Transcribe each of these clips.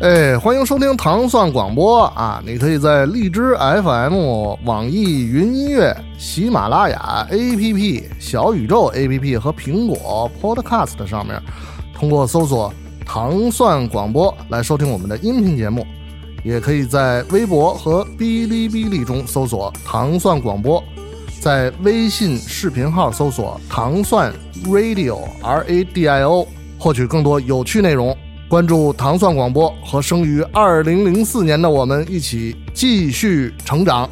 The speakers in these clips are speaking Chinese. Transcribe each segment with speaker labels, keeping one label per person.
Speaker 1: 哎欢迎收听糖蒜广播啊！你可以在荔枝 FM、网易云音乐、喜马拉雅 APP、小宇宙 APP 和苹果 Podcast 上面，通过搜索“糖蒜广播”来收听我们的音频节目。也可以在微博和哔哩哔哩中搜索“糖蒜广播”，在微信视频号搜索“糖蒜 radio r a d i o”，获取更多有趣内容。关注糖蒜广播，和生于二零零四年的我们一起继续成长。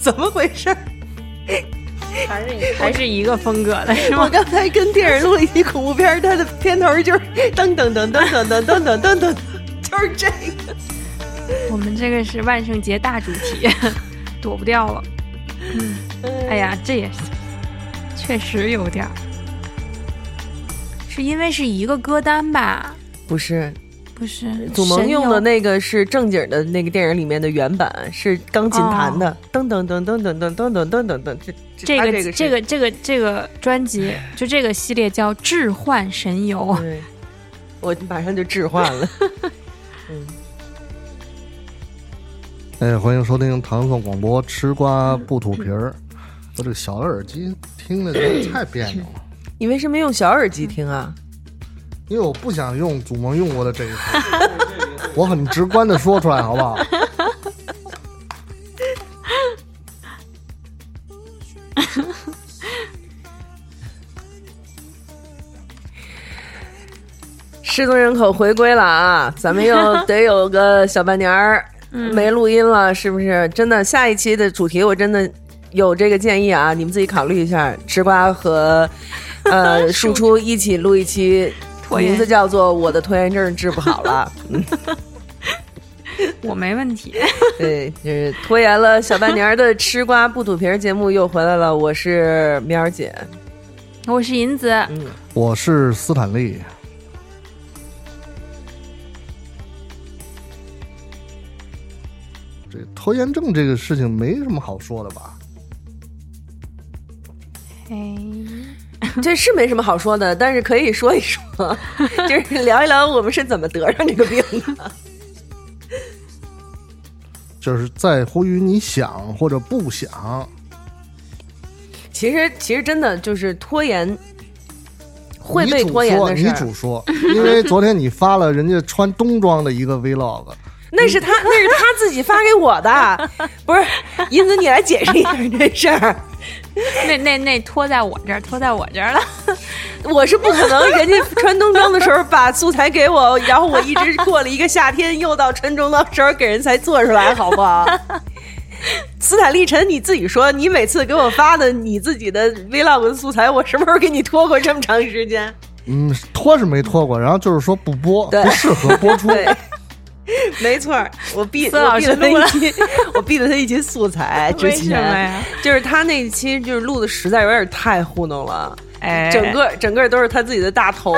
Speaker 2: 怎么回事？
Speaker 3: 还是还是一个风格的是
Speaker 2: 我
Speaker 3: 吗？
Speaker 2: 刚才跟电影录了一集恐怖片，它的片头就是噔噔噔噔噔噔噔噔噔噔，就是这个。
Speaker 3: 我们这个是万圣节大主题， 躲不掉了。嗯，哎呀，这也是确实有点儿，是因为是一个歌单吧？
Speaker 2: 不是，
Speaker 3: 不是，
Speaker 2: 祖萌
Speaker 3: 神
Speaker 2: 用
Speaker 3: 游
Speaker 2: 的那个是正经的那个电影里面的原版，是钢琴弹的，噔噔噔噔噔噔噔噔噔噔噔。
Speaker 3: 这
Speaker 2: 他
Speaker 3: 个
Speaker 2: 哦这
Speaker 3: 这
Speaker 2: 个
Speaker 3: 个这个这个专辑，就这个系列叫《置换神游》
Speaker 2: 是，对，我马上就置换 了。
Speaker 1: 哎，欢迎收听糖蒜广播，吃瓜不吐皮儿。我这个小的耳机听着就太别扭了，
Speaker 2: 你为什么用小耳机听啊？
Speaker 1: 因为我不想用祖萌用过的这一套，我很直观的说出来，好不好？
Speaker 2: 失踪人口回归了啊，咱们又得有个小半年 儿
Speaker 3: 嗯
Speaker 2: 没录音了，是不是？真的，下一期的主题我真的有这个建议啊，你们自己考虑一下。吃瓜 和呃输出一起录一期，
Speaker 3: 拖延
Speaker 2: 名字叫做《我的拖延症治不好 了》。嗯
Speaker 3: 我没问题。
Speaker 2: 对，就是拖延了小半年儿的吃瓜不吐皮儿节目又回来了，我是喵儿 姐。
Speaker 3: 我是银子，
Speaker 1: 我是斯坦利，这拖延症这个事情没什么好说的吧？
Speaker 3: 哎，
Speaker 2: 这是没什么好说的，但是可以说一 说，就是聊一聊我们是怎么得上这个病的。
Speaker 1: 就是在乎于你想或者不想，
Speaker 2: 其实，其实真的就是拖延，会
Speaker 1: 你
Speaker 2: 被
Speaker 1: 主
Speaker 2: 拖延
Speaker 1: 说
Speaker 2: 的
Speaker 1: 你
Speaker 2: 事儿
Speaker 1: 主说，因为昨天你发了人家穿冬装的一个 vlog，
Speaker 2: 那是他，那是他自己发给我的，不是银子，你来解释一下这事儿。
Speaker 3: 哎那那那拖在我这儿，拖在我这儿了。
Speaker 2: 我是不可能，人家穿冬装的时候把素材给我，然后我一直过了一个夏天，又到穿冬装的时候给人才做出来，好不好？斯坦利陈，你自己说，你每次给我发的你自己的 vlog 的素材，我什么时候给你拖过这么长时间？
Speaker 1: 嗯，拖是没拖过，然后就是说不播，
Speaker 2: 对
Speaker 1: 不适合播出。
Speaker 2: 对，没错儿，我毙
Speaker 3: 孙老
Speaker 2: 我
Speaker 3: 师
Speaker 2: 毙了他
Speaker 3: 录了
Speaker 2: 一期， 我毙了他一期素材。 之
Speaker 3: 为什么
Speaker 2: 前
Speaker 3: 呀
Speaker 2: 就是他那一期就是录的实在有点太糊弄了。
Speaker 3: 哎，
Speaker 2: 整个整个都是他自己的大 头，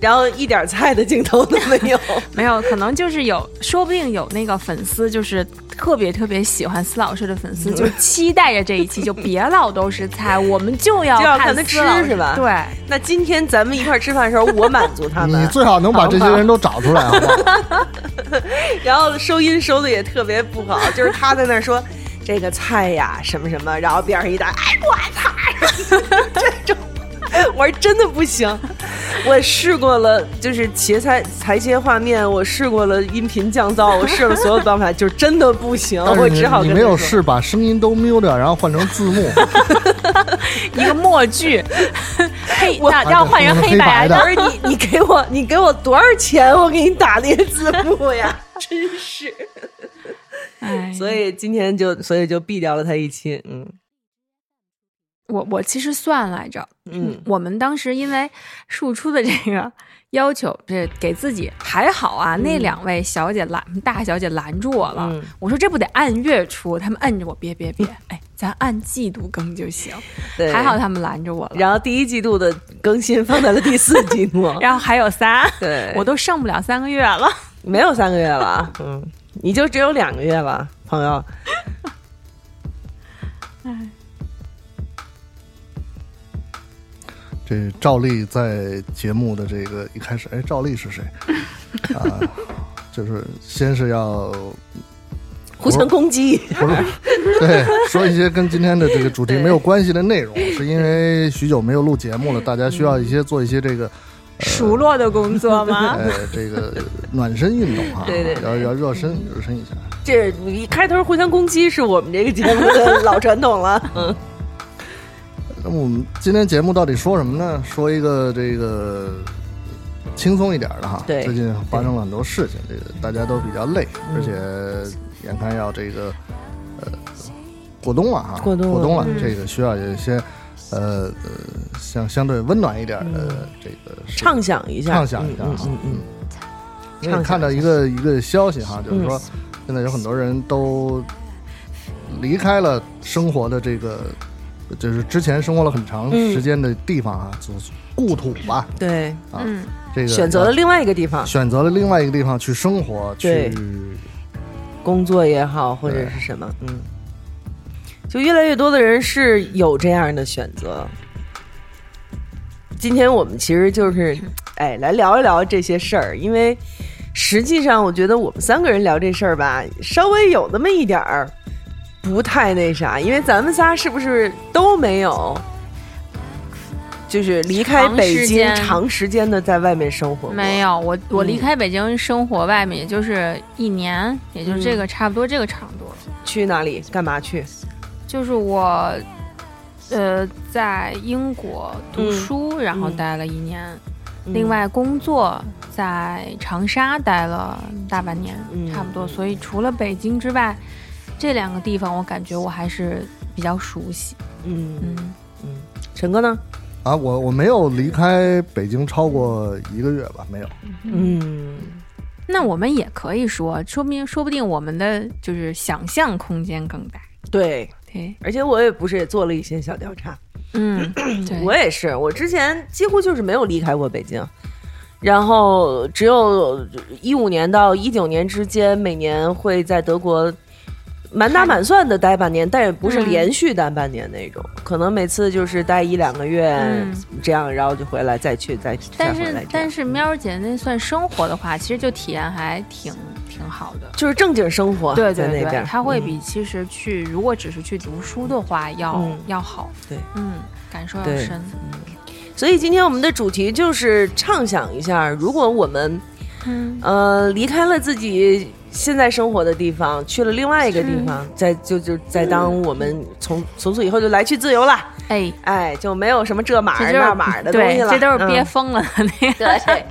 Speaker 2: 然后一点菜的镜头都没有。
Speaker 3: 没有，可能就是有，说不定有那个粉丝就是特别特别喜欢司老师的粉丝，就期待着这一期，就别老都是菜，我们就要
Speaker 2: 就要看
Speaker 3: 看
Speaker 2: 他
Speaker 3: 司老
Speaker 2: 吃
Speaker 3: 师
Speaker 2: 是吧
Speaker 3: 对，
Speaker 2: 那今天咱们一块儿吃饭的时候，我满足他们，
Speaker 1: 你最好能把这些人都找出来，好不好？
Speaker 2: 然后收音收的也特别不好，就是他在那儿说这个菜呀什么什么，然后边上一打，哎我操，这种。我说真的不行，我试过了，就是切菜裁切画面，我试过了音频降噪，我试了所有办法，就真的不行，
Speaker 1: 但
Speaker 2: 我
Speaker 1: 是
Speaker 2: 只好
Speaker 1: 你
Speaker 2: 跟
Speaker 1: 你
Speaker 2: 他
Speaker 1: 没有
Speaker 2: 说
Speaker 1: 试把声音都 mute 掉，然后换成字幕，
Speaker 3: 一个默剧，黑
Speaker 2: 我
Speaker 3: 要要换成黑白
Speaker 1: 的
Speaker 2: 不是你，你给我，你给我多少钱？我给你打那个字 幕呀，真是。
Speaker 3: 哎，
Speaker 2: 所以今天就，所以就毙掉了他一期。嗯
Speaker 3: 我我其实算来着，
Speaker 2: 嗯，
Speaker 3: 我们当时因为庶出的这个要求，这给自己还好啊。那两位小姐拦大小姐拦住我了，
Speaker 2: 嗯
Speaker 3: 我说这不得按月出，他们摁着我，别别别，哎，咱按季度更就行。
Speaker 2: 对。
Speaker 3: 还好。他们拦着我了。，
Speaker 2: 然后第一季度的更新放在了第四季 度
Speaker 3: 然后还有仨，
Speaker 2: 对
Speaker 3: 我都上不了三个月 了。
Speaker 2: 没有三个月了 啊。嗯，你就只有两个月了，朋友。
Speaker 1: 这这赵丽在节目的这个一开始，哎，赵丽是 谁？啊，就是先是要
Speaker 2: 互相攻击，
Speaker 1: 不是，对，说一些跟今天的这个主题没有关系的内容，是因为许久没有录节目了，大家需要一些做一些这个
Speaker 3: 熟络的工作吗？
Speaker 1: 呃这个暖身运动啊，
Speaker 2: 嗯 对对对
Speaker 1: 要要热身热身一下。
Speaker 2: 这一开头互相攻击是我们这个节目的老传统了。嗯，
Speaker 1: 那么我们今天节目到底说什么呢？说一个这个轻松一点的哈。
Speaker 2: 对嗯
Speaker 1: 最近发生了很多事情，这个大家都比较累，而且眼看要这个呃过冬了哈，
Speaker 2: 过冬了
Speaker 1: 过冬了，
Speaker 3: 嗯
Speaker 1: 这个需要有一些呃呃相相对温暖一点
Speaker 2: 嗯
Speaker 1: 的这个事
Speaker 2: 畅想一下，
Speaker 1: 畅想一下
Speaker 2: 嗯
Speaker 1: 哈
Speaker 2: 嗯嗯，
Speaker 1: 因为看到一个一个消息哈，就是说现在有很多人都离开了生活的这个，就是之前生活了很长时间的地方啊，就是故土吧，
Speaker 2: 嗯对，
Speaker 1: 啊，
Speaker 3: 嗯，
Speaker 1: 这个
Speaker 2: 选择了另外一个地方
Speaker 1: 选择了另外一个地方去生活，
Speaker 2: 对
Speaker 1: 去
Speaker 2: 工作也好，或者是什么，嗯，就越来越多的人是有这样的选择。今天我们其实就是，哎，来聊一聊这些事儿，因为实际上我觉得我们三个人聊这事儿吧，稍微有那么一点儿不太那啥，因为咱们仨是不是都没有，就是离开
Speaker 3: 长
Speaker 2: 北
Speaker 3: 时
Speaker 2: 京
Speaker 3: 间
Speaker 2: 长时间的在外面生活过？嗯
Speaker 3: 没有，我我离开北京生活外面，也就是一年，也就是
Speaker 2: 嗯
Speaker 3: 这个差不多这个长度了。
Speaker 2: 去哪里干嘛去？
Speaker 3: 就是我，呃，在英国读
Speaker 2: 嗯
Speaker 3: 书，然后
Speaker 2: 嗯
Speaker 3: 待了一年，
Speaker 2: 嗯
Speaker 3: 另，外工作在长沙待了大半年，
Speaker 2: 嗯
Speaker 3: 差不多。所以除了北京之外，这两个地方我感觉我还是比较熟悉。
Speaker 2: 嗯，
Speaker 3: 嗯，
Speaker 2: 陈哥呢？
Speaker 1: 啊，我我没有离开北京超过一个月吧，没有，
Speaker 2: 嗯，
Speaker 3: 那我们也可以说，说明说不定我们的就是想象空间更大。
Speaker 2: 对，
Speaker 3: 对，
Speaker 2: 而且我也不是也做了一些小调查，
Speaker 3: 嗯，对，
Speaker 2: 我也是，我之前几乎就是没有离开过北京，然后只有一五年到一九年之间，每年会在德国。满打满算的待半年，但也不是
Speaker 3: 嗯
Speaker 2: 连续待半年那种，可能每次就是待一两个月、
Speaker 3: 嗯
Speaker 2: 这样，然后就回来再去再再
Speaker 3: 但
Speaker 2: 回来
Speaker 3: 是
Speaker 2: 这样嗯
Speaker 3: 但是喵儿姐那算生活的话，其实就体验还挺挺好的。
Speaker 2: 就是正经生活
Speaker 3: 对
Speaker 2: 在
Speaker 3: 对
Speaker 2: 那
Speaker 3: 对
Speaker 2: 边，，
Speaker 3: 它会比其实去如果只是去读书的话要
Speaker 2: 嗯
Speaker 3: 要好。
Speaker 2: 对，
Speaker 3: 嗯，感受要
Speaker 2: 对
Speaker 3: 深。
Speaker 2: 所以今天我们的主题就是畅想一下，如果我们
Speaker 3: 嗯，
Speaker 2: 呃，离开了自己现在生活的地方，去了另外一个地方，再就就再当
Speaker 3: 嗯
Speaker 2: 我们从从此以后就来去自由了，
Speaker 3: 哎，
Speaker 2: 哎，就没有什么这码
Speaker 3: 这
Speaker 2: 儿
Speaker 3: 就
Speaker 2: 那
Speaker 3: 是
Speaker 2: 码儿的东
Speaker 3: 对，
Speaker 2: 西了，
Speaker 3: 这都是憋
Speaker 2: 嗯
Speaker 3: 疯了的那个。
Speaker 2: 对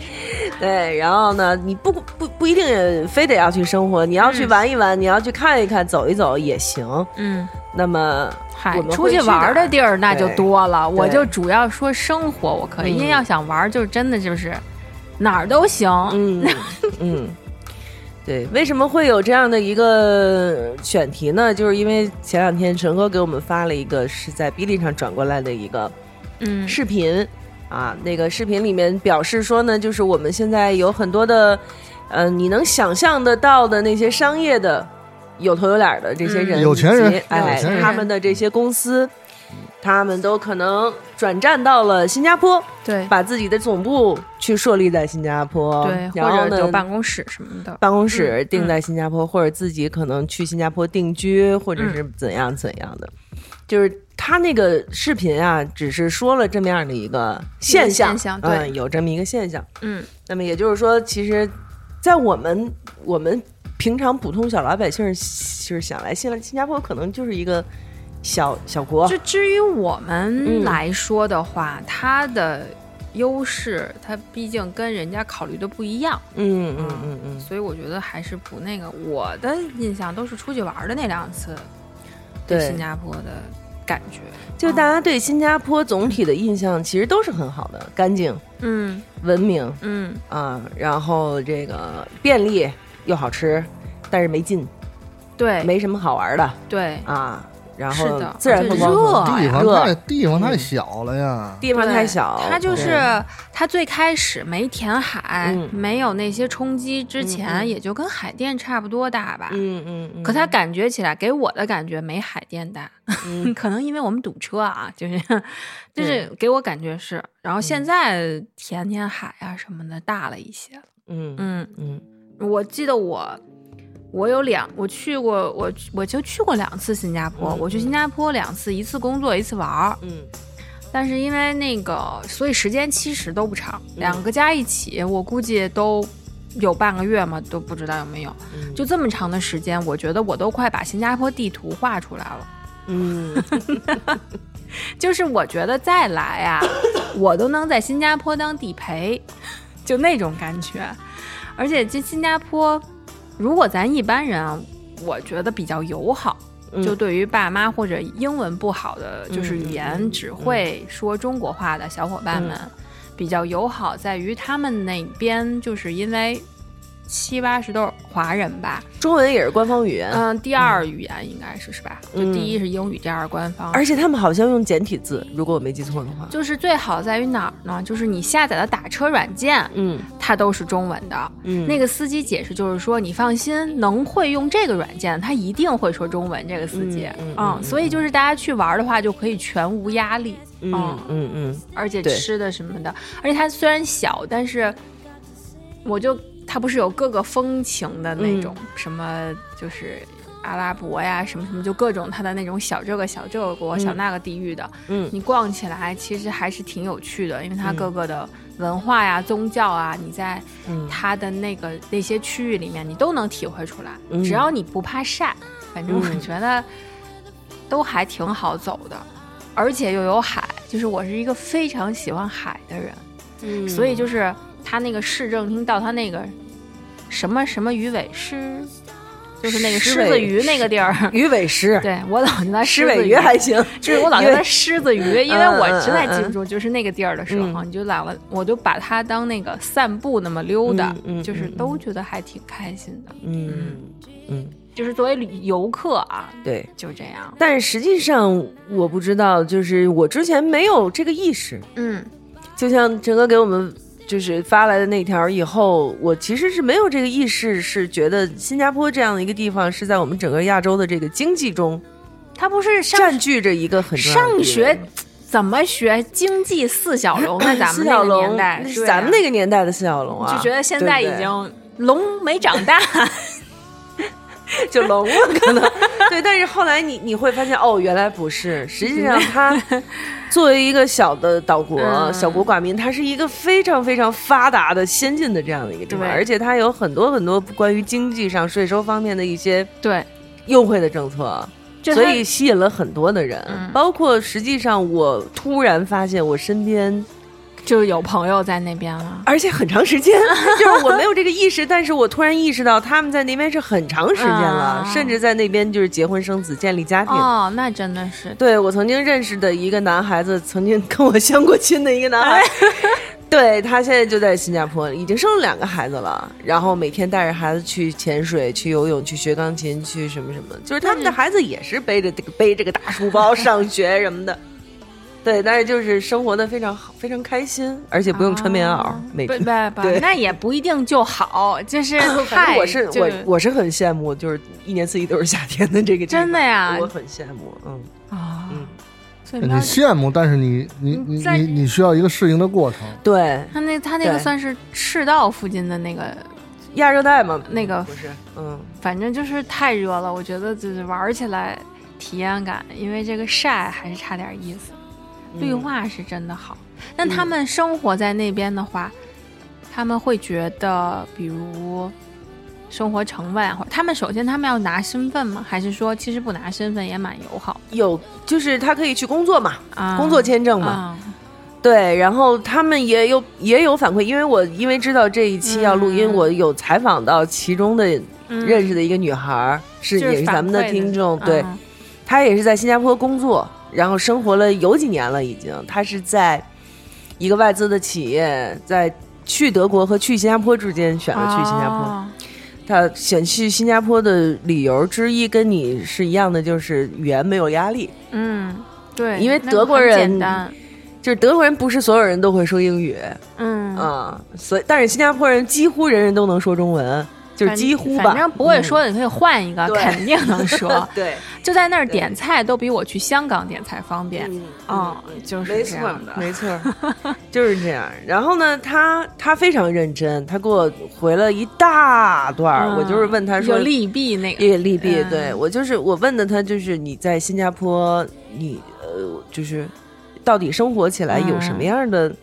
Speaker 2: 对，然后呢，你不不不一定非得要去生活，你要去
Speaker 3: 嗯
Speaker 2: 玩一玩，你要去看一看，走一走也行。
Speaker 3: 嗯，
Speaker 2: 那么
Speaker 3: 嗨
Speaker 2: 我，们
Speaker 3: 出
Speaker 2: 会
Speaker 3: 去
Speaker 2: 去
Speaker 3: 玩儿
Speaker 2: 哪儿
Speaker 3: 的地儿那就
Speaker 2: 对
Speaker 3: 多了，我
Speaker 2: 对
Speaker 3: 就主要说生活，我可以，
Speaker 2: 嗯
Speaker 3: 因为要想玩儿，就真的就是哪儿都行。
Speaker 2: 嗯嗯，对，为什么会有这样的一个选题呢？就是因为前两天陈哥给我们发了一个是在哔哩上转过来的一个
Speaker 3: 嗯，
Speaker 2: 视频啊，那个视频里面表示说呢，就是我们现在有很多的，呃，你能想象得到的那些商业的有头有脸儿的这些人，
Speaker 1: 嗯有钱人
Speaker 2: 以及哎
Speaker 1: 有钱，人
Speaker 2: 他们的这些公司，他们都可能转战到了新加坡，
Speaker 3: 对
Speaker 2: 把自己的总部去设立在新加坡，
Speaker 3: 对，
Speaker 2: 然
Speaker 3: 或
Speaker 2: 后呢
Speaker 3: 者有办公室什么的。
Speaker 2: 办公室
Speaker 3: 嗯
Speaker 2: 定在新加坡，或者自己可能去新加坡定居，或
Speaker 3: 嗯
Speaker 2: 者是怎样怎样的。就是他那个视频啊，只是说了这么样的一个现象，
Speaker 3: 现象对
Speaker 2: 嗯，有这么一个现象。
Speaker 3: 嗯，
Speaker 2: 那么也就是说，其实，在我们我们平常普通小老百姓儿，就是想来新新加坡，可能就是一个小小国
Speaker 3: 就，至于我
Speaker 2: 嗯
Speaker 3: 们来说的话，它的优势，它毕竟跟人家考虑的不一样，
Speaker 2: 嗯嗯嗯嗯，
Speaker 3: 所以我觉得还是不那个。我的印象都是出去玩儿的那两次，
Speaker 2: 对
Speaker 3: 新加嗯坡的感觉，
Speaker 2: 就大家对新加坡总体的印象其实都是很好的，干净、
Speaker 3: 嗯
Speaker 2: 文明，
Speaker 3: 嗯，
Speaker 2: 啊，然后这个便利又好吃，但是没劲，
Speaker 3: 对
Speaker 2: 没什么好玩的
Speaker 3: 对，
Speaker 2: 啊。然
Speaker 3: 是
Speaker 2: 后
Speaker 3: 的
Speaker 2: 自然
Speaker 3: 而且
Speaker 2: 风光
Speaker 3: 热
Speaker 2: 很好
Speaker 3: 啊
Speaker 1: 地方
Speaker 2: 热嗯
Speaker 1: 太地方太小了呀，
Speaker 2: 地方
Speaker 3: 对
Speaker 2: 太小，
Speaker 3: 它就
Speaker 2: 对
Speaker 3: 是它最开始没填海，
Speaker 2: 嗯
Speaker 3: 没有那些冲击之前，
Speaker 2: 嗯嗯
Speaker 3: 也就跟海淀差不多大吧。
Speaker 2: 嗯嗯嗯，
Speaker 3: 可它感觉起来，给我的感觉没海淀大，
Speaker 2: 嗯
Speaker 3: 可能因为我们堵车啊，就是 就是给我感觉是。然后现
Speaker 2: 嗯
Speaker 3: 在填填海啊什么的大了一些了。
Speaker 2: 嗯嗯
Speaker 3: 嗯，
Speaker 2: 嗯
Speaker 3: 我记得我我有两我去过我我就去过两次新加坡，
Speaker 2: 嗯
Speaker 3: 我去新加坡两次，一次工作，一次玩儿。
Speaker 2: 嗯
Speaker 3: 但是因为那个，所以时间其实都不长，两个加一起，我估计都有半个月嘛，都不知道有没有。
Speaker 2: 嗯，
Speaker 3: 就这么长的时间，我觉得我都快把新加坡地图画出来了。
Speaker 2: 嗯
Speaker 3: 就是我觉得再来 啊，我都能在新加坡当地陪，就那种感觉。而且这新加坡，如果咱一般人啊，我觉得比较友好。
Speaker 2: 嗯
Speaker 3: 就对于爸妈或者英文不好的，就是
Speaker 2: 嗯
Speaker 3: 语
Speaker 2: 嗯
Speaker 3: 言
Speaker 2: 嗯
Speaker 3: 只会说中国话的小伙伴们，比较友好，在于他们那边就是因为七八十都是华人吧，
Speaker 2: 中文也是官方语言，
Speaker 3: 嗯，第二语言应该是是吧？就
Speaker 2: 嗯
Speaker 3: 第一是英语，第二官方。
Speaker 2: 而且他们好像用简体字，如果我没记错的话，
Speaker 3: 就是最好在于哪儿呢？就是你下载的打车软件，
Speaker 2: 嗯
Speaker 3: 它都是中文的。
Speaker 2: 嗯
Speaker 3: 那个司机解释就是说，你放心，能会用这个软件，他一定会说中文。这个司机，
Speaker 2: 嗯嗯嗯
Speaker 3: 所以就是大家去玩的话，就可以全无压力，
Speaker 2: 嗯嗯嗯
Speaker 3: 而且
Speaker 2: 对
Speaker 3: 吃的什么的，而且它虽然小，但是我就它不是有各个风情的
Speaker 2: 嗯
Speaker 3: 那种、什么，就是阿拉伯呀，什么什么，就各种它的那种小这个小这个国、小那个地域的，
Speaker 2: 嗯
Speaker 3: 你逛起来其实还是挺有趣的，因为它各个的文化呀、宗教啊，你在
Speaker 2: 嗯
Speaker 3: 它的那个那些区域里面，你都能体会出来。
Speaker 2: 嗯
Speaker 3: 只要你不怕晒，反正我
Speaker 2: 嗯
Speaker 3: 觉得都还挺好走的，而且又有海。就是我是一个非常喜欢海的人，
Speaker 2: 嗯
Speaker 3: 所以就是它那个市政厅到它那个什么什么鱼尾狮，就是那个
Speaker 2: 狮
Speaker 3: 狮子
Speaker 2: 尾
Speaker 3: 鱼那个地儿。
Speaker 2: 鱼尾狮，
Speaker 3: 对我老叫它
Speaker 2: 狮
Speaker 3: 狮子
Speaker 2: 尾鱼还行，
Speaker 3: 就是我老
Speaker 2: 因
Speaker 3: 叫
Speaker 2: 为
Speaker 3: 它狮子鱼，因为
Speaker 2: 嗯
Speaker 3: 我
Speaker 2: 嗯
Speaker 3: 实在
Speaker 2: 嗯
Speaker 3: 记不
Speaker 2: 嗯
Speaker 3: 住，就是那个地儿的时候，你就老了，我就把它当那个散步那么溜达
Speaker 2: 嗯嗯，
Speaker 3: 就是
Speaker 2: 嗯
Speaker 3: 都觉得还挺开心的。
Speaker 2: 嗯嗯
Speaker 3: 就是作为旅游客啊，
Speaker 2: 对。
Speaker 3: 就这样。
Speaker 2: 但实际上，我不知道，就是我之前没有这个意识。
Speaker 3: 嗯，
Speaker 2: 就像陈哥给我们就是发来的那条以后，我其实是没有这个意识，是觉得新加坡这样的一个地方是在我们整个亚洲的这个经济中
Speaker 3: 他不是上
Speaker 2: 占据着一个很重要的地
Speaker 3: 上
Speaker 2: 位
Speaker 3: 学怎么学经济四小 龙？那咱
Speaker 2: 四
Speaker 3: 们
Speaker 2: 小
Speaker 3: 那个
Speaker 2: 龙
Speaker 3: 年代，
Speaker 2: 那是
Speaker 3: 对啊
Speaker 2: 咱们那个年代的四小龙啊，
Speaker 3: 就觉得现在已
Speaker 2: 对不对
Speaker 3: 经龙没长大，
Speaker 2: 就聋了，可能 对。但是后来你你会发现，哦，原来不是。实际上， 它作为一个小的岛国、
Speaker 3: 嗯
Speaker 2: 小国寡民，它是一个非常非常发达的、先进的这样的一个地方，
Speaker 3: 对
Speaker 2: 而且它有很多很多关于经济上、税收方面的一些
Speaker 3: 对，
Speaker 2: 优惠的政策。
Speaker 3: 就
Speaker 2: 所
Speaker 3: 它
Speaker 2: 以吸引了很多的人，
Speaker 3: 嗯
Speaker 2: 包括实际上，我突然发现我身边
Speaker 3: 就有朋友在那边了。
Speaker 2: 而且很长时 间，就是我没有这个意识，但是我突然意识到他们在那边是很长时间了，
Speaker 3: 啊
Speaker 2: 甚至在那边就是结婚生子、建立家庭。
Speaker 3: 哦，那真的是
Speaker 2: 对我曾经认识的一个男孩子，曾经跟我相过亲的一个男孩， 对他现在就在新加坡，已经生了两个孩子了，然后每天带着孩子去潜水、去游泳、去学钢琴、去什么什么，就是他们的孩子也是背着这个背着个大书包上学什么的。对，但是就是生活的非常好，非常开心，而且不用穿棉袄，
Speaker 3: 哦
Speaker 2: 每
Speaker 3: 不
Speaker 2: 天。
Speaker 3: 不不
Speaker 2: 对，
Speaker 3: 那也不一定就好，就是
Speaker 2: 反
Speaker 3: 太
Speaker 2: 正我是
Speaker 3: 就
Speaker 2: 我我是很羡慕，就是一年四季都是夏天的这个地方
Speaker 3: 真的呀
Speaker 2: 我很羡慕，嗯
Speaker 3: 啊
Speaker 2: 嗯，
Speaker 3: 所以
Speaker 1: 你
Speaker 3: 喵
Speaker 1: 羡慕，但是你你你
Speaker 3: 在
Speaker 1: 你你需要一个适应的过程。
Speaker 2: 对，
Speaker 3: 他那他那个
Speaker 2: 对
Speaker 3: 算是赤道附近的那个，
Speaker 2: 亚热带嘛，
Speaker 3: 那个
Speaker 2: 不是，嗯，
Speaker 3: 反正就是太热了，我觉得就是玩起来体验感，因为这个晒还是差点意思。绿
Speaker 2: 嗯
Speaker 3: 化是真的好，但他们生活在那边的话，他们会觉得比如。生活成分啊，或者他们首先他们要拿身份吗？还是说其实不拿身份也蛮友好
Speaker 2: 有，就是他可以去工作嘛，
Speaker 3: 啊？
Speaker 2: 工作签证嘛，
Speaker 3: 啊，
Speaker 2: 对。然后他们也有也有反馈，因为我因为知道这一期要录音，
Speaker 3: 嗯
Speaker 2: 我有采访到其中的
Speaker 3: 嗯
Speaker 2: 认识的一个女孩儿，是
Speaker 3: 就
Speaker 2: 也是
Speaker 3: 反
Speaker 2: 咱们的
Speaker 3: 馈
Speaker 2: 听众，
Speaker 3: 啊
Speaker 2: 对，她也是在新加坡工作，然后生活了有几年了，已经。她是在一个外资的企业在。去德国和去新加坡之间选择去新加坡，
Speaker 3: 哦
Speaker 2: 他想去新加坡的理由之一跟你是一样的，就是语言没有压力。
Speaker 3: 嗯，对，
Speaker 2: 因为
Speaker 3: 那个
Speaker 2: 德国
Speaker 3: 很
Speaker 2: 人
Speaker 3: 简单，
Speaker 2: 就是德国人不是所有人都会说英语
Speaker 3: 嗯，
Speaker 2: 啊、所以但是新加坡人几乎人人都能说中文，就是
Speaker 3: 反
Speaker 2: 几乎吧。嗯
Speaker 3: 反正不会说的，你可以换一个，
Speaker 2: 对。
Speaker 3: 肯定能 说
Speaker 2: 对，
Speaker 3: 就在那儿
Speaker 2: 对嗯
Speaker 3: 点菜都比我去香港点菜方便。哦，就是
Speaker 2: 没
Speaker 3: 这
Speaker 2: 错
Speaker 3: 样嗯的，。
Speaker 2: 嗯没错， 就是这样。然后呢，他他非常认真，他给我回了一大段儿。
Speaker 3: 嗯
Speaker 2: 啊我就是问他说，
Speaker 3: 有利弊那个，
Speaker 2: 也利弊，
Speaker 3: 嗯
Speaker 2: 对我就是我问的他就是你在新加坡，你呃就是到底生活起来有什
Speaker 3: 嗯
Speaker 2: 么样的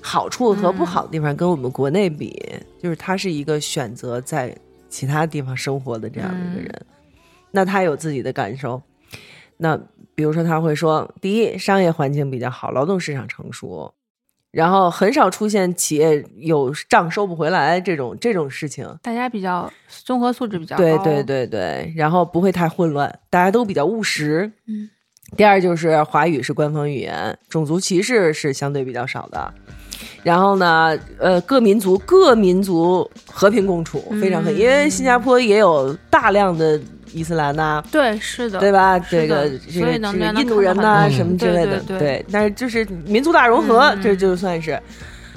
Speaker 2: 好处和不好的地方，跟我们国内比，就是他是一个选择在其他地方生活的这样的
Speaker 3: 嗯
Speaker 2: 一个人，那他有自己的感受。那比如说他会说，第一，商业环境比较好，劳动市场成熟。然后很少出现企业有账收不回来这种这种事情，
Speaker 3: 大家比较综合素质比较高。
Speaker 2: 对对，对对，然后不会太混乱，大家都比较务实。
Speaker 3: 嗯。
Speaker 2: 第二就是华语是官方语言，种族歧视是相对比较少的。然后呢，呃，各民族各民族和平共处，非常和，因为新加坡也有大量的伊斯兰呐、
Speaker 3: 对是的，
Speaker 2: 对吧？
Speaker 3: 嗯是
Speaker 2: 这个
Speaker 3: 的
Speaker 2: 这
Speaker 3: 所
Speaker 2: 个
Speaker 3: 以
Speaker 2: 这
Speaker 3: 能
Speaker 2: 个
Speaker 3: 能
Speaker 2: 印度人
Speaker 3: 看
Speaker 2: 呐、
Speaker 3: 到
Speaker 1: 很多
Speaker 2: 什么之类的，
Speaker 3: 嗯对对对
Speaker 2: 但是就是民族大融合，
Speaker 3: 嗯
Speaker 2: 这就算是。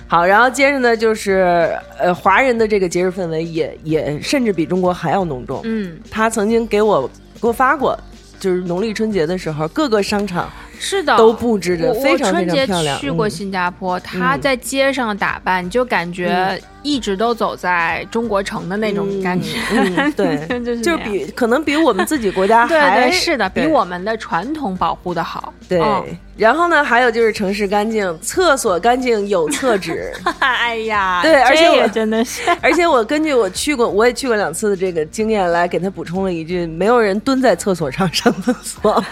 Speaker 2: 好，然后接着呢，就是呃，华人的这个节日氛围也也甚至比中国还要浓重。
Speaker 3: 嗯，
Speaker 2: 他曾经给我给我发过，就是农历春节的时候，各个商场
Speaker 3: 是的，
Speaker 2: 都布置着
Speaker 3: 我
Speaker 2: 非常
Speaker 3: 我
Speaker 2: 非
Speaker 3: 春
Speaker 2: 常
Speaker 3: 节
Speaker 2: 漂亮。
Speaker 3: 去过
Speaker 2: 嗯
Speaker 3: 新加坡，他
Speaker 2: 嗯
Speaker 3: 在街上打扮，你就感觉一直都走在中国城的那种感觉，
Speaker 2: 嗯嗯对，
Speaker 3: 就是
Speaker 2: 就是
Speaker 3: 那样
Speaker 2: 比可能比我们自己国家
Speaker 3: 对
Speaker 2: 还
Speaker 3: 对是的，比
Speaker 2: 对
Speaker 3: 我们的传统保护的好。
Speaker 2: 对
Speaker 3: 哦
Speaker 2: 然后呢，还有就是城市干净，厕所干净有厕 纸。
Speaker 3: 哎呀，
Speaker 2: 对而且
Speaker 3: 这
Speaker 2: 我
Speaker 3: 个真的是，
Speaker 2: 而且我根据我去过，我也去过两次的这个经验来给他补充了一句：没有人蹲在厕所上上厕所，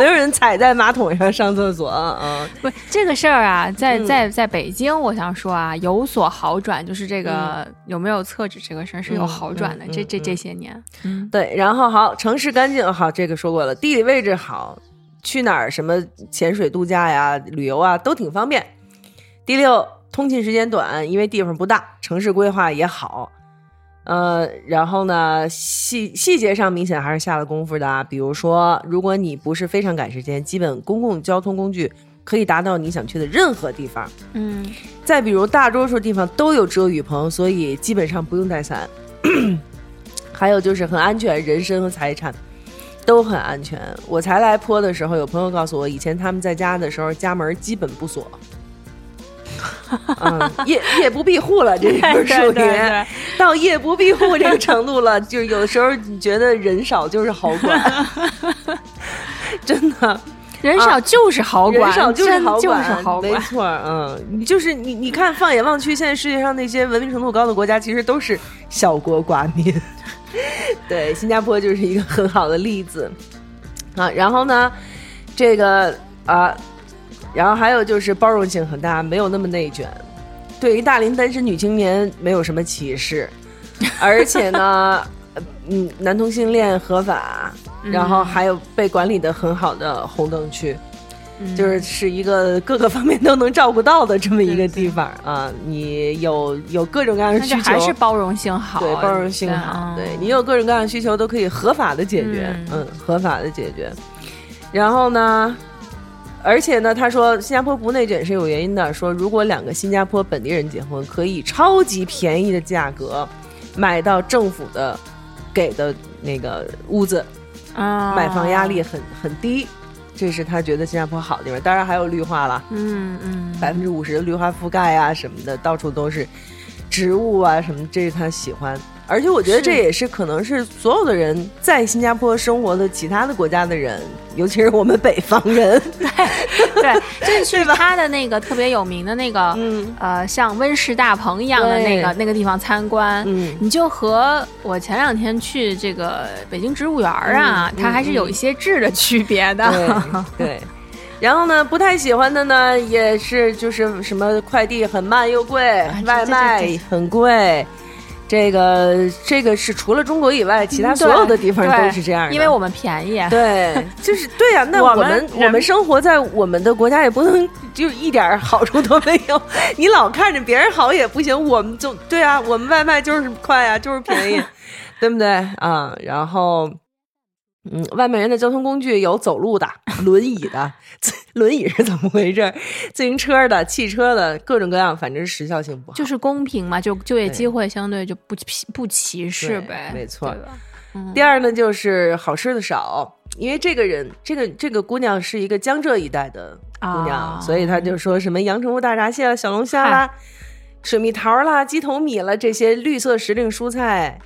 Speaker 2: 没有人踩在马桶上上厕所啊。
Speaker 3: 不，这个事儿啊，在
Speaker 2: 嗯
Speaker 3: 在在北京，我想说啊，有所好转，就是这个有没有厕纸这个事儿是有好转的，
Speaker 2: 嗯嗯嗯
Speaker 3: 这这
Speaker 2: 嗯
Speaker 3: 这些年，嗯，
Speaker 2: 对，然后好，城市干净好，这个说过了，地理位置好，去哪儿什么潜水度假呀、旅游啊都挺方便。第六，通勤时间短，因为地方不大，城市规划也好。呃，然后呢，细细节上明显还是下了功夫的啊。比如说，如果你不是非常赶时间，基本公共交通工具可以达到你想去的任何地方。
Speaker 3: 嗯，
Speaker 2: 再比如，大多数地方都有遮雨棚，所以基本上不用带伞。 还有就是很安全，人身和财产都很安全。我才来坡的时候，有朋友告诉我，以前他们在家的时候，家门基本不锁，嗯，夜夜 不闭户了，这 就是属
Speaker 3: 对对
Speaker 2: 于
Speaker 3: 对
Speaker 2: 到夜不闭户这个程度了。就是有时候你觉得人少就是好 管， 真的。
Speaker 3: 人少就是好管，
Speaker 2: 啊人少就是
Speaker 3: 真
Speaker 2: 好管，
Speaker 3: 就是好
Speaker 2: 没
Speaker 3: 管，
Speaker 2: 错儿，嗯，你就是你，你看放眼望去，现在世界上那些文明程度高的国家，其实都是小国寡民。 对，新加坡就是一个很好的例子啊。然后呢，这个啊，然后还有就是包容性很大，没有那么内卷，对于大龄单身女青年没有什么歧视，而且呢，呃嗯，男同性恋合法，然后还有被管理的很好的红灯区。
Speaker 3: 嗯
Speaker 2: 就是是一个各个方面都能照顾到的这么一个地方啊。你有有各种各样的
Speaker 3: 那就
Speaker 2: 需求，
Speaker 3: 还是包容性好，啊
Speaker 2: 对包容性好，对你有各种各样的需求都可以合法的解决，嗯
Speaker 3: 嗯
Speaker 2: 合法的解决。然后呢？而且呢，他说新加坡不内卷是有原因的。说如果两个新加坡本地人结婚，可以超级便宜的价格买到政府的给的那个屋子，买
Speaker 3: 买
Speaker 2: 房压
Speaker 3: 哦
Speaker 2: 力，很很低，这是他觉得新加坡好的地方。当然还有绿化了，
Speaker 3: 嗯嗯，
Speaker 2: 百分之五十的绿化覆盖啊什么的，到处都是植物啊什么，这是他喜欢。而且我觉得
Speaker 3: 是
Speaker 2: 这也是可能是所有的人在新加坡生活的其他的国家的人，尤其是我们北方 人，
Speaker 3: 对，就是去他的那个特别有名的那个，
Speaker 2: 嗯
Speaker 3: 呃，像温室大棚一样的那个
Speaker 2: 对
Speaker 3: 那个地方参观，
Speaker 2: 嗯
Speaker 3: 你就和我前两天去这个北京植物园儿啊
Speaker 2: 嗯，嗯
Speaker 3: 它还是有一些质的区别 的。
Speaker 2: 对对。然后呢，不太喜欢的呢，也是就是什么快递很慢又贵，
Speaker 3: 啊这
Speaker 2: 外
Speaker 3: 这这
Speaker 2: 卖
Speaker 3: 这
Speaker 2: 很贵，这个这个是除了中国以外，其他所有的地方都是这样的。
Speaker 3: 嗯因为我们便宜。
Speaker 2: 对， 就是对呀、那
Speaker 3: 我
Speaker 2: 我
Speaker 3: 们
Speaker 2: 们
Speaker 3: 人
Speaker 2: 我们生活在我们的国家，也不能就一点好处都没有。 你老看着别人好也不行，我们就对啊，我们外卖就是快啊，就是便 宜，对不对啊？然后。嗯，外卖人的交通工具有走路的、轮椅的， 自轮椅是怎么回事？自行车的、汽车的，各种各样，反正时效性不好。
Speaker 3: 就是公平嘛，就就业
Speaker 2: 对
Speaker 3: 机会相对就不歧不歧视
Speaker 2: 对
Speaker 3: 呗，
Speaker 2: 没错
Speaker 3: 对吧
Speaker 2: 第二呢，就是好吃的少，因为这个人，这个这个姑娘是一个江浙一带的姑娘，
Speaker 3: 啊
Speaker 2: 所以她就说什么阳澄湖大闸蟹啦、啊小龙虾啦、水蜜桃啦、鸡头米啦这些绿色时令蔬菜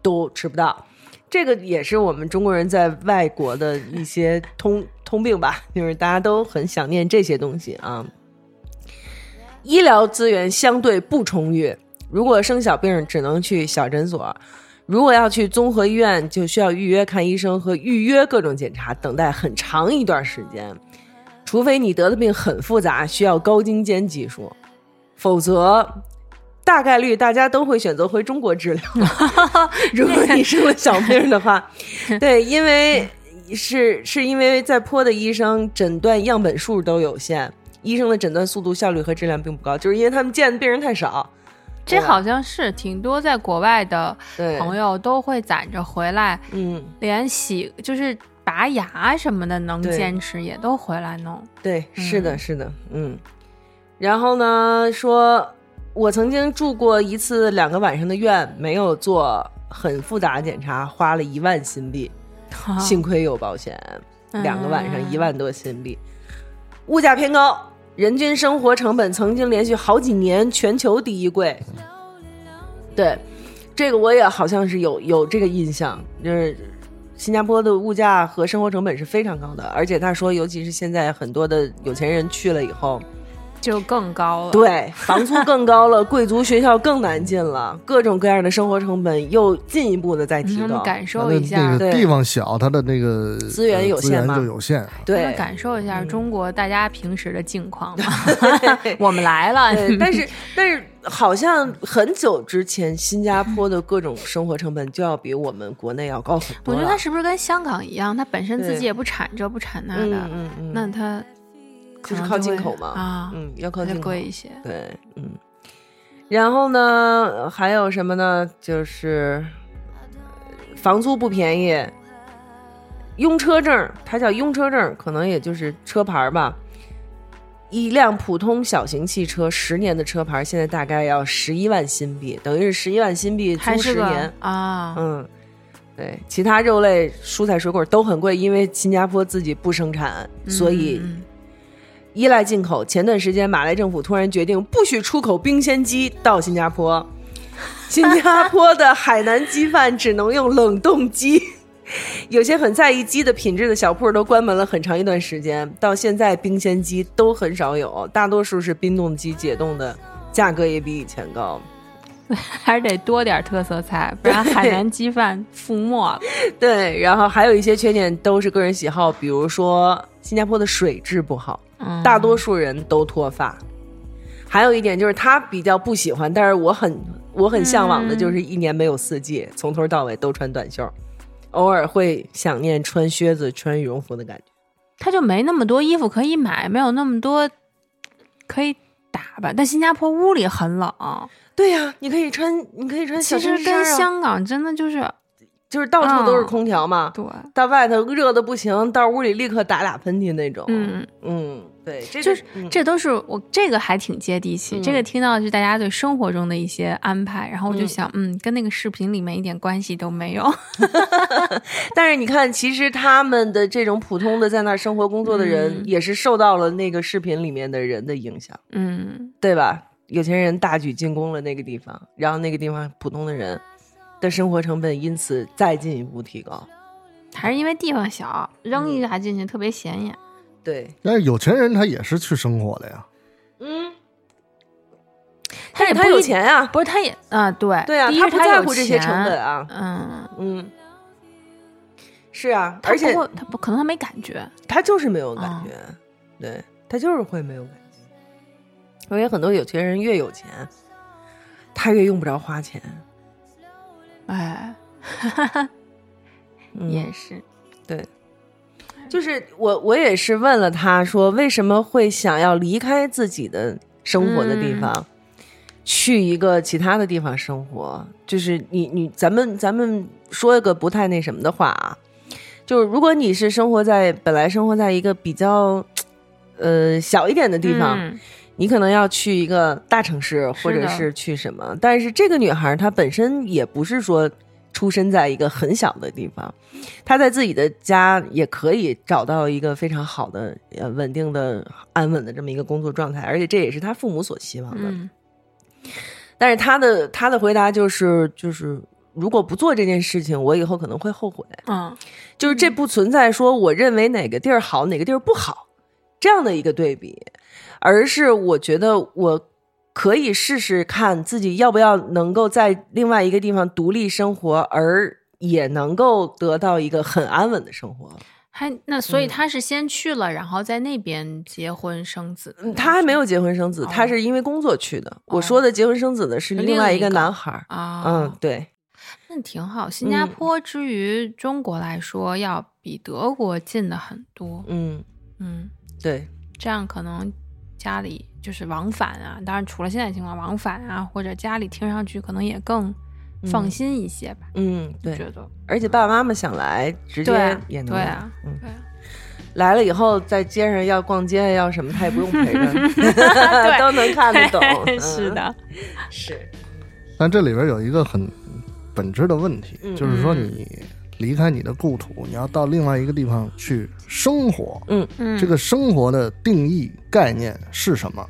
Speaker 2: 都吃不到。这个也是我们中国人在外国的一些通 通病吧，就是大家都很想念这些东西啊。医疗资源相对不充裕，如果生小病只能去小诊所，如果要去综合医院，就需要预约看医生和预约各种检查，等待很长一段时间。除非你得的病很复杂，需要高精尖技术，否则大概率大家都会选择回中国 治疗。如果你生了小病的话，对，因为是是因为在坡的医生诊断样本数都有限，医生的诊断速度、效率和质量并不高，就是因为他们见的病人太少。
Speaker 3: 这好像是挺多在国外的
Speaker 2: 对，
Speaker 3: 朋友都会攒着回来，
Speaker 2: 嗯，
Speaker 3: 连洗就是拔牙什么的能
Speaker 2: 对
Speaker 3: 坚持也都回来弄。
Speaker 2: 对，是的，
Speaker 3: 嗯
Speaker 2: 是的，嗯。然后呢，说我曾经住过一次两个晚上的院，没有做很复杂的检查，花了一万新币，
Speaker 3: 啊
Speaker 2: 幸亏有保险，两个
Speaker 3: 嗯
Speaker 2: 晚上一万多新币，物价偏高。人均生活成本曾经连续好几年全球第一贵，对，这个我也好像是有有这个印象，就是新加坡的物价和生活成本是非常高的，而且他说，尤其是现在很多的有钱人去了以后，
Speaker 3: 就更高了。，
Speaker 2: 对，房租更高了，贵族学校更难进了，各种各样的生活成本又进一步的在提
Speaker 3: 嗯让他
Speaker 2: 高
Speaker 3: 们，感受
Speaker 1: 那
Speaker 3: 一下，
Speaker 1: 那个
Speaker 2: 对
Speaker 1: 地方小，它的那个
Speaker 2: 资源
Speaker 1: 呃
Speaker 2: 有限
Speaker 1: 资源
Speaker 2: 嘛
Speaker 1: 就有限。
Speaker 3: 让他
Speaker 2: 对嗯
Speaker 3: 们，感受一下中国大家平时的境况嘛。
Speaker 2: 对
Speaker 3: 我们来了，嗯
Speaker 2: 对，但 是但是好像很久之前，新加坡的各种生活成本就要比我们国内要高很
Speaker 3: 我
Speaker 2: 多
Speaker 3: 觉
Speaker 2: 了。
Speaker 3: 得他是不是跟香港一样，他本身自
Speaker 2: 对
Speaker 3: 己也不产这不产那
Speaker 2: 嗯
Speaker 3: 的，
Speaker 2: 嗯嗯，
Speaker 3: 那他
Speaker 2: 就
Speaker 3: 可
Speaker 2: 是
Speaker 3: 能
Speaker 2: 靠
Speaker 3: 就
Speaker 2: 进
Speaker 3: 会
Speaker 2: 口嘛，
Speaker 3: 啊，
Speaker 2: 嗯，要靠
Speaker 3: 那
Speaker 2: 进
Speaker 3: 就
Speaker 2: 口，
Speaker 3: 贵一些。
Speaker 2: 对，嗯。然后呢，呃还有什么呢？就是呃房租不便宜，拥车证，它叫拥车证，可能也就是车牌儿吧。一辆普通小型汽车十年的车牌儿，现在大概要十一万新币，等于是十一万新币
Speaker 3: 还
Speaker 2: 租
Speaker 3: 是
Speaker 2: 十
Speaker 3: 个
Speaker 2: 年。
Speaker 3: 啊，
Speaker 2: 嗯，对，其他肉类、蔬菜、水果都很贵，因为新加坡自己不生产，所以
Speaker 3: 嗯
Speaker 2: 依赖进口。前段时间，马来政府突然决定不许出口冰鲜鸡到新加坡，新加坡的海南鸡饭只能用冷冻鸡。有些很在意鸡的品质的小铺都关门了很长一段时间，到现在冰鲜鸡都很少有，大多数是冰冻鸡解冻的，价格也比以前高。
Speaker 3: 还是得多点特色菜，不然海南鸡饭覆 没了。
Speaker 2: 对，然后还有一些缺点都是个人喜好，比如说新加坡的水质不好，
Speaker 3: 嗯
Speaker 2: 大多数人都脱发。还有一点就是他比较不喜欢，但是我很我很向往的就是一年没有四季，从头到尾都穿短袖，偶尔会想念穿靴子、穿羽绒服的感觉。
Speaker 3: 他就没那么多衣服可以买，没有那么多可以打扮。但新加坡屋里很冷，
Speaker 2: 对呀、你可以穿，你可以穿小
Speaker 3: 其
Speaker 2: 衬
Speaker 3: 实
Speaker 2: 衫、啊，嗯
Speaker 3: 跟香港真的就是
Speaker 2: 就是到处都是空调嘛，
Speaker 3: 对，
Speaker 2: 到外头热的不行，到屋里立刻打俩喷嚏那种。
Speaker 3: 嗯，
Speaker 2: 嗯，对，这
Speaker 3: 就是
Speaker 2: 是嗯
Speaker 3: 这都是我这个还挺接地气。
Speaker 2: 嗯
Speaker 3: 这个听到的是大家对生活中的一些安排，然后我就
Speaker 2: 嗯
Speaker 3: 想，嗯，跟那个视频里面一点关系都没有。
Speaker 2: 但是你看，其实他们的这种普通的在那儿生活工作的人，
Speaker 3: 嗯
Speaker 2: 也是受到了那个视频里面的人的影响，
Speaker 3: 嗯，
Speaker 2: 对吧？有钱人大举进攻了那个地方，然后那个地方普通的人的生活成本因此再进一步提高。
Speaker 3: 还是因为地方小，扔一下进去特别显眼。
Speaker 2: 对，
Speaker 1: 但是有钱人他也是去生活的呀，
Speaker 2: 嗯，
Speaker 3: 他也
Speaker 2: 他
Speaker 3: 不
Speaker 2: 有
Speaker 3: 一
Speaker 2: 钱啊，
Speaker 3: 不是，他也啊，对
Speaker 2: 对啊，
Speaker 3: 第一
Speaker 2: 他
Speaker 3: 是
Speaker 2: 不
Speaker 3: 他
Speaker 2: 在
Speaker 3: 有
Speaker 2: 乎这些
Speaker 3: 钱
Speaker 2: 成本啊，
Speaker 3: 嗯，
Speaker 2: 嗯，是啊，
Speaker 3: 他
Speaker 2: 而且
Speaker 3: 不会，他不可能他没感觉，
Speaker 2: 他就是没有感觉，对他就是会没有感觉。而且很多有钱人越有钱，他越用不着花钱，
Speaker 3: 哎，
Speaker 2: 嗯
Speaker 3: 也是，
Speaker 2: 就是我，我也是问了他说，为什么会想要离开自己的生活的地方，去一个其他的地方生活？就是你你咱们咱们说一个不太那什么的话啊，就是如果你是生活在本来生活在一个比较呃小一点的地方，
Speaker 3: 嗯
Speaker 2: 你可能要去一个大城市，或者
Speaker 3: 的
Speaker 2: 是去什么？但是这个女孩她本身也不是说出生在一个很小的地方，她在自己的家也可以找到一个非常好的、呃稳定的、安稳的这么一个工作状态，而且这也是她父母所希望的。
Speaker 3: 嗯
Speaker 2: 但是她的她的回答就是就是。如果不做这件事情，我以后可能会后悔。
Speaker 3: 嗯
Speaker 2: 就是这不存在说我认为哪个地儿好，哪个地儿不好这样的一个对比，而是我觉得我可以试试看自己要不要能够在另外一个地方独立生活，而也能够得到一个很安稳的生活。
Speaker 3: 还那所以
Speaker 2: 嗯
Speaker 3: 他是先去了，然后在那边结婚生子的那
Speaker 2: 嗯
Speaker 3: 种。
Speaker 2: 他还没有结婚生子，
Speaker 3: 哦
Speaker 2: 他是因为工作去的。我
Speaker 3: 哦
Speaker 2: 说的结婚生子的是
Speaker 3: 另
Speaker 2: 另外一
Speaker 3: 一个
Speaker 2: 男孩儿。
Speaker 3: 啊，
Speaker 2: 嗯，，对，
Speaker 3: 那挺好。新加
Speaker 2: 嗯
Speaker 3: 坡之于中国来说，要比德国近的很多。
Speaker 2: 嗯，
Speaker 3: 嗯，
Speaker 2: 对，
Speaker 3: 这样可能家里就是往返啊，当然除了现在情况，往返啊，或者家里听上去可能也更放
Speaker 2: 嗯
Speaker 3: 心一些吧。
Speaker 2: 嗯，对，
Speaker 3: 觉得
Speaker 2: 而且爸爸妈妈想来，直
Speaker 3: 对
Speaker 2: 接
Speaker 3: 啊
Speaker 2: 也能
Speaker 3: 对
Speaker 2: 来
Speaker 3: 啊
Speaker 2: 嗯。
Speaker 3: 对啊，
Speaker 2: 来了以后，在街上要逛街啊要什么，他也不用陪着，
Speaker 3: 对。
Speaker 2: 都能看得懂
Speaker 3: 是的，
Speaker 2: 嗯，是，
Speaker 1: 但这里边有一个很本质的问题，
Speaker 2: 嗯
Speaker 1: 就是说你离开你的故土，你要到另外一个地方去生活，
Speaker 3: 嗯，
Speaker 1: 这个生活的定义概念是什么？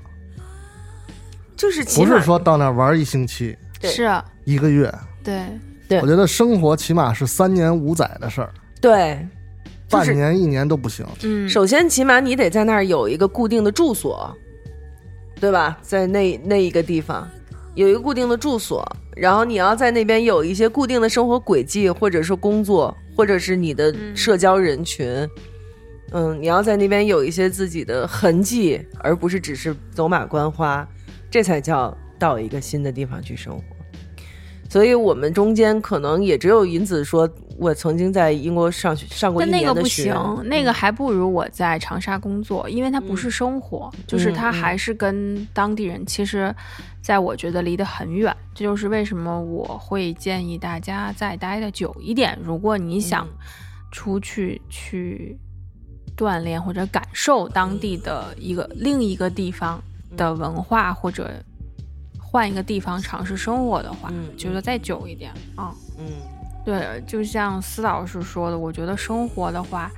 Speaker 2: 就是起
Speaker 1: 不
Speaker 2: 码
Speaker 1: 是说到那儿玩一星期、
Speaker 2: 对
Speaker 3: 是啊
Speaker 1: 一个月，
Speaker 3: 对，
Speaker 2: 对
Speaker 1: 我觉得生活起码是三年五载的事儿，
Speaker 2: 对，就
Speaker 1: 半
Speaker 2: 是
Speaker 1: 年一年都不行。
Speaker 3: 嗯，
Speaker 2: 首先起码你得在那儿有一个固定的住所，对吧？在那那一个地方有一个固定的住所，然后你要在那边有一些固定的生活轨迹，或者说工作，或者是你的
Speaker 3: 嗯
Speaker 2: 社交人群。嗯你要在那边有一些自己的痕迹，而不是只是走马观花，这才叫到一个新的地方去生活。所以，我们中间可能也只有银子说，我曾经在英国上学上过一
Speaker 3: 但那
Speaker 2: 年
Speaker 3: 个
Speaker 2: 的
Speaker 3: 不
Speaker 2: 学，嗯
Speaker 3: 行，那个还不如我在长沙工作，因为它不是生活，
Speaker 2: 嗯
Speaker 3: 就是它还是跟当地人。其实，在我觉得离得很远，这就是为什么我会建议大家再待的久一点。如果你想
Speaker 2: 嗯
Speaker 3: 出去去锻炼或者感受当地的一个另一个地方
Speaker 2: 嗯
Speaker 3: 的文化，或者换一个地方尝试生活的话，
Speaker 2: 嗯
Speaker 3: 觉得再久一点啊。
Speaker 2: 嗯。
Speaker 3: 对，就像司老师说的，我觉得生活的话，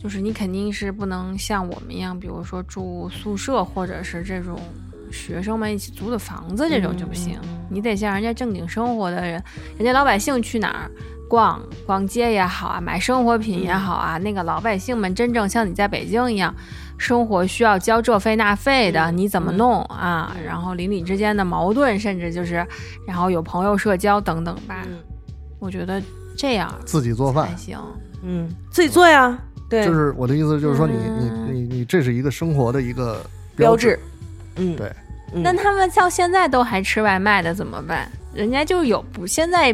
Speaker 3: 就是你肯定是不能像我们一样，比如说住宿舍或者是这种学生们一起租的房子这种就不行，
Speaker 2: 嗯嗯嗯
Speaker 3: 你得像人家正经生活的人，人家老百姓去哪儿逛逛街也好啊，买生活品
Speaker 2: 嗯
Speaker 3: 也好啊，那个老百姓们真正像你在北京一样。生活需要交这费那费的，
Speaker 2: 嗯
Speaker 3: 你怎么
Speaker 2: 嗯
Speaker 3: 弄啊？然后邻里之间的矛盾，甚至就是，然后有朋友社交等等吧。
Speaker 2: 嗯
Speaker 3: 我觉得这样
Speaker 1: 自己做
Speaker 3: 才
Speaker 1: 饭，
Speaker 3: 行。
Speaker 2: 嗯，自己做呀，对，
Speaker 1: 就是我的意思，就是说你
Speaker 3: 嗯
Speaker 1: 你你你这是一个生活的一个
Speaker 2: 标
Speaker 1: 志
Speaker 2: 志。，嗯，
Speaker 1: 对，
Speaker 2: 嗯
Speaker 3: 那他们到现在都还吃外卖的怎么办？人家就有不现在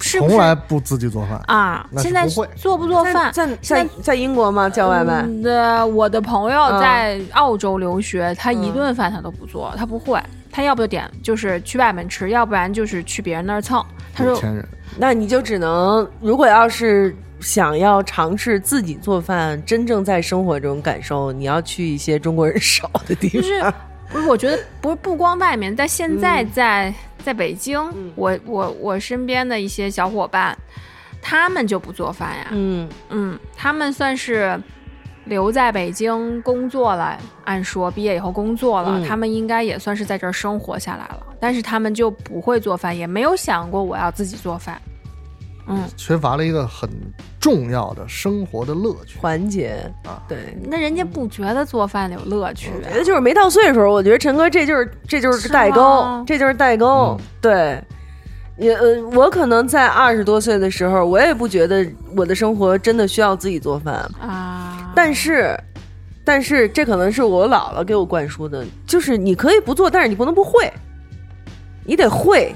Speaker 3: 是不
Speaker 1: 从
Speaker 3: 是
Speaker 1: 来不自己做饭。
Speaker 3: 啊？
Speaker 1: 那是
Speaker 3: 现在
Speaker 1: 不会
Speaker 3: 做不做饭？
Speaker 2: 在在
Speaker 3: 现
Speaker 2: 在在英国吗？叫外卖？
Speaker 3: 嗯对，我的朋友
Speaker 2: 嗯
Speaker 3: 在澳洲留学，他一
Speaker 2: 嗯
Speaker 3: 顿饭他都不做，
Speaker 1: 嗯
Speaker 3: 他不会，他要不就点就是去外面吃，要不然就是去别人那儿蹭。他
Speaker 1: 有
Speaker 3: 说
Speaker 1: 钱人，
Speaker 2: 那你就只能，如果要是想要尝试自己做饭，真正在生活中感受，你要去一些中国人少的地
Speaker 3: 就
Speaker 2: 方。
Speaker 3: 是，不是，我觉得不是不光外面，但现在
Speaker 2: 嗯
Speaker 3: 在、在北京，
Speaker 2: 嗯
Speaker 3: 我我我身边的一些小伙伴，他们就不做饭呀，
Speaker 2: 嗯
Speaker 3: 嗯，他们算是留在北京工作了，按说毕业以后工作了，
Speaker 2: 嗯
Speaker 3: 他们应该也算是在这儿生活下来了，但是他们就不会做饭，也没有想过我要自己做饭。嗯，
Speaker 1: 缺乏了一个很重要的生活的乐趣。
Speaker 2: 环节
Speaker 1: 啊
Speaker 2: 对。
Speaker 3: 那人家不觉得做饭有乐趣
Speaker 2: 我
Speaker 3: 啊、
Speaker 2: 觉得就是没到岁数，我觉得陈哥这就是这就是
Speaker 3: 是
Speaker 2: 代沟
Speaker 3: 吗，
Speaker 2: 这就是代沟。
Speaker 1: 嗯
Speaker 2: 对，也呃，我可能在二十多岁的时候，我也不觉得我的生活真的需要自己做饭，
Speaker 3: 啊。
Speaker 2: 哦但是，但是这可能是我姥姥给我灌输的，就是你可以不做，但是你不能不会，你得会。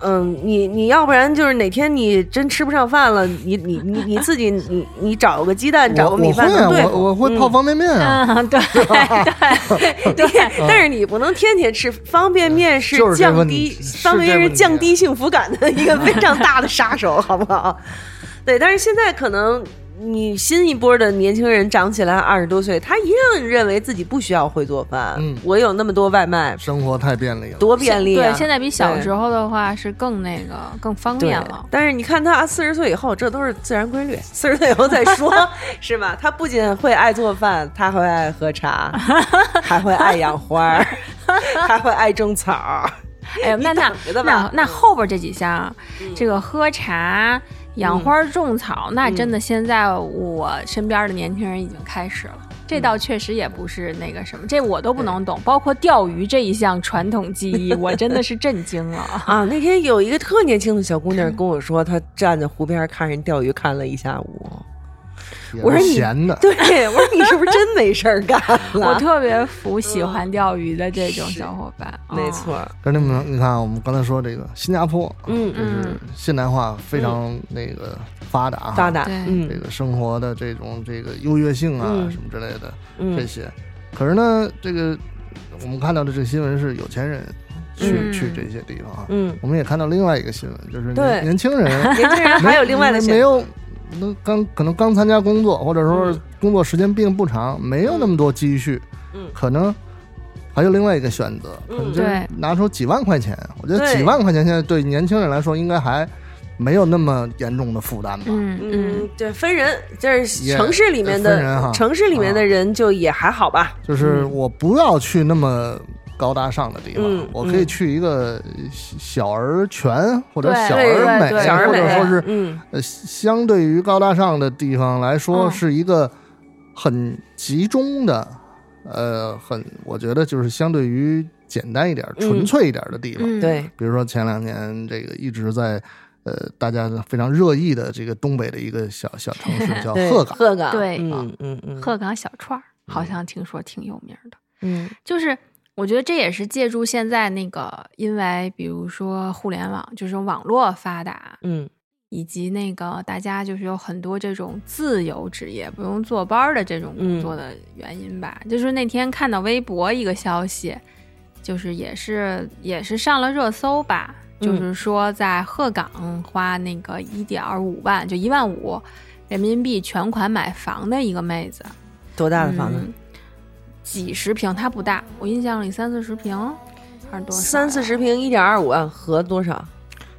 Speaker 2: 嗯，你你要不然就是哪天你真吃不上饭了，你你你你自己你你找个鸡蛋，
Speaker 1: 我
Speaker 2: 找个
Speaker 1: 我
Speaker 2: 米
Speaker 1: 会
Speaker 2: 饭能
Speaker 1: 啊，
Speaker 2: 对
Speaker 1: 我
Speaker 2: 付
Speaker 1: 我会泡方便面啊，
Speaker 3: 嗯，对对对，
Speaker 2: 但是你不能天天吃方便面，是
Speaker 1: 嗯就是这
Speaker 2: 降
Speaker 1: 问
Speaker 2: 低
Speaker 1: 题是
Speaker 2: 方便面
Speaker 1: 这
Speaker 2: 是
Speaker 1: 问
Speaker 2: 降
Speaker 1: 题啊
Speaker 2: 低幸福感的一个非常大的杀手，好不好？对，但是现在可能你新一波的年轻人长起来二十多岁，他一样认为自己不需要会做饭，
Speaker 1: 嗯
Speaker 2: 我有那么多外卖，
Speaker 1: 生活太便利了。
Speaker 2: 多便利啊！
Speaker 3: 对，现在比小
Speaker 2: 对
Speaker 3: 时候的话是更那个更方
Speaker 2: 对
Speaker 3: 便了，。
Speaker 2: 但是你看他四十岁以后，这都是自然规律。四十岁以后再说，是吧？他不仅会爱做饭，他会爱喝茶，还会爱养花儿，还会爱种草儿。
Speaker 3: 哎呦，那那
Speaker 2: 等着的吧嗯
Speaker 3: 那那后边这几项，这个喝茶、
Speaker 2: 嗯
Speaker 3: 养花、种草，那真的现在我身边的年轻人已经开始了。
Speaker 2: 嗯
Speaker 3: 这倒确实也不是那个什么，这我都不能懂。包括钓鱼这一项传统技艺，我真的是震惊 了。
Speaker 2: 啊，那天有一个特年轻的小姑娘跟我说，她站在湖边儿看人钓鱼看了一下午。
Speaker 1: 也
Speaker 2: 我说
Speaker 1: 是
Speaker 2: 你
Speaker 1: 闲的，
Speaker 2: 对，我说你是不是真没事儿干了？
Speaker 3: 我特别服喜欢钓鱼的这种小伙伴，嗯
Speaker 2: 嗯没。错儿，
Speaker 1: 跟你们你看啊，我们刚才说这个新加坡，
Speaker 2: 嗯，
Speaker 1: 就是现代化非常那个发达啊，
Speaker 2: 发达，
Speaker 3: 对
Speaker 1: 这
Speaker 2: 嗯
Speaker 1: 个生活的这种这个优越性啊、
Speaker 2: 嗯
Speaker 1: 什么之类的这
Speaker 2: 嗯
Speaker 1: 些。可是呢，这个我们看到的这个新闻是有钱人去、
Speaker 3: 嗯
Speaker 1: 去这些地方啊。
Speaker 2: 嗯，
Speaker 1: 我们也看到另外一个新闻，就是
Speaker 2: 对
Speaker 1: 年年轻 人
Speaker 2: 年轻人还有另外的
Speaker 1: 没
Speaker 2: 选
Speaker 1: 没
Speaker 2: 择
Speaker 1: 有。那刚可能刚参加工作，或者说工作时间并不长，没有那么多积蓄，
Speaker 2: 嗯
Speaker 1: 可能还有另外一个选择，
Speaker 2: 嗯
Speaker 1: 可能就是
Speaker 3: 对
Speaker 1: 拿出几万块钱。我觉得
Speaker 2: 对
Speaker 1: 几万块钱现在对年轻人来说，应该还没有那么严重的负担吧？
Speaker 3: 嗯嗯
Speaker 2: 嗯，对，分人，这是
Speaker 1: 也
Speaker 2: 城市里面
Speaker 1: 分人哈啊
Speaker 2: 的城市里面的人就也还好吧，
Speaker 1: 就是我不要去那么高大上的地方，
Speaker 2: 嗯
Speaker 1: 我可以去一个小小而全或者
Speaker 3: 对
Speaker 1: 小而美，
Speaker 3: 对对
Speaker 2: 小而
Speaker 1: 哎或
Speaker 2: 美，
Speaker 1: 者说是
Speaker 2: 嗯，
Speaker 1: 呃，相对于高大上的地方来说，
Speaker 3: 嗯
Speaker 1: 是一个很集中的，呃，很我觉得就是相对于简单一点、
Speaker 2: 嗯
Speaker 1: 纯粹一点的地方。
Speaker 3: 嗯，
Speaker 2: 对，
Speaker 1: 比如说前两年这个一直在呃大家非常热议的这个东北的一个小小城 市叫
Speaker 2: 对
Speaker 1: 呃鹤岗，
Speaker 2: 鹤岗，
Speaker 3: 对
Speaker 2: 嗯嗯嗯，
Speaker 3: 鹤岗小串儿好像听说挺有名的。
Speaker 2: 嗯
Speaker 3: 就是我觉得这也是借助现在那个，因为比如说互联网，就是网络发达，
Speaker 2: 嗯
Speaker 3: 以及那个大家就是有很多这种自由职业不用坐班儿的这种工作的原因吧。就是那天看到微博一个消息，就是也是也是上了热搜吧。
Speaker 2: 嗯
Speaker 3: 就是说，在鹤岗花那个一点五万，就一万五人民币全款买房的一个妹子，
Speaker 2: 多大的房子？
Speaker 3: 嗯几十平，它不大，我印象里三四十平还是多少？啊
Speaker 2: 三四十。平，一点二五万，合多少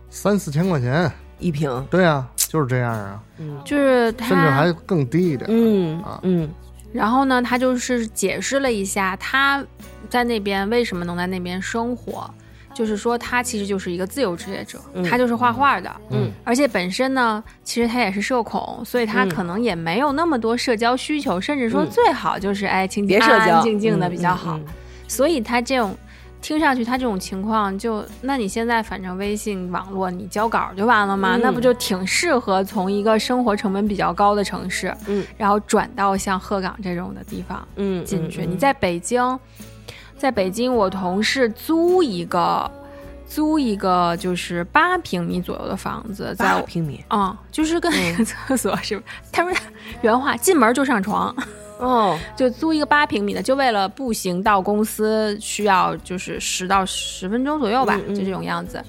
Speaker 1: 三四千块钱，
Speaker 2: 一平？
Speaker 1: 对啊，就是这样啊，
Speaker 2: 嗯
Speaker 3: 就是
Speaker 1: 甚至还
Speaker 3: 他，
Speaker 1: 更低一点。
Speaker 2: 嗯
Speaker 1: 啊
Speaker 2: 嗯
Speaker 3: 然后呢，他就是解释了一下他在那边为什么能在那边生活，就是说他其实就是一个自由职业者，
Speaker 2: 嗯
Speaker 3: 他就是画画的，
Speaker 2: 嗯
Speaker 3: 而且本身呢，其实他也是社恐，所以他
Speaker 2: 嗯
Speaker 3: 可能也没有那么多社交需求，甚至说
Speaker 2: 嗯
Speaker 3: 最好就是哎，请
Speaker 2: 别社交
Speaker 3: 安安静静的比较好。
Speaker 2: 嗯嗯嗯
Speaker 3: 所以他这种听上去他这种情况就，那你现在反正微信网络你交稿就完了嘛，
Speaker 2: 嗯
Speaker 3: 那不就挺适合从一个生活成本比较高的城市，
Speaker 2: 嗯，
Speaker 3: 然后转到像鹤岗这种的地方
Speaker 2: 嗯，嗯
Speaker 3: 进去。
Speaker 2: 嗯
Speaker 3: 你在北京，在北京我同事租一个。租一个就是八平米左右的房子，在
Speaker 2: 八
Speaker 3: 我
Speaker 2: 平米
Speaker 3: 嗯，就是跟那个 厕所是，他说原话，进门就上床，
Speaker 2: 哦，
Speaker 3: 就租一个八平米的，就为了步行到公司需要就是十到十分钟左右吧，
Speaker 2: 嗯嗯
Speaker 3: 就这种样子。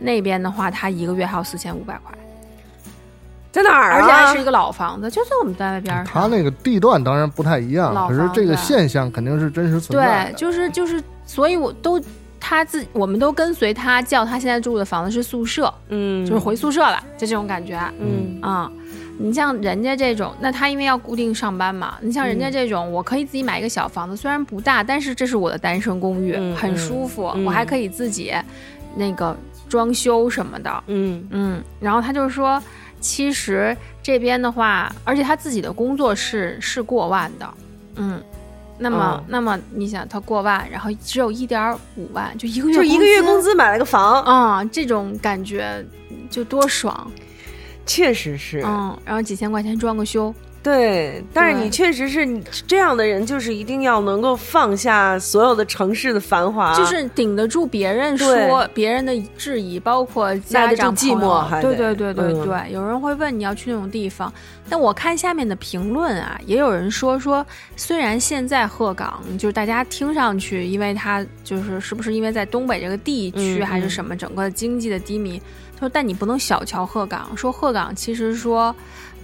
Speaker 3: 那边的话，他一个月还有四千五百块，
Speaker 2: 啊在哪儿
Speaker 3: 而且还是一
Speaker 2: 啊？
Speaker 3: 个老房子，就在我们单位边儿
Speaker 1: 它
Speaker 3: 上。
Speaker 1: 那个地段当然不太一样，
Speaker 3: 老
Speaker 1: 可是
Speaker 3: 房
Speaker 1: 这个
Speaker 3: 子
Speaker 1: 现象肯定是真实存在啊
Speaker 3: 对，
Speaker 1: 的。
Speaker 3: 就是就是，所以我都他自我们都跟随他叫他现在住的房子是宿舍，
Speaker 2: 嗯，
Speaker 3: 就是回宿舍了，就这种感觉。
Speaker 2: 嗯
Speaker 3: 啊、你像人家这种，那他因为要固定上班嘛，你像人
Speaker 2: 嗯
Speaker 3: 家这种，我可以自己买一个小房子，虽然不大，但是这是我的单身公寓，
Speaker 2: 嗯
Speaker 3: 很舒服，
Speaker 2: 嗯
Speaker 3: 我还可以自己那个装修什么的，
Speaker 2: 嗯
Speaker 3: 嗯。然后他就说，其实这边的话，而且他自己的工作是是过万的，嗯。那么，
Speaker 2: 哦
Speaker 3: 那么你想，他过万，然后只有一点五万，就一个月，
Speaker 2: 就一个月工，资买了个房，
Speaker 3: 啊、这种感觉就多爽。
Speaker 2: 确实是，
Speaker 3: 哦嗯，然后几千块钱装个修，
Speaker 2: 对，但是
Speaker 3: 对
Speaker 2: 你确实是你这样的人，就是一定要能够放下所有的城市的繁华，
Speaker 3: 就是顶得住别人说别人的质疑，包括家长
Speaker 2: 耐得住寂寞
Speaker 3: 朋友
Speaker 2: 还得
Speaker 3: 对对对对
Speaker 2: 嗯
Speaker 3: 对，有人会问你要去那种地方，但我看下面的评论啊，也有人说说，虽然现在鹤岗就是大家听上去，因为它就是是不是因为在东北这个地区
Speaker 2: 嗯
Speaker 3: 还是
Speaker 2: 嗯
Speaker 3: 什么，整个经济的低迷，就但你不能小瞧鹤岗，说鹤岗其实说。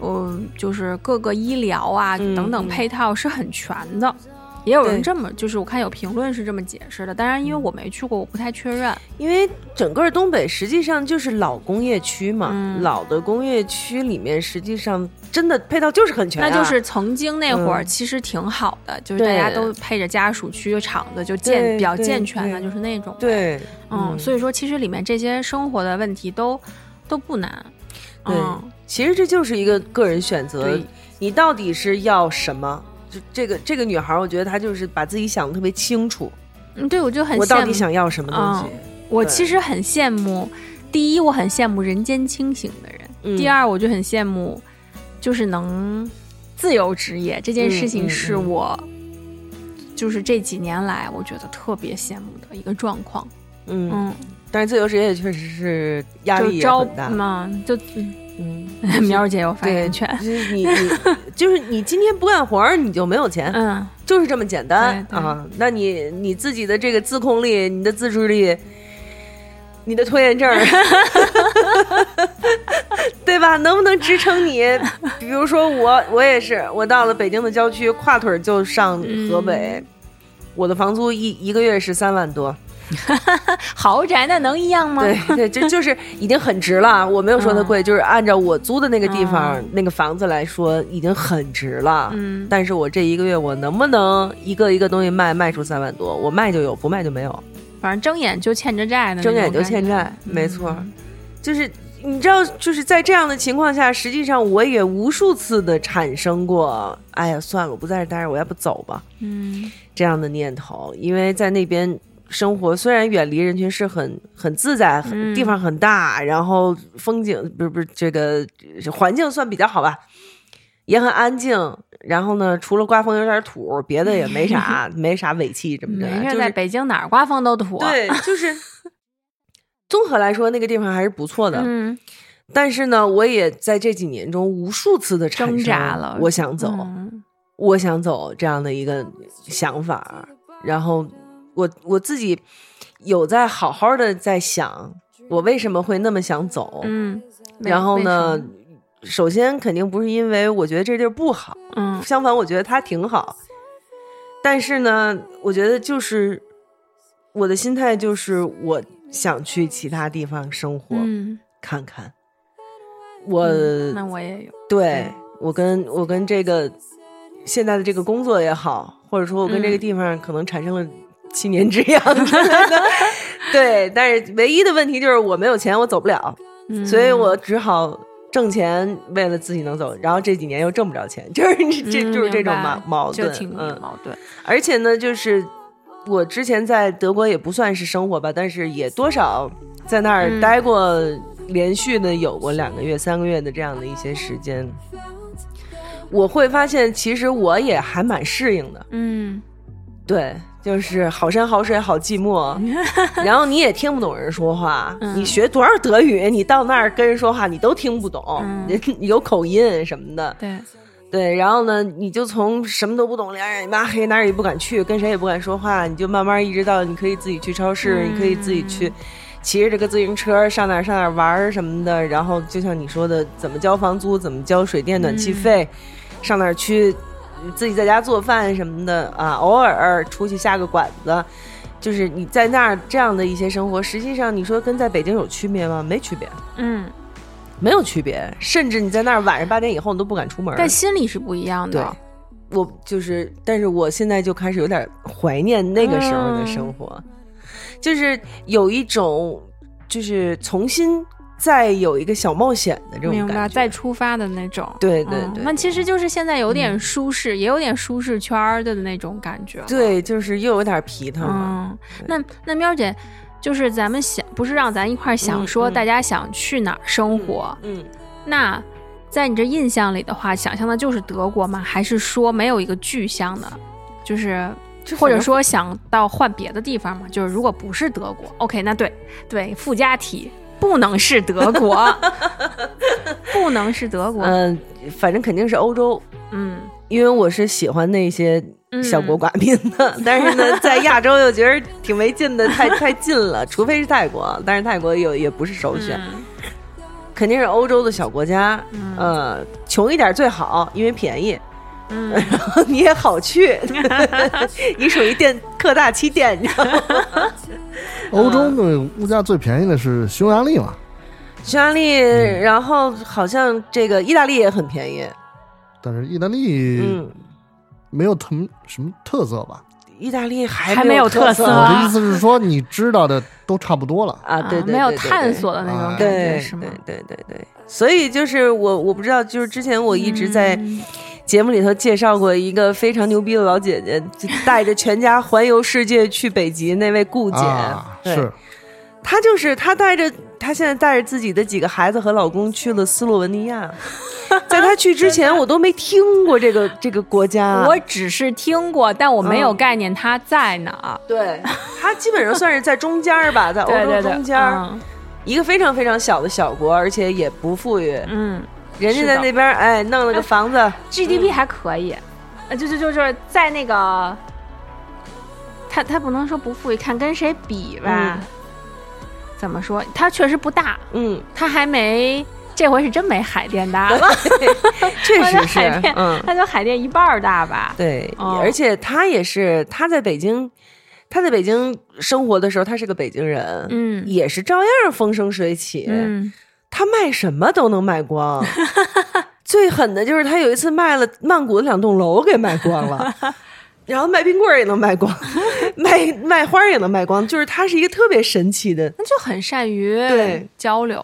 Speaker 3: 嗯，就是各个医疗啊
Speaker 2: 嗯
Speaker 3: 等等
Speaker 2: 嗯
Speaker 3: 配套是很全的，也有人
Speaker 2: 对嗯
Speaker 3: 这么，就是我看有评论是这么解释的，当然因为我没去过，我不太确认。
Speaker 2: 因为整个东北实际上就是老工业区嘛，
Speaker 3: 嗯
Speaker 2: 老的工业区里面实际上真的配套就是很全、啊，
Speaker 3: 那就是曾经那会儿
Speaker 2: 嗯
Speaker 3: 其实挺好的，就是大家
Speaker 2: 对
Speaker 3: 都配着家属去厂子就健
Speaker 2: 对
Speaker 3: 比较
Speaker 2: 对
Speaker 3: 健全的，
Speaker 2: 对
Speaker 3: 就是那种呗。
Speaker 2: 对，
Speaker 3: 嗯，所以说其实里面这些生活的问题都都不难。
Speaker 2: 对
Speaker 3: 嗯，
Speaker 2: 其实这就是一个个人选择
Speaker 3: 对，
Speaker 2: 你到底是要什么？就这个这个女孩儿，我觉得她就是把自己想的特别清楚，
Speaker 3: 嗯，对我就很
Speaker 2: 我到底
Speaker 3: 羡慕，
Speaker 2: 想要什么东西？
Speaker 3: 我
Speaker 2: 对
Speaker 3: 其实很羡慕。第一，我很羡慕人间清醒的人；
Speaker 2: 嗯
Speaker 3: 第二，我就很羡慕，就是能自由职业这件
Speaker 2: 嗯
Speaker 3: 事情，
Speaker 2: 嗯
Speaker 3: 是
Speaker 2: 嗯
Speaker 3: 我、就是这几年来我觉得特别羡慕的一个状况。
Speaker 2: 嗯，
Speaker 3: 嗯，
Speaker 2: 但是自由职业确实是压
Speaker 3: 就
Speaker 2: 力也
Speaker 3: 招
Speaker 2: 很大，
Speaker 3: 嘛，就
Speaker 2: 嗯，
Speaker 3: 苗儿姐有发
Speaker 2: 对，
Speaker 3: 言权。
Speaker 2: 就是你你就是你今天不干活儿，你就没有钱，
Speaker 3: 嗯，
Speaker 2: 就是这么简单
Speaker 3: 对对
Speaker 2: 啊。那你你自己的这个自控力、你的自制力、你的拖延症儿， 对吧？能不能支撑你？比如说我，我也是，我到了北京的郊区，跨腿儿就上河
Speaker 3: 嗯
Speaker 2: 北。我的房租一一个月是三万多，
Speaker 3: 豪宅那能一样吗？
Speaker 2: 对对，这就是已经很值了。我没有
Speaker 3: 嗯
Speaker 2: 说它贵，就是按照我租的那个地方、那个房子来说，已经很值了。
Speaker 3: 嗯，
Speaker 2: 但是我这一个月我能不能一个一个东西卖卖出三万多？我卖就有，不卖就没有，
Speaker 3: 反正睁眼就欠着债的那种
Speaker 2: 睁
Speaker 3: 感觉，
Speaker 2: 眼就欠债，没错
Speaker 3: 嗯。
Speaker 2: 就是你知道，就是在这样的情况下，实际上我也无数次的产生过，哎呀，算了，我不在这待着，我要不走吧
Speaker 3: 嗯，
Speaker 2: 这样的念头，因为在那边。生活虽然远离人群是很很自在，很
Speaker 3: 嗯
Speaker 2: 地方很大，然后风景不是不是这个环境算比较好吧，也很安静。然后呢，除了刮风有点土，别的也没 啥，没啥尾气什么的。
Speaker 3: 嗯没
Speaker 2: 就
Speaker 3: 事，
Speaker 2: 是
Speaker 3: 在北京哪儿刮风都土。，
Speaker 2: 对，就是 综合来说，那个地方还是不错的。
Speaker 3: 嗯，
Speaker 2: 但是呢，我也在这几年中无数次的
Speaker 3: 挣扎了，
Speaker 2: 我想走，
Speaker 3: 嗯
Speaker 2: 我想走这样的一个想法。然后我我自己有在好好的在想，我为什么会那么想走？
Speaker 3: 嗯，为
Speaker 2: 然后
Speaker 3: 为
Speaker 2: 呢
Speaker 3: 什么，
Speaker 2: 首先肯定不是因为我觉得这地儿不好，
Speaker 3: 嗯
Speaker 2: 相反，我觉得它挺好。但是呢，我觉得就是我的心态就是我想去其他地方生活、
Speaker 3: 嗯，
Speaker 2: 看看。我、
Speaker 3: 那我也有，
Speaker 2: 对我跟我跟这个现在的这个工作也好，或者说我跟这个
Speaker 3: 嗯
Speaker 2: 地方可能产生了七年之痒之类的， 对。但是唯一的问题就是我没有钱，我走不了。
Speaker 3: 嗯
Speaker 2: 所以我只好挣钱，为了自己能走。然后这几年又挣不着钱， 就是这这
Speaker 3: 嗯
Speaker 2: 就是这
Speaker 3: 明
Speaker 2: 种
Speaker 3: 白
Speaker 2: 矛矛
Speaker 3: 就
Speaker 2: 盾，
Speaker 3: 挺
Speaker 2: 嗯。
Speaker 3: 矛盾。
Speaker 2: 而且呢，就是我之前在德国也不算是生活吧，但是也多少在那儿
Speaker 3: 嗯
Speaker 2: 待过，连续的有过两个月、三个月的这样的一些时间。我会发现，其实我也还蛮适应的，
Speaker 3: 嗯，
Speaker 2: 对，就是好山好水好寂寞， 然后你也听不懂人说话，
Speaker 3: 嗯
Speaker 2: 你学多少德语，你到那儿跟人说话你都听不懂，
Speaker 3: 嗯
Speaker 2: 有口音什么的，
Speaker 3: 对，
Speaker 2: 对，然后呢，你就从什么都不懂，两眼一抹黑，哪儿也不敢去，跟谁也不敢说话，你就慢慢一直到你可以自己去超市，
Speaker 3: 嗯
Speaker 2: 你可以自己去骑着这个自行车上哪儿上哪儿玩儿什么的。然后就像你说的，怎么交房租，怎么交水电暖气费，上哪儿去自己在家做饭什么的啊，偶尔出去下个馆子。就是你在那儿这样的一些生活，实际上你说跟在北京有区别吗？没区别，
Speaker 3: 嗯，
Speaker 2: 没有区别。甚至你在那儿晚上八点以后，你都不敢出门儿。
Speaker 3: 但心理是不一样的。
Speaker 2: 我就是，但是我现在就开始有点怀念那个时候的
Speaker 3: 嗯
Speaker 2: 生活，就是有一种就是重新再有一个小冒险的这种
Speaker 3: 明
Speaker 2: 感
Speaker 3: 白，
Speaker 2: 觉。
Speaker 3: 再出发的那种。
Speaker 2: 对对
Speaker 3: 嗯
Speaker 2: 对嗯
Speaker 3: 那其实就是现在有点舒适，也有点舒适圈儿的那种感觉。，
Speaker 2: 对，就是又有点皮疼了。
Speaker 3: 嗯，那那喵姐，就是咱们想，不是让咱一块儿想
Speaker 2: 嗯
Speaker 3: 说
Speaker 2: 嗯
Speaker 3: 大家想去哪儿生活？
Speaker 2: 嗯
Speaker 3: 那在你这印象里的话，想象的就是德国吗？还是说没有一个具象的，就是或者说想到换别的地方吗？就是如果不是德国，OK，那对对，附加题不能是德 国，不能是德国，
Speaker 2: 嗯，反正肯定是欧洲，
Speaker 3: 嗯
Speaker 2: 因为我是喜欢那些
Speaker 3: 嗯，
Speaker 2: 小国寡民的， 但是呢，在亚洲又觉得挺没劲的，太太近了，除非是泰国，啊但是泰国也也不是首选，
Speaker 3: 嗯
Speaker 2: 肯定是欧洲的小国家，
Speaker 3: 嗯
Speaker 2: 呃，穷一点最好，因为便宜，
Speaker 3: 嗯，
Speaker 2: 你也好 去，你属于店客大欺店，你知道吗？
Speaker 1: 欧洲的物价最便宜的是匈牙利嘛，
Speaker 2: 匈牙利，然后好像这个意大利也很便宜，
Speaker 1: 但是意大利
Speaker 2: 嗯，
Speaker 1: 没有特什么特色吧？
Speaker 2: 意大利还
Speaker 3: 还
Speaker 2: 没
Speaker 3: 没有
Speaker 2: 特
Speaker 3: 特
Speaker 2: 色
Speaker 3: 色
Speaker 1: 我
Speaker 3: 啊
Speaker 1: 的意思是说，你知道的都差不多了。
Speaker 2: 啊，对对，对
Speaker 3: 嗯没有
Speaker 2: 对对
Speaker 3: 探索的那种
Speaker 1: 啊
Speaker 3: 感觉
Speaker 2: 对
Speaker 3: 是吗
Speaker 2: 对？对对对，所以就是我我不知道，就是之前我一直在
Speaker 3: 嗯
Speaker 2: 节目里头介绍过一个非常牛逼的老姐姐，就带着全家环游世界去北极那位顾姐，
Speaker 1: 啊，
Speaker 2: 对
Speaker 1: 是
Speaker 2: 她就是她带着她现在带着自己的几个孩子和老公去了斯洛文尼亚，在她去 之前我都没听过这个这个国家，
Speaker 3: 我只是听过，但我没有
Speaker 2: 嗯
Speaker 3: 概念它在哪儿。
Speaker 2: 对 她基本上算是在中间儿吧，在欧
Speaker 3: 对对
Speaker 2: 洲
Speaker 3: 对，
Speaker 2: 中间儿，
Speaker 3: 嗯
Speaker 2: 一个非常非常小的小国，而且也不富裕，
Speaker 3: 嗯
Speaker 2: 人家
Speaker 3: 是
Speaker 2: 在
Speaker 3: 的
Speaker 2: 那边儿哎弄了个房 子。
Speaker 3: ，GDP 还可以，呃，就就就就是在那个，他他不能说不富裕，看跟谁比吧。
Speaker 2: 嗯
Speaker 3: 怎么说？它确实不大，
Speaker 2: 嗯，
Speaker 3: 它还没这回是真没海淀大了，
Speaker 2: 确
Speaker 3: 它
Speaker 2: 实
Speaker 3: 就是海淀，，
Speaker 2: 嗯，
Speaker 3: 它就海淀一半儿大吧。
Speaker 2: 对，
Speaker 3: 哦
Speaker 2: 而且他也是他在北京，他在北京生活的时候，他是个北京人，
Speaker 3: 嗯
Speaker 2: 也是照样风生水起，
Speaker 3: 嗯，
Speaker 2: 他卖什么都能卖 光。最狠的就是他有一次卖了曼谷的两栋楼给卖光 了。然后卖冰棍儿也能卖光，卖卖花儿也能卖光，就是他是一个特别神奇的。
Speaker 3: 那就很善于
Speaker 2: 对
Speaker 3: 交流。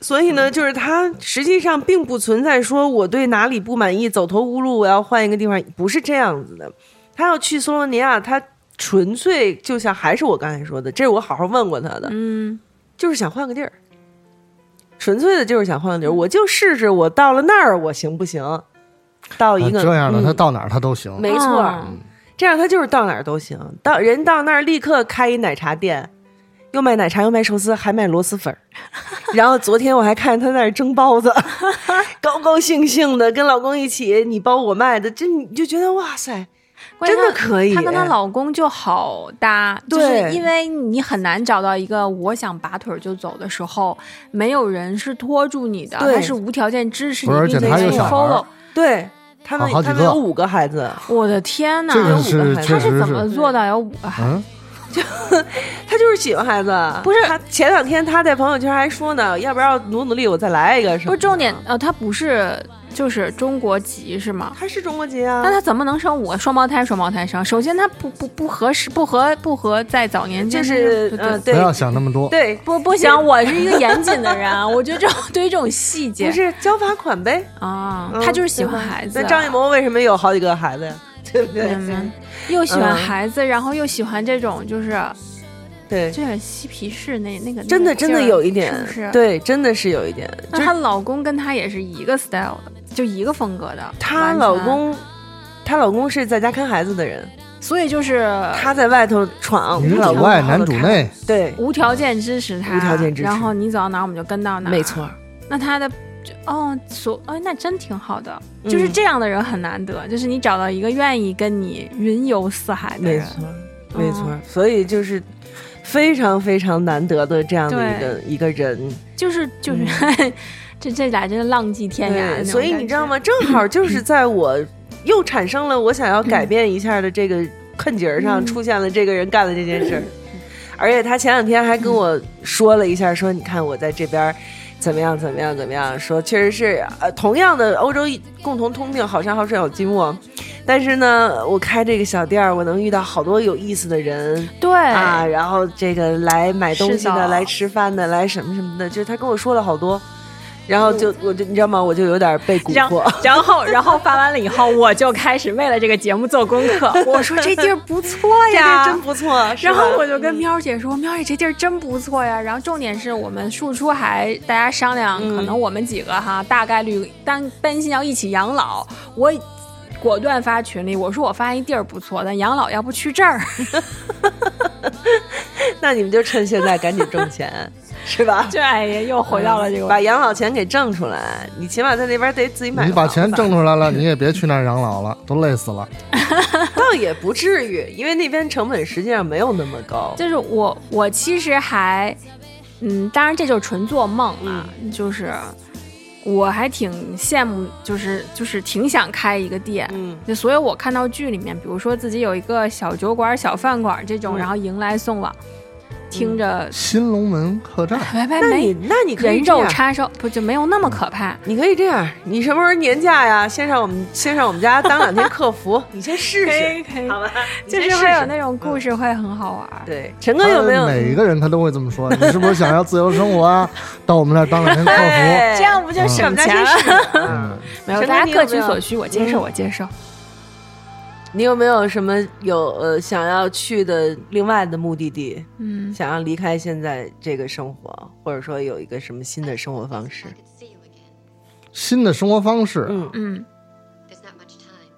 Speaker 2: 所以呢，就是他实际上并不存在说我对哪里不满意，走投无路，我要换一个地方，不是这样子的。他要去斯洛文尼亚，他纯粹就像还是我刚才说的，这是我好好问过他的，
Speaker 3: 嗯
Speaker 2: 就是想换个地儿，纯粹的就是想换个地儿，我就试试，我到了那儿我行不行？到一
Speaker 1: 啊
Speaker 2: 个、啊
Speaker 1: 这样的，
Speaker 2: 嗯
Speaker 1: 他到哪儿他都行。
Speaker 2: 没错儿，
Speaker 3: 嗯
Speaker 2: 这样他就是到哪儿都行，到人到那儿立刻开一奶茶店，又卖奶茶又卖寿司，还卖螺蛳 粉儿。然后昨天我还看他在那儿蒸包子， 高高兴兴的跟老公一起你包我卖的，这你就觉得哇塞，
Speaker 3: 哦关键
Speaker 2: 真的
Speaker 3: 她
Speaker 2: 可以哎
Speaker 3: 她跟她老公就好搭，就是
Speaker 2: 对
Speaker 3: 因为你很难找到一个我想拔腿就走的时候，没有人是拖住你的，
Speaker 2: 对
Speaker 3: 他是无条件支持
Speaker 1: 不是而且
Speaker 3: 你，并且
Speaker 2: 她有
Speaker 3: 去
Speaker 2: 小孩
Speaker 1: 儿
Speaker 3: follow。
Speaker 2: 哎对他们
Speaker 1: 好好几
Speaker 2: 他
Speaker 1: 个
Speaker 2: 们有五个孩子，
Speaker 3: 我的天哪！
Speaker 1: 这个
Speaker 2: 有五
Speaker 1: 是
Speaker 2: 个孩子
Speaker 1: 确
Speaker 3: 他
Speaker 1: 实
Speaker 3: 是怎么
Speaker 1: 是，
Speaker 3: 做到有五个孩子？
Speaker 1: 嗯，
Speaker 2: 他就是喜欢孩子。
Speaker 3: 不是
Speaker 2: 他前两天他在朋友圈还说呢，要不要努努力我再来一个什么？
Speaker 3: 不是重点，，呃，他不是就是中国籍是吗？
Speaker 2: 他是中国籍啊
Speaker 3: 那，他怎么能生五个双胞胎？双胞胎生，首先他不不不合适，不合不合在早年间
Speaker 2: 就是
Speaker 3: 对
Speaker 2: 呃
Speaker 3: 对
Speaker 1: 不
Speaker 2: 对
Speaker 1: 要想那么多。
Speaker 2: 对，
Speaker 3: 不不行，我是一个严谨的人，啊我觉得这种对于这种细节
Speaker 2: 不是交罚款呗。
Speaker 3: 啊，
Speaker 2: 嗯
Speaker 3: 他就是喜
Speaker 2: 对吧
Speaker 3: 欢孩子。啊
Speaker 2: 那张艺谋为什么有好几个孩子呀？ 对不对？
Speaker 3: 嗯，又喜欢
Speaker 2: 嗯
Speaker 3: 孩子，然后又喜欢这种，就是
Speaker 2: 对，
Speaker 3: 就是嬉皮士那那个，
Speaker 2: 真
Speaker 3: 那
Speaker 2: 的
Speaker 3: 个劲
Speaker 2: 真
Speaker 3: 儿
Speaker 2: 的有一点
Speaker 3: 是不是？，
Speaker 2: 对，真的是有一点。就
Speaker 3: 那
Speaker 2: 是
Speaker 3: 她老公跟她也是一个 style 的，就一个风格的。
Speaker 2: 她
Speaker 3: 完全
Speaker 2: 老，公，她老公是在家看孩子的人，
Speaker 3: 所以就是
Speaker 2: 她在外头闯，
Speaker 1: 女
Speaker 2: 老
Speaker 1: 主
Speaker 2: 公
Speaker 1: 外，
Speaker 2: 好好
Speaker 1: 男
Speaker 2: 地
Speaker 1: 主
Speaker 2: 看，
Speaker 1: 内，
Speaker 2: 对，
Speaker 3: 无条件支持他，
Speaker 2: 无条件支持
Speaker 3: 然后你走到哪儿我们就跟到哪儿。
Speaker 2: 没，错，
Speaker 3: 那他的。就哦，所哎，那真挺好的，
Speaker 2: 嗯
Speaker 3: 就是这样的人很难得，就是你找到一个愿意跟你云游四海的
Speaker 2: 没
Speaker 3: 人，嗯
Speaker 2: 错，没错。所以就是非常非常难得的这样的一个一个人，
Speaker 3: 就是就是， 这这俩真是浪迹天涯的
Speaker 2: 嗯对，
Speaker 3: 那种
Speaker 2: 所以
Speaker 3: 感
Speaker 2: 你知
Speaker 3: 觉
Speaker 2: 道？吗？正好就是在我又产生了我想要改变一下的这个困节儿上，
Speaker 3: 嗯
Speaker 2: 出现了这个人干了这件事儿。而且他前两天还跟我说了一下，说你看我在这边儿怎么样怎么样怎么样，说确实是呃同样的欧洲一共同通病，好山好水好寂寞。但是呢，我开这个小店儿，我能遇到好多有意思的人
Speaker 3: 对
Speaker 2: 啊，然后这个来买东西
Speaker 3: 哎是的
Speaker 2: 的，来吃饭的，来什么什么的，就是他跟我说了好多。然后就我就你知道吗？我就有点被蛊
Speaker 3: 嗯然
Speaker 2: 惑。
Speaker 3: 然后然后发完了以后，我就开始为了这个节目做功 课。我说这地儿不错 呀，
Speaker 2: 这真不错。哎是吧嗯
Speaker 3: 然后我就跟喵姐说：“喵姐，这地儿真不错呀。”然后重点是我们庶出还大家商量，可能我们几个哈，大概率担担心要一起养老。我果断发群里，我说我发现一地儿不错，咱养老要不去这儿？
Speaker 2: 那你们就趁现在赶紧挣 钱，是吧？
Speaker 3: 这哎呀，又回到了这个
Speaker 2: 把养老钱给挣出来，你起码在那边得自己买。
Speaker 1: 你把钱，挣出来了，你也别去那儿养老了，都累死了。
Speaker 2: 倒也不至于，因为那边成本实际上没有那么高。
Speaker 3: 就是我，我其实还，嗯，当然这就是纯做梦啊，
Speaker 2: 嗯
Speaker 3: 就是我还挺羡慕，就是就是挺想开一个店。
Speaker 2: 嗯
Speaker 3: 就所以，我看到剧里面，比如说自己有一个小酒馆、小饭馆这种，
Speaker 2: 嗯
Speaker 3: 然后迎来送往，听着，
Speaker 1: 新龙门客栈，
Speaker 3: 拜拜
Speaker 2: 嗯那你
Speaker 3: 哎没
Speaker 2: 那你可以
Speaker 3: 人
Speaker 2: 这
Speaker 3: 肉
Speaker 2: 样，嗯
Speaker 3: 叉烧，不就没有那么可怕？
Speaker 2: 你可以这样，你什么时候年假呀？先上我们先上我们家当两天客服，你先试试，
Speaker 3: 可以
Speaker 2: 好吧？你
Speaker 3: 就
Speaker 2: 先
Speaker 3: 是
Speaker 2: 试
Speaker 3: 会有
Speaker 2: 试
Speaker 3: 那种故事会很好玩。
Speaker 2: 嗯对，陈哥有没有？
Speaker 1: 他每个人他都会这么说，你是不是想要自由生活啊？到我们那儿当两天 客服。
Speaker 2: 对
Speaker 3: 这样不就省
Speaker 2: 嗯我们
Speaker 3: 钱了
Speaker 2: 家先试试
Speaker 1: 嗯，
Speaker 3: 没有，
Speaker 2: 陈
Speaker 3: 大
Speaker 2: 丹
Speaker 3: 家
Speaker 2: 妮
Speaker 3: 各
Speaker 2: 有没
Speaker 3: 取
Speaker 2: 有
Speaker 3: 所需，我接受，
Speaker 2: 嗯
Speaker 3: 我接受。
Speaker 2: 你有没有什么有呃想要去的另外的目的地？
Speaker 3: 嗯，
Speaker 2: 想要离开现在这个生活，或者说有一个什么新的生活方式？
Speaker 1: 新的生活方式，
Speaker 2: 嗯，
Speaker 3: 嗯，
Speaker 4: There's not much time.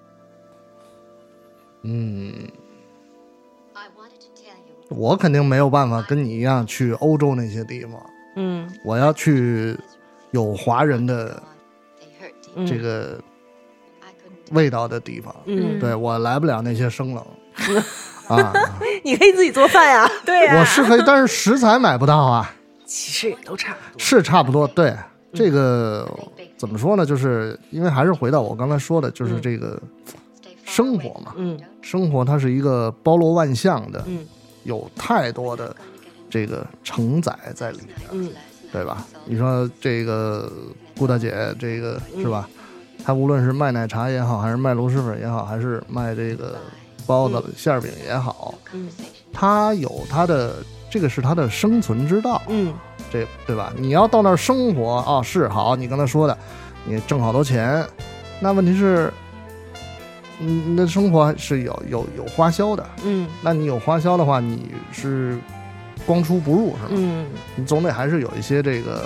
Speaker 1: 嗯，
Speaker 4: I wanted to tell you.
Speaker 1: 我肯定没有办法跟你一样去欧洲那些地方，
Speaker 2: 嗯
Speaker 1: 我要去有华人的
Speaker 4: They hurt deep.
Speaker 2: 嗯，
Speaker 1: 这个
Speaker 4: I couldn't.
Speaker 1: 味道的地方。
Speaker 2: 嗯，
Speaker 1: 对我来不了那些 生冷啊，
Speaker 2: 你可以自己做饭 呀，
Speaker 3: 对
Speaker 1: 我是可以，但是食材买不到啊，
Speaker 2: 其实也都差不多。
Speaker 1: 是差不多。对
Speaker 2: 嗯
Speaker 1: 这个怎么说呢？就是因为还是回到我刚才说的，就是这个
Speaker 4: Stay far
Speaker 1: 生
Speaker 4: away.
Speaker 1: 活嘛，
Speaker 2: 嗯
Speaker 1: 生活它是一个包罗万象的，
Speaker 2: 嗯
Speaker 1: 有太多的
Speaker 4: Gonna get in
Speaker 1: 这个承载在里面，
Speaker 2: 嗯
Speaker 1: 对吧？你说这个顾大姐，这个是吧？她无论是卖奶茶也好，还是卖螺蛳粉也好，还是卖这个包子、馅儿饼 也好，
Speaker 2: 嗯
Speaker 1: 她有她的这个是她的生存之道，
Speaker 2: 嗯
Speaker 1: 这对吧？你要到那儿生活啊，是好，你刚才说的，你挣好多钱，那问题是，嗯，你的生活是有有有花销的，
Speaker 2: 嗯
Speaker 1: 那你有花销的话，你是光出不入是吗？
Speaker 2: 嗯，
Speaker 1: 你总得还是有一些这个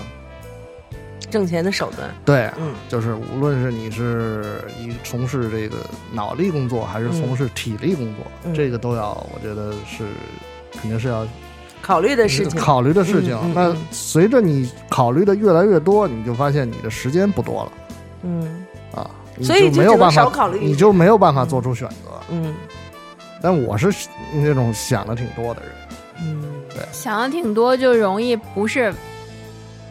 Speaker 2: 挣钱的手段。
Speaker 1: 对，
Speaker 2: 嗯
Speaker 1: 就是无论是你是以从事这个脑力工作，还是从事体力工作，
Speaker 2: 嗯
Speaker 1: 这个都要，我觉得是肯定是要
Speaker 2: 考虑的事情。
Speaker 1: 考虑的事情。
Speaker 2: 嗯嗯
Speaker 1: 那
Speaker 2: 嗯
Speaker 1: 随着你考虑的越来越多，你就发现你的时间不多了
Speaker 2: 嗯
Speaker 1: 啊，你
Speaker 2: 所以就
Speaker 1: 没有
Speaker 2: 只能
Speaker 1: 办
Speaker 2: 少
Speaker 1: 法
Speaker 2: 考虑一
Speaker 1: 你
Speaker 2: 点
Speaker 1: 就没有办法做出选择。
Speaker 2: 嗯
Speaker 1: 但我是那种想的挺多的人，
Speaker 2: 嗯
Speaker 3: 想的挺多，就容易不是，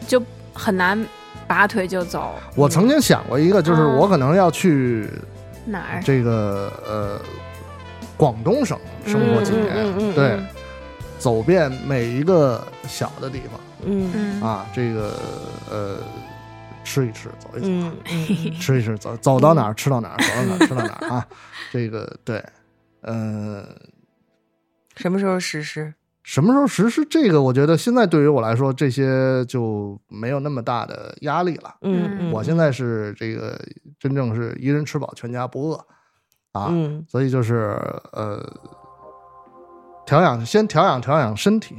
Speaker 3: 就很难拔腿就走
Speaker 1: 我曾经想过一个，就是
Speaker 2: 啊
Speaker 3: 嗯
Speaker 1: 我可能要去
Speaker 3: 哪儿？
Speaker 1: 这个呃广东省生活几年，
Speaker 2: 嗯嗯嗯嗯
Speaker 1: 对，走遍每一个小的地方
Speaker 2: 嗯
Speaker 3: 嗯，
Speaker 1: 啊，这个呃吃一吃，走一走，
Speaker 2: 嗯 嗯
Speaker 1: 吃一吃，走走到哪儿吃到哪儿，走到哪儿吃到哪儿 啊，这个对，呃，
Speaker 2: 什么时候实施？
Speaker 1: 什么时候实施这个？我觉得现在对于我来说，这些就没有那么大的压力了。
Speaker 2: 嗯，
Speaker 1: 我现在是这个真正是一人吃饱全家不饿啊，
Speaker 2: 嗯
Speaker 1: 所以就是呃，调养先调养调养身体，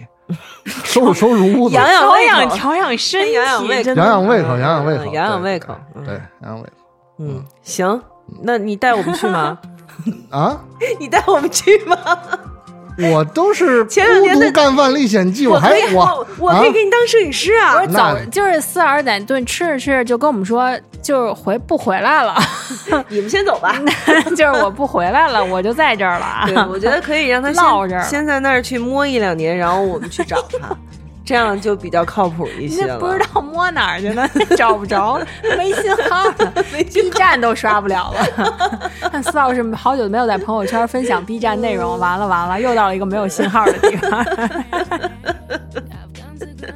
Speaker 1: 收拾收拾屋子，
Speaker 2: 养养
Speaker 3: 调
Speaker 2: 胃
Speaker 3: 养
Speaker 2: 口，
Speaker 3: 调养身体，
Speaker 2: 养养胃口
Speaker 3: 真的
Speaker 1: 养养胃口，养养胃口，
Speaker 2: 养养
Speaker 1: 对
Speaker 2: 胃口
Speaker 1: 对
Speaker 2: 嗯
Speaker 1: 对，养养胃口
Speaker 2: 嗯，行，那你带我们去吗？
Speaker 1: 啊！
Speaker 2: 你带我们去吗？
Speaker 1: 我都是
Speaker 2: 前两
Speaker 1: 孤
Speaker 2: 年的
Speaker 1: 独干饭历险记，我还
Speaker 2: 可以， 我我可以给
Speaker 1: 啊
Speaker 2: 你当摄影师啊
Speaker 3: 不是。
Speaker 1: 那
Speaker 3: 走，就是四儿在顿吃着吃着就跟我们说，就是回不回来了，
Speaker 2: 你们先走吧。
Speaker 3: 就是我不回来了，我就在这儿了 啊。
Speaker 2: 对，我觉得可以让 他
Speaker 3: 落这
Speaker 2: 先
Speaker 3: 儿了
Speaker 2: 先在那儿去摸一两年，然后我们去找 他，这样就比较靠谱一些
Speaker 3: 那
Speaker 2: 了。
Speaker 3: 不知道摸哪儿去了，找不着，没信号了，B 站都刷不了了。 四老师好久没有在朋友圈分享 B 站内容，完了完了，又到了一个没有信号的地方。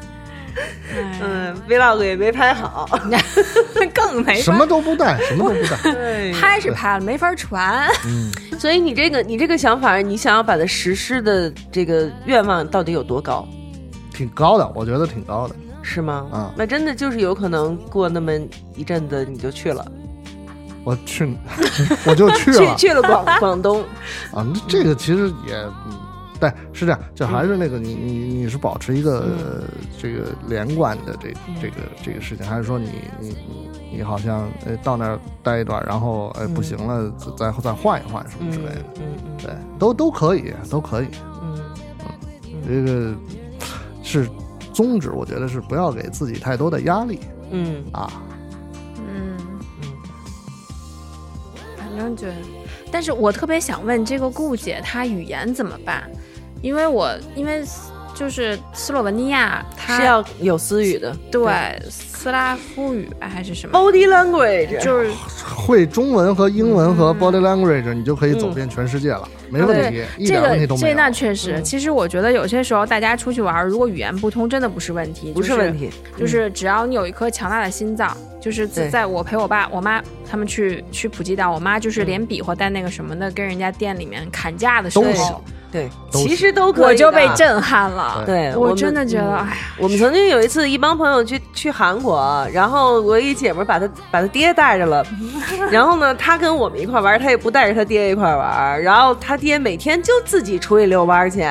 Speaker 3: 哎
Speaker 2: 嗯，vlog 也没拍好，
Speaker 3: 更没
Speaker 1: 什么都不带，什么都不带，
Speaker 2: 对
Speaker 3: 法拍是拍了，没法传。
Speaker 2: 所以你这个你这个想法，你想要把它实施的这个愿望到底有多高？
Speaker 1: 挺高的，我觉得挺高的。
Speaker 2: 是吗？
Speaker 1: 啊
Speaker 2: 那真的就是有可能过那么一阵子你就去了，
Speaker 1: 我去， 我就去
Speaker 2: 去
Speaker 1: 了
Speaker 2: 去了广 广东，
Speaker 1: 啊。那这个其实也，嗯但是这样，就还是那个你你你是保持一个、
Speaker 5: 嗯
Speaker 1: 呃这个连贯的这这个这个事情，还是说你你你你好像呃到那儿待一段，然后哎
Speaker 5: 嗯
Speaker 1: 不行了，再再换一换什么
Speaker 2: 嗯
Speaker 1: 之类的，
Speaker 2: 嗯
Speaker 1: 对，都都可以，都可以。
Speaker 2: 嗯
Speaker 1: 这个是宗旨，我觉得是不要给自己太多的压力
Speaker 2: 嗯嗯
Speaker 1: 啊。
Speaker 5: 嗯，
Speaker 2: 嗯，
Speaker 5: 反正觉得，但是我特别想问这个顾姐她语言怎么办？因为我因为就是斯洛文尼亚，它
Speaker 2: 是要有私语的
Speaker 5: 对斯拉夫语还是什么？
Speaker 2: ，body language，
Speaker 5: 就是
Speaker 1: 会中文和英文和 body language，你就可以走遍全世界了，没问题
Speaker 5: 嗯啊对，
Speaker 1: 一
Speaker 5: 这
Speaker 1: 点问题
Speaker 5: 个
Speaker 1: 都没
Speaker 5: 这
Speaker 1: 有。
Speaker 5: 那确实，
Speaker 2: 嗯
Speaker 5: 其实我觉得有些时候大家出去玩，如果语言不通，真的不是问题，
Speaker 2: 不是问，题，
Speaker 5: 就
Speaker 2: 嗯
Speaker 5: 是只要你有一颗强大的心脏，就是自
Speaker 2: 对
Speaker 5: 在我陪我爸、我妈他们去去普吉岛，我妈
Speaker 2: 嗯
Speaker 5: 就是连比划带那个什么的，跟人家店里面砍价的时
Speaker 1: 都行
Speaker 5: 候，
Speaker 2: 对，
Speaker 1: 都
Speaker 2: 其实都可以的，
Speaker 5: 我就被震撼了。
Speaker 2: 对，
Speaker 5: 我
Speaker 2: 们
Speaker 5: 真的觉得，
Speaker 2: 嗯
Speaker 5: 哎呀，
Speaker 2: 我们曾经有一次，一帮朋友去去韩国，然后我一姐们儿把她把她爹带着了，然后呢，她跟我们一块儿玩儿，她也不带着她爹一块儿玩儿，然后她爹每天就自己出去遛弯儿去。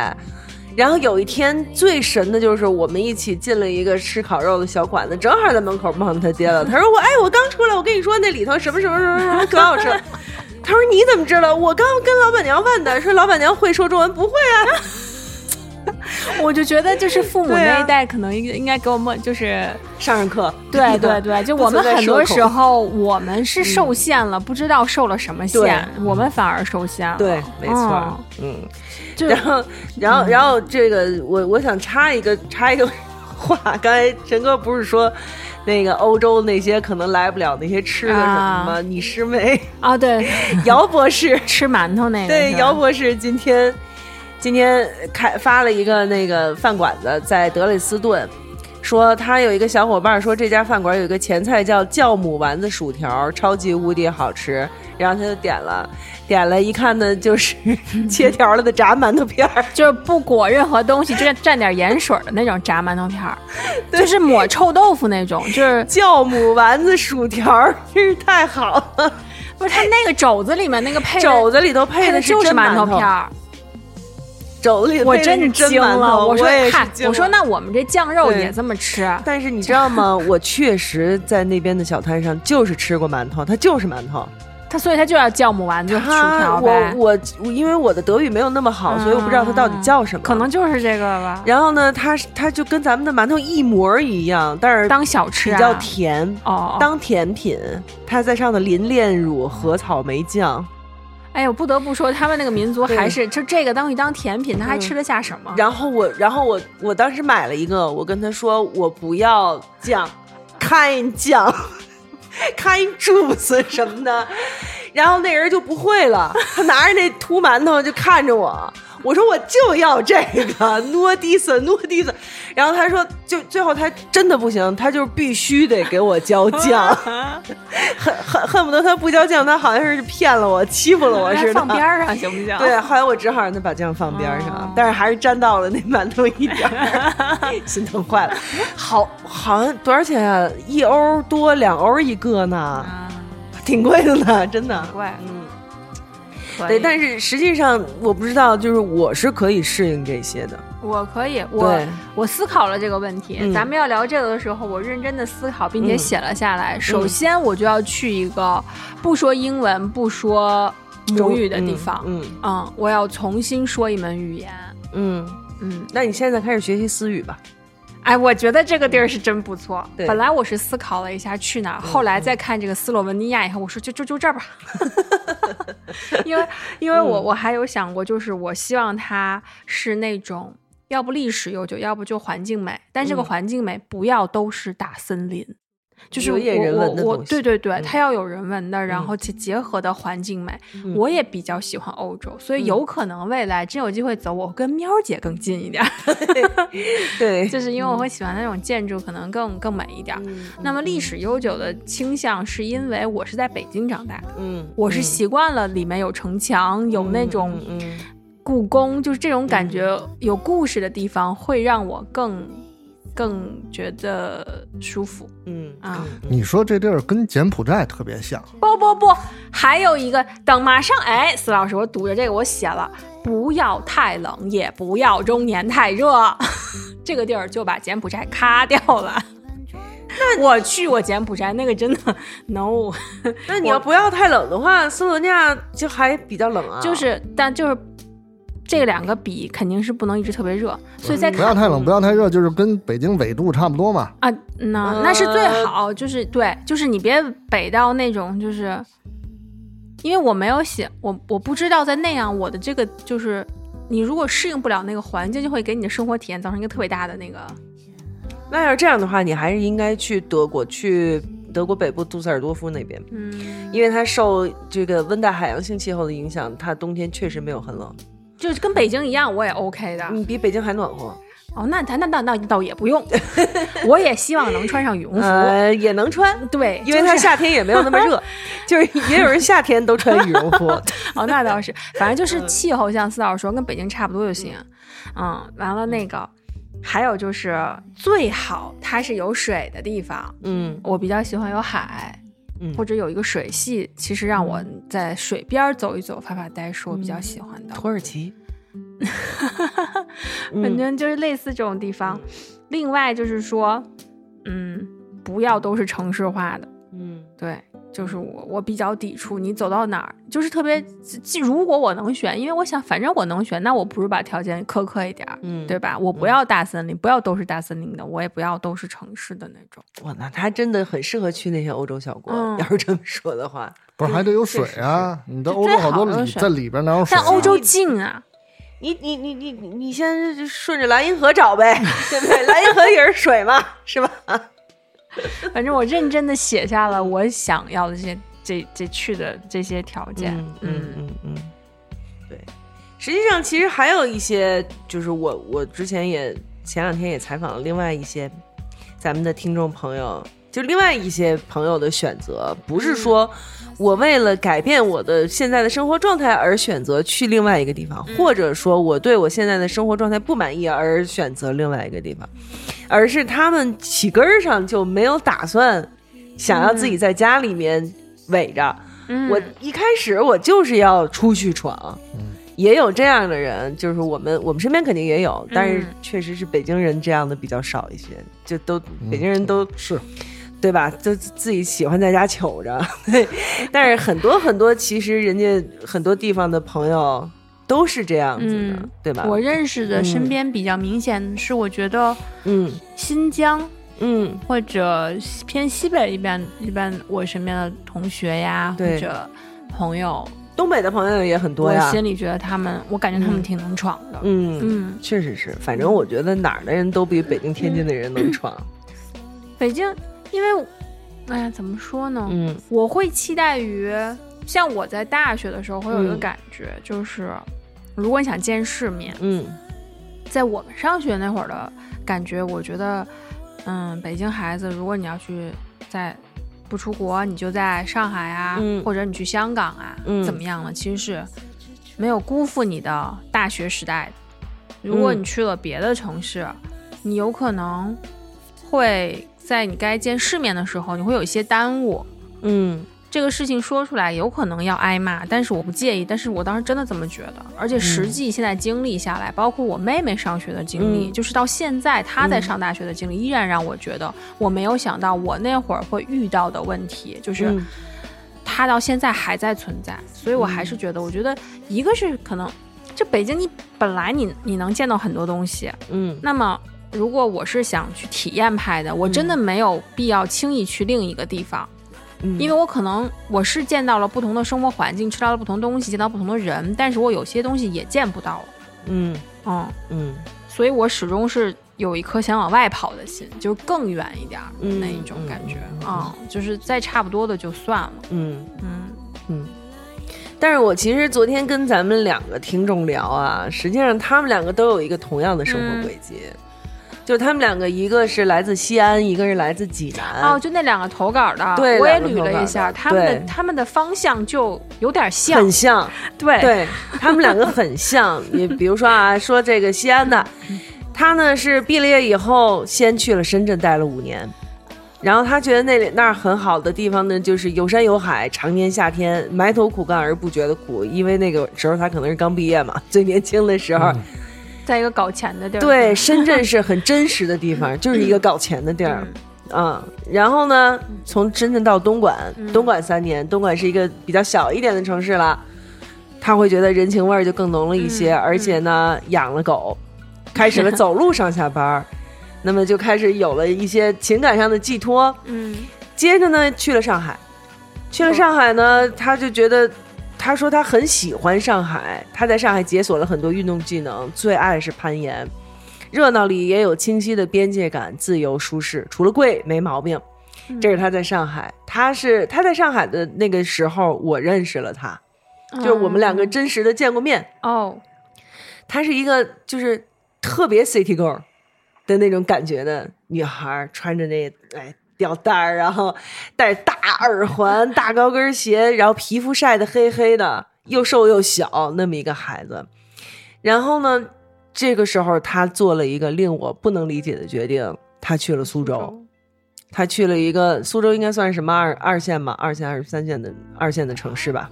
Speaker 2: 然后有一天最神的就是我们一起进了一个吃烤肉的小馆子，正好在门口碰见他爹了。他说我哎，我刚出来，我跟你说那里头什么什么什么什么可好吃了。他说你怎么知道？我刚跟老板娘问的，说老板娘会说中文，不会啊。
Speaker 5: 我就觉得就是父母
Speaker 2: 对啊
Speaker 5: 那一代可能应应该给我们就是
Speaker 2: 上上课，
Speaker 5: 对对对，就
Speaker 2: 不
Speaker 5: 我们
Speaker 2: 存在
Speaker 5: 很
Speaker 2: 社
Speaker 5: 多
Speaker 2: 恐
Speaker 5: 时候，我们是受限了，不知道受了什么限，我们反而受限了。
Speaker 2: 对，啊没错儿嗯。
Speaker 5: 嗯，就
Speaker 2: 然后，然后，然后这个我我想插一个插一个话， 刚才陈哥不是说那个欧洲那些可能来不了那些吃的什么吗？
Speaker 5: 啊
Speaker 2: 你师妹
Speaker 5: 啊，对，
Speaker 2: 姚博士，
Speaker 5: 吃馒头那个
Speaker 2: 对
Speaker 5: 是吧
Speaker 2: 姚博士今天今天开发了一个那个饭馆子在德累斯顿。说他有一个小伙伴说这家饭馆有一个前菜叫酵母丸子薯条，超级无敌好吃。然后他就点了，点了一看呢，就是 切条了的炸馒头片 儿。
Speaker 5: 就是不裹任何东西，就是蘸点盐水的那种炸馒头片 儿，就是抹臭豆腐那种，就是
Speaker 2: 酵母丸子薯条儿真是太好了，
Speaker 5: 不是它那个肘子里面那个 配的
Speaker 2: 肘子里头配
Speaker 5: 配
Speaker 2: 的
Speaker 5: 的就是
Speaker 2: 真
Speaker 5: 馒头
Speaker 2: 头
Speaker 5: 片，儿，
Speaker 2: 肘子里头
Speaker 5: 我
Speaker 2: 配的是
Speaker 5: 真
Speaker 2: 真
Speaker 5: 惊
Speaker 2: 馒
Speaker 5: 了，
Speaker 2: 头。
Speaker 5: 我
Speaker 2: 我
Speaker 5: 说
Speaker 2: 也是
Speaker 5: 嗨
Speaker 2: 惊，了
Speaker 5: 我说那我们这酱肉
Speaker 2: 对
Speaker 5: 也这么吃，
Speaker 2: 但是你知道 吗？我确实在那边的小摊上就是吃过馒头，它就是馒头。
Speaker 5: 它所以它就要酵母丸子薯
Speaker 2: 它
Speaker 5: 条
Speaker 2: 我
Speaker 5: 呗，
Speaker 2: 我我因为我的德语没有那么好，所以我不知道它到底叫什么。
Speaker 5: 可能。就是这个吧，
Speaker 2: 然后呢，它是它就跟咱们的馒头一模一样，但是
Speaker 5: 当小吃
Speaker 2: 比
Speaker 5: 啊
Speaker 2: 较甜，
Speaker 5: 哦。
Speaker 2: 当甜品。它在上头淋炼乳和草莓酱。
Speaker 5: 哎呦，不得不说，他们那个民族
Speaker 2: 对嗯
Speaker 5: 还是就这个东西当甜品，他还吃得下什么？
Speaker 2: 然后我，然后我，我当时买了一个，我跟他说我不要酱，kind 酱，kind juice 什么的，然后那人就不会了，他拿着那秃馒头就看着我，我说我就要这个 ，no this no this，然后他说就最后他真的不行，他就是必须得给我浇酱， 恨恨恨不得他不浇酱，他好像是骗了我，欺负了我似
Speaker 5: 还
Speaker 2: 的，
Speaker 5: 放边儿上啊行不行？
Speaker 2: 对，后来我只好让他把酱放边儿上，
Speaker 5: 哦
Speaker 2: 但是还是沾到了那馒头一点儿， 心疼坏了。好，好像多少钱啊？一欧多，两欧一个呢，
Speaker 5: 啊，
Speaker 2: 挺贵的呢，真的。
Speaker 5: 怪
Speaker 2: 嗯，
Speaker 5: 可
Speaker 2: 对，
Speaker 5: 以
Speaker 2: 但是实际上我不知道，就是我是可以适应这些的。
Speaker 5: 我可以，我
Speaker 2: 对，
Speaker 5: 我思考了这个问题。
Speaker 2: 嗯
Speaker 5: 咱们要聊这个的时候，我认真的思考，并且
Speaker 2: 嗯
Speaker 5: 写了下来。首先，我就要去一个不说英文、不说母语的地方。嗯
Speaker 2: 嗯
Speaker 5: 我要重新说一门语言。
Speaker 2: 嗯嗯，
Speaker 5: 嗯，
Speaker 2: 那你现在开始学习私语吧。
Speaker 5: 哎，我觉得这个地儿是真不错。
Speaker 2: 嗯对嗯
Speaker 5: 本来我是思考了一下去哪儿，后来再看这个斯洛文尼亚以后，我说就就就这 儿吧，因为因为
Speaker 2: 嗯
Speaker 5: 我、我还有想过，就是我希望它是那种要不历史悠久，要不就环境美，但这个
Speaker 2: 嗯
Speaker 5: 环境美不要都是大森林。就是
Speaker 2: 有
Speaker 5: 我
Speaker 2: 一点人文的
Speaker 5: 我我
Speaker 2: 东西
Speaker 5: 对对对，
Speaker 2: 嗯
Speaker 5: 它要有人文的，然后且结合的环境美，
Speaker 2: 嗯
Speaker 5: 我也比较喜欢欧洲，所以有可能未来真有机会走，我跟喵儿姐更近一点儿。
Speaker 2: 对，
Speaker 5: 就是因为
Speaker 2: 嗯
Speaker 5: 我会喜欢那种建筑，可能更更美一点儿。那么历史悠久的倾向，是因为我是在北京长大的，
Speaker 2: 嗯，
Speaker 5: 我是习惯了里面有城墙，有那种
Speaker 2: 嗯嗯
Speaker 5: 故宫，就是这种感觉有故事的地方，会让我更更觉得舒服
Speaker 2: 嗯
Speaker 5: 啊。
Speaker 1: 你说这地儿跟柬埔寨特别像，
Speaker 5: 不不不，还有一个，等马上，哎，司老师，我读着这个我写了，不要太冷，也不要中年太热， 这个地儿就把柬埔寨咔掉了。 那我去过柬埔寨，那个真的 no，
Speaker 2: 那你要不要太冷的话，斯洛文尼亚就还比较冷啊。
Speaker 5: 就是但就是这两个比肯定是不能一直特别热，所以在
Speaker 1: 嗯不要太
Speaker 2: 嗯
Speaker 1: 冷，不要太热，就是跟北京纬度差不多嘛。
Speaker 5: 啊，那那是最
Speaker 2: 呃
Speaker 5: 好，就是对，就是你别北到那种，就是因为我没有写，我我不知道在那样我的这个就是你如果适应不了那个环境，就会给你的生活体验造成一个特别大的那个。
Speaker 2: 那要是这样的话，你还是应该去德国，去德国北部杜塞尔多夫那边，
Speaker 5: 嗯，
Speaker 2: 因为它受这个温带海洋性气候的影响，它冬天确实没有很冷，
Speaker 5: 就是跟北京一样，我也 OK 的。
Speaker 2: 你比北京还暖和，
Speaker 5: 哦，那那那那倒也不用， 我也希望能穿上羽绒服。
Speaker 2: 呃，也能穿。
Speaker 5: 对，
Speaker 2: 因为
Speaker 5: 就
Speaker 2: 它
Speaker 5: 是
Speaker 2: 夏天也没有那么 热，就是也有人夏天都穿羽绒 服。
Speaker 5: 哦，那倒是，反正就是气候，像四老师说，跟北京差不多就行。嗯，完了那个，还有就是最好它是有水的地方，
Speaker 2: 嗯
Speaker 5: 我比较喜欢有海，
Speaker 2: 嗯
Speaker 5: 或者有一个水系，其实让我在水边儿走一走、发发呆，是我比较喜欢的。
Speaker 2: 土耳其，
Speaker 5: 反正就是类似这种地方。另外就是说，嗯，不要都是城市化的，
Speaker 2: 嗯
Speaker 5: 对，就是我，我比较抵触你走到哪儿，就是特别，既如果我能选，因为我想，反正我能选，那我不如把条件苛刻一点儿，
Speaker 2: 嗯
Speaker 5: 对吧？我不要大森林，不要都是大森林的，我也不要都是城市的那种。
Speaker 2: 哇，那他真的很适合去那些欧洲小国。
Speaker 5: 嗯
Speaker 2: 要是这么说的话，
Speaker 1: 不是还得有水啊？你的欧洲好多
Speaker 5: 最好的
Speaker 1: 里
Speaker 5: 水
Speaker 1: 在里边哪有水、
Speaker 5: 但
Speaker 1: 啊？
Speaker 2: 哎
Speaker 5: 欧洲近啊，
Speaker 2: 你你你你你先顺着莱茵河找呗，对不对？莱茵河也是水嘛，是吧？
Speaker 5: 反正我认真的写下了我想要的这些这这去的这些条件，嗯
Speaker 2: 嗯嗯，对。实际上，其实还有一些，就是我我之前也前两天也采访了另外一些咱们的听众朋友，就另外一些朋友的选择，不是说我为了改变我的现在的生活状态而选择去另外一个地方，或者说我对我现在的生活状态不满意而选择另外一个地方，而是他们起根儿上就没有打算想要自己在家里面围着。
Speaker 5: 嗯
Speaker 2: 我一开始我就是要出去闯，
Speaker 1: 嗯
Speaker 2: 也有这样的人，就是我们我们身边肯定也有，但是
Speaker 5: 嗯
Speaker 2: 确实是北京人这样的比较少一些，就都北京人都、
Speaker 1: 嗯是
Speaker 2: 对吧？就自己喜欢在家糗着，对。但是很多很多，其实人家很多地方的朋友都是这样子的，
Speaker 5: 嗯
Speaker 2: 对吧？
Speaker 5: 我认识的身
Speaker 2: 嗯
Speaker 5: 边比较明显的是，我觉得
Speaker 2: 嗯
Speaker 5: 新疆
Speaker 2: 嗯
Speaker 5: 或者偏西北一边一边，我身边的同学呀，或
Speaker 2: 对
Speaker 5: 者朋友，
Speaker 2: 东北的朋友也很多
Speaker 5: 我
Speaker 2: 呀，
Speaker 5: 心里觉得他们，我感觉他们挺能闯的。
Speaker 2: 嗯。
Speaker 5: 嗯，
Speaker 2: 确实是，反正我觉得哪儿的人都比北京、天津的人能闯。
Speaker 5: 北京，因为，哎呀，怎么说呢？
Speaker 2: 嗯
Speaker 5: 我会期待于，像我在大学的时候会有一个
Speaker 2: 嗯
Speaker 5: 感觉，就是如果你想见世面，
Speaker 2: 嗯
Speaker 5: 在我们上学那会儿的感觉，我觉得，嗯，北京孩子，如果你要去在不出国，你就在上海啊，
Speaker 2: 嗯
Speaker 5: 或者你去香港啊，
Speaker 2: 嗯
Speaker 5: 怎么样了？其实是没有辜负你的大学时代的。如果
Speaker 2: 嗯
Speaker 5: 你去了别的城市，你有可能会在你该见世面的时候，你会有一些耽误。
Speaker 2: 嗯
Speaker 5: 这个事情说出来有可能要挨骂，但是我不介意。但是我当时真的这么觉得，而且
Speaker 2: 嗯
Speaker 5: 实际现在经历下来，包括我妹妹上学的经历，
Speaker 2: 嗯
Speaker 5: 就是到现在她在上大学的经历，依然让我觉得我没有想到我那会儿会遇到的问题，就是
Speaker 2: 嗯
Speaker 5: 它到现在还在存在。所以我还是
Speaker 2: 嗯
Speaker 5: 觉得，我觉得一个是可能，这北京你本来你你能见到很多东西，
Speaker 2: 嗯
Speaker 5: 那么，如果我是想去体验派的，我真的没有必要轻易去另一个地方，
Speaker 2: 嗯
Speaker 5: 因为我可能我是见到了不同的生活环境，吃到了不同东西，见到不同的人，但是我有些东西也见不到了，
Speaker 2: 嗯
Speaker 5: 嗯，
Speaker 2: 嗯
Speaker 5: 所以我始终是有一颗想往外跑的心，就是更远一点儿
Speaker 2: 嗯
Speaker 5: 那一种感觉，
Speaker 2: 嗯
Speaker 5: 嗯，就是再差不多的就算了，
Speaker 2: 嗯
Speaker 5: 嗯
Speaker 2: 嗯。但是我其实昨天跟咱们两个听众聊啊，实际上他们两个都有一个同样的生活轨迹，就是他们两个一个是来自西安，一个是来自济南。
Speaker 5: 哦，就那两个投稿的，
Speaker 2: 嗯对
Speaker 5: 我也
Speaker 2: 两个
Speaker 5: 捋
Speaker 2: 投稿
Speaker 5: 了
Speaker 2: 的
Speaker 5: 一下，他们的
Speaker 2: 对
Speaker 5: 他们的方向就有点像
Speaker 2: 很，像，
Speaker 5: 对
Speaker 2: 对他们两个很像。你比如说啊，说这个西安的，他呢是毕了业以后，先去了深圳待了五年，然后他觉得那里那儿很好的地方呢，就是有山有海，常年夏天埋头苦干而不觉得苦，因为那个时候他可能是刚毕业嘛，最年轻的时候。
Speaker 5: 在一个搞钱的地儿，
Speaker 2: 对，深圳是很真实的地 方，就是一个搞钱的地儿。
Speaker 5: 嗯
Speaker 2: 嗯，然后呢，从深圳到东莞，
Speaker 5: 嗯
Speaker 2: 东莞三年，东莞是一个比较小一点的城市了，他会觉得人情味儿就更浓了一些，
Speaker 5: 嗯
Speaker 2: 而且呢，养了狗，开始了走路上下班儿， 那么就开始有了一些情感上的寄托。
Speaker 5: 嗯
Speaker 2: 接着呢，去了上海，去了上海呢，他就觉得，他说他很喜欢上海，他在上海解锁了很多运动技能，最爱是攀岩，热闹里也有清晰的边界感，自由舒适，除了贵没毛病。这是他在上海，他是他在上海的那个时候，我认识了他，就是我们两个真实的见过面。
Speaker 5: 哦，
Speaker 2: 她是一个就是特别 city girl 的那种感觉的女孩儿，穿着那哎吊带儿， 然后戴大耳环、大高跟鞋，然后皮肤晒得黑黑的，又瘦又小那么一个孩子。然后呢，这个时候她做了一个令我不能理解的决定，她去了苏州。他去了一个苏州，应该算是什么二二线吧，二线、二三线的二线的城市吧。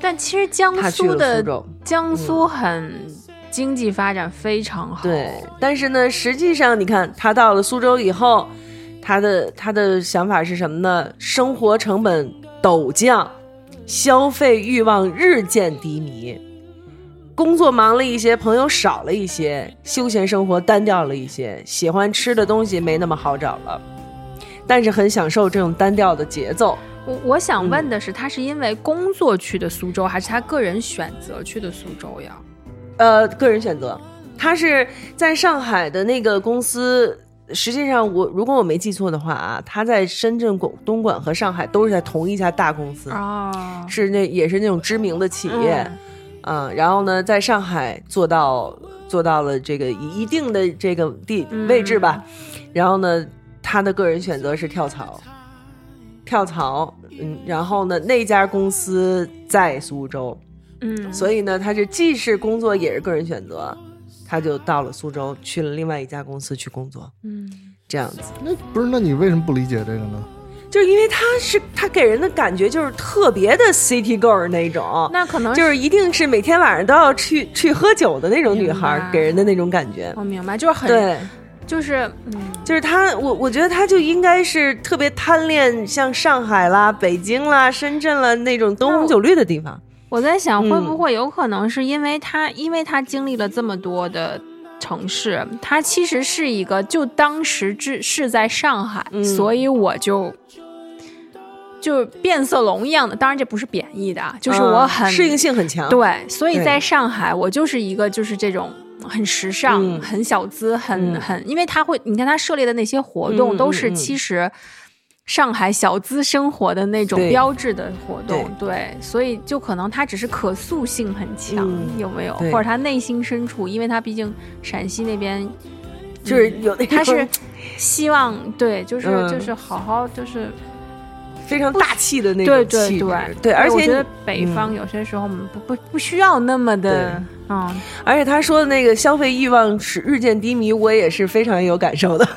Speaker 5: 但其实江
Speaker 2: 他去
Speaker 5: 苏
Speaker 2: 了
Speaker 5: 的
Speaker 2: 苏州，嗯
Speaker 5: 江苏很经济发展非常好，
Speaker 2: 对，但是呢，实际上你看，他到了苏州以后，他的他的想法是什么呢？生活成本陡降，消费欲望日渐低迷，工作忙了一些，朋友少了一些，休闲生活单调了一些，喜欢吃的东西没那么好找了，但是很享受这种单调的节奏。
Speaker 5: 我我
Speaker 2: 嗯
Speaker 5: 想问的是，他是因为工作去的苏州，还是他个人选择去的苏州呀？
Speaker 2: 呃，个人选择。他是在上海的那个公司，实际上我如果我没记错的话啊，他在深圳、广东莞和上海都是在同一家大公司，
Speaker 5: 哦，
Speaker 2: 是那也是那种知名的企嗯业
Speaker 5: 嗯
Speaker 2: 啊、然后呢，在上海做到做到了这个一定的这个地
Speaker 5: 嗯
Speaker 2: 位置吧，然后呢，他的个人选择是跳槽，跳槽，嗯，然后呢，那家公司在苏州，
Speaker 5: 嗯，
Speaker 2: 所以呢，他是既是工作也是个人选择，他就到了苏州，去了另外一家公司去工作，
Speaker 5: 嗯，
Speaker 2: 这样子，
Speaker 1: 那不是？那你为什么不理解这个呢？
Speaker 2: 就是因为他是他给人的感觉就是特别的 city girl 那种，
Speaker 5: 那可能
Speaker 2: 就是一定是每天晚上都要去去喝酒的那种女孩
Speaker 5: 明白
Speaker 2: 儿给人的那种感觉。
Speaker 5: 我明白，就是很，
Speaker 2: 对，
Speaker 5: 就是嗯，
Speaker 2: 就是他，我我觉得他就应该是特别贪恋像上海啦、北京啦、深圳啦那种灯红酒绿的地方。
Speaker 5: 我在想
Speaker 2: 嗯
Speaker 5: 会不会有可能是因为他，因为他经历了这么多的。城市，他其实是一个，就当时只是在上海，
Speaker 2: 嗯
Speaker 5: 所以我就就变色龙一样的，当然这不是贬义的啊，就是我
Speaker 2: 嗯
Speaker 5: 很、
Speaker 2: 适应性很强。
Speaker 5: 对，所以
Speaker 2: 对
Speaker 5: 在上海，我就是一个就是这种很时尚、
Speaker 2: 嗯
Speaker 5: 很小资、很、
Speaker 2: 嗯
Speaker 5: 很，因为他会，你看他涉猎的那些活动
Speaker 2: 嗯
Speaker 5: 都
Speaker 2: 嗯
Speaker 5: 是
Speaker 2: 嗯
Speaker 5: 其实上海小资生活的那种
Speaker 2: 对
Speaker 5: 标志的活动，对，所以就可能他只是可塑性很强，
Speaker 2: 嗯
Speaker 5: 有没有？
Speaker 2: 对
Speaker 5: 或者他内心深处，因为他毕竟陕西那边
Speaker 2: 就是有那种
Speaker 5: 他是希望对，就是、
Speaker 2: 嗯
Speaker 5: 就是好好就是
Speaker 2: 非常大气的那
Speaker 5: 对
Speaker 2: 种
Speaker 5: 对
Speaker 2: 气质
Speaker 5: 对
Speaker 2: 对，而
Speaker 5: 我
Speaker 2: 且
Speaker 5: 觉
Speaker 2: 你
Speaker 5: 得
Speaker 2: 嗯
Speaker 5: 北方有些时候我们不不不需要那么的嗯。
Speaker 2: 而且他说的那个消费欲望是日渐低迷，我也是非常有感受的。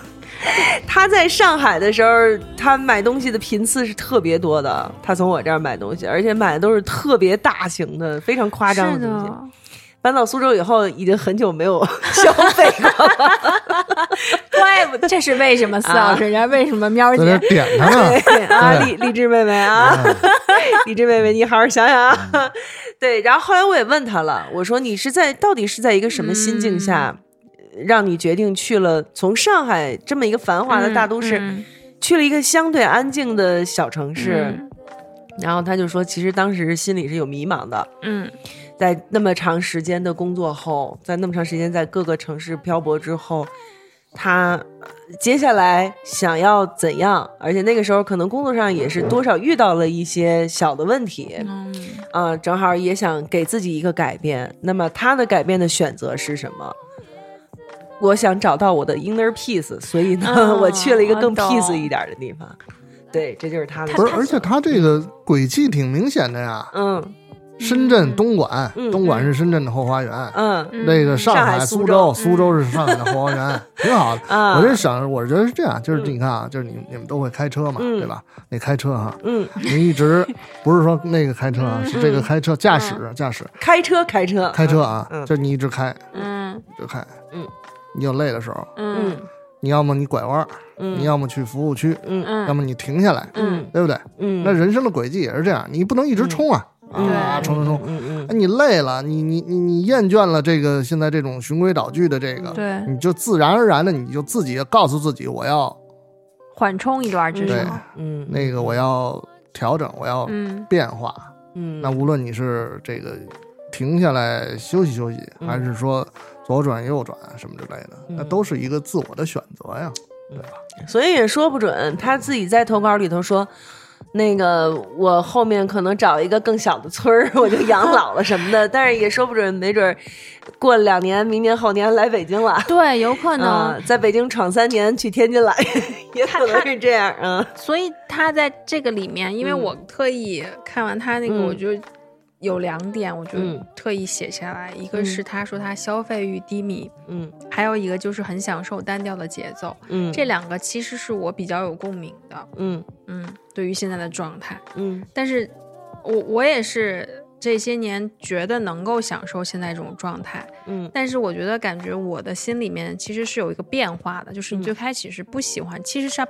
Speaker 2: 他在上海的时候，他买东西的频次是特别多的。他从我这儿买东西，而且买的都是特别大型的、非常夸张
Speaker 5: 是
Speaker 2: 的东西。
Speaker 5: 的，
Speaker 2: 搬到苏州以后，已经很久没有消费过了。
Speaker 5: 怪不这是为什么？四老师，人家为什么喵
Speaker 1: 在这
Speaker 5: 姐？
Speaker 1: 点他 呢？
Speaker 2: 啊，励励志妹妹 啊，
Speaker 1: 哎
Speaker 2: 李志妹妹，你好好想想啊。 对，然后后来我也问他了，我说你是在到底是在一个什么心境下，
Speaker 5: 嗯
Speaker 2: 让你决定去了从上海这么一个繁华的大都市，
Speaker 5: 嗯
Speaker 2: 去了一个相对安静的小城市？
Speaker 5: 嗯
Speaker 2: 然后他就说，其实当时心里是有迷茫的，
Speaker 5: 嗯
Speaker 2: 在那么长时间的工作后，在那么长时间在各个城市漂泊之后，他呃接下来想要怎样？而且那个时候可能工作上也是多少遇到了一些小的问题，
Speaker 5: 嗯
Speaker 2: 啊、正好也想给自己一个改变。那么他的改变的选择是什么？我想找到我的 inner peace，所以呢，
Speaker 5: 嗯
Speaker 2: 我去了一个更
Speaker 5: 我懂
Speaker 2: peace 一点的地方。对，这就是他的。
Speaker 1: 不是，而且他这个轨迹挺明显的呀。
Speaker 2: 嗯，
Speaker 1: 深圳、东莞，
Speaker 2: 嗯
Speaker 1: 东莞是深圳的后花园，
Speaker 2: 嗯
Speaker 5: 嗯
Speaker 1: 那个上
Speaker 2: 上海
Speaker 1: 苏
Speaker 2: 苏
Speaker 1: 州，
Speaker 2: 州
Speaker 1: 苏州是上海的后花 园，挺好的。
Speaker 2: 啊，
Speaker 1: 我就想，我觉得是这样，就是
Speaker 2: 嗯
Speaker 1: 你看啊，就是你你们都会开车嘛，
Speaker 2: 嗯
Speaker 1: 对吧？你开车哈，
Speaker 2: 嗯，
Speaker 1: 你一直不是说那个开车啊，是这个
Speaker 2: 嗯
Speaker 1: 开车驾驶驾驶
Speaker 2: 开车开车
Speaker 1: 开车啊
Speaker 2: 嗯，
Speaker 1: 就你一直开
Speaker 5: 嗯
Speaker 1: 就开，
Speaker 2: 嗯，
Speaker 1: 你有累的时候，
Speaker 5: 嗯
Speaker 2: 嗯
Speaker 1: 你要么你拐弯儿，
Speaker 2: 嗯，
Speaker 1: 你要么去服务区，
Speaker 2: 嗯
Speaker 1: 要
Speaker 5: 嗯
Speaker 1: 么你停下来，
Speaker 5: 嗯
Speaker 1: 对不对？
Speaker 2: 嗯，
Speaker 1: 那人生的轨迹也是这样，你不能一直冲啊
Speaker 2: 嗯
Speaker 1: 啊，
Speaker 5: 对
Speaker 1: 冲冲冲！
Speaker 2: 嗯嗯
Speaker 1: 哎你累了，你你你你厌倦了这个现在这种循规蹈矩的
Speaker 2: 嗯
Speaker 1: 这个，
Speaker 5: 对，
Speaker 1: 你就自然而然的你就自己告诉自己，我要
Speaker 5: 缓冲一段至
Speaker 1: 对
Speaker 5: 少，
Speaker 2: 嗯，
Speaker 1: 那个我要调整，我要
Speaker 5: 嗯
Speaker 1: 变化。
Speaker 2: 嗯
Speaker 1: 那无论你是这个停下来休息休息，
Speaker 2: 嗯
Speaker 1: 还是说左转右转什么之类的，那
Speaker 2: 嗯
Speaker 1: 都是一个自我的选择呀。
Speaker 2: 所以也说不准，他自己在投稿里头说，那个我后面可能找一个更小的村儿， 我就养老了什么的，但是也说不准，没准儿过两年、明年、后年来北京了。
Speaker 5: 对，有可
Speaker 2: 啊
Speaker 5: 能。、
Speaker 2: 在北京闯三年，去天津来，也可能是这样啊。
Speaker 5: 所以他在这个里面，因为
Speaker 2: 嗯
Speaker 5: 我特意看完他那个，
Speaker 2: 嗯
Speaker 5: 我就有两点，我就
Speaker 2: 嗯
Speaker 5: 特意写下来。一个是他说他消费欲低迷，
Speaker 2: 嗯
Speaker 5: 还有一个就是很享受单调的节奏。
Speaker 2: 嗯，
Speaker 5: 这两个其实是我比较有共鸣的，
Speaker 2: 嗯
Speaker 5: 嗯，对于现在的状态。
Speaker 2: 嗯
Speaker 5: 但是我我也是这些年觉得能够享受现在这种状态，
Speaker 2: 嗯
Speaker 5: 但是我觉得感觉我的心里面其实是有一个变化的，
Speaker 2: 嗯
Speaker 5: 就是你最开始是不喜欢，其实是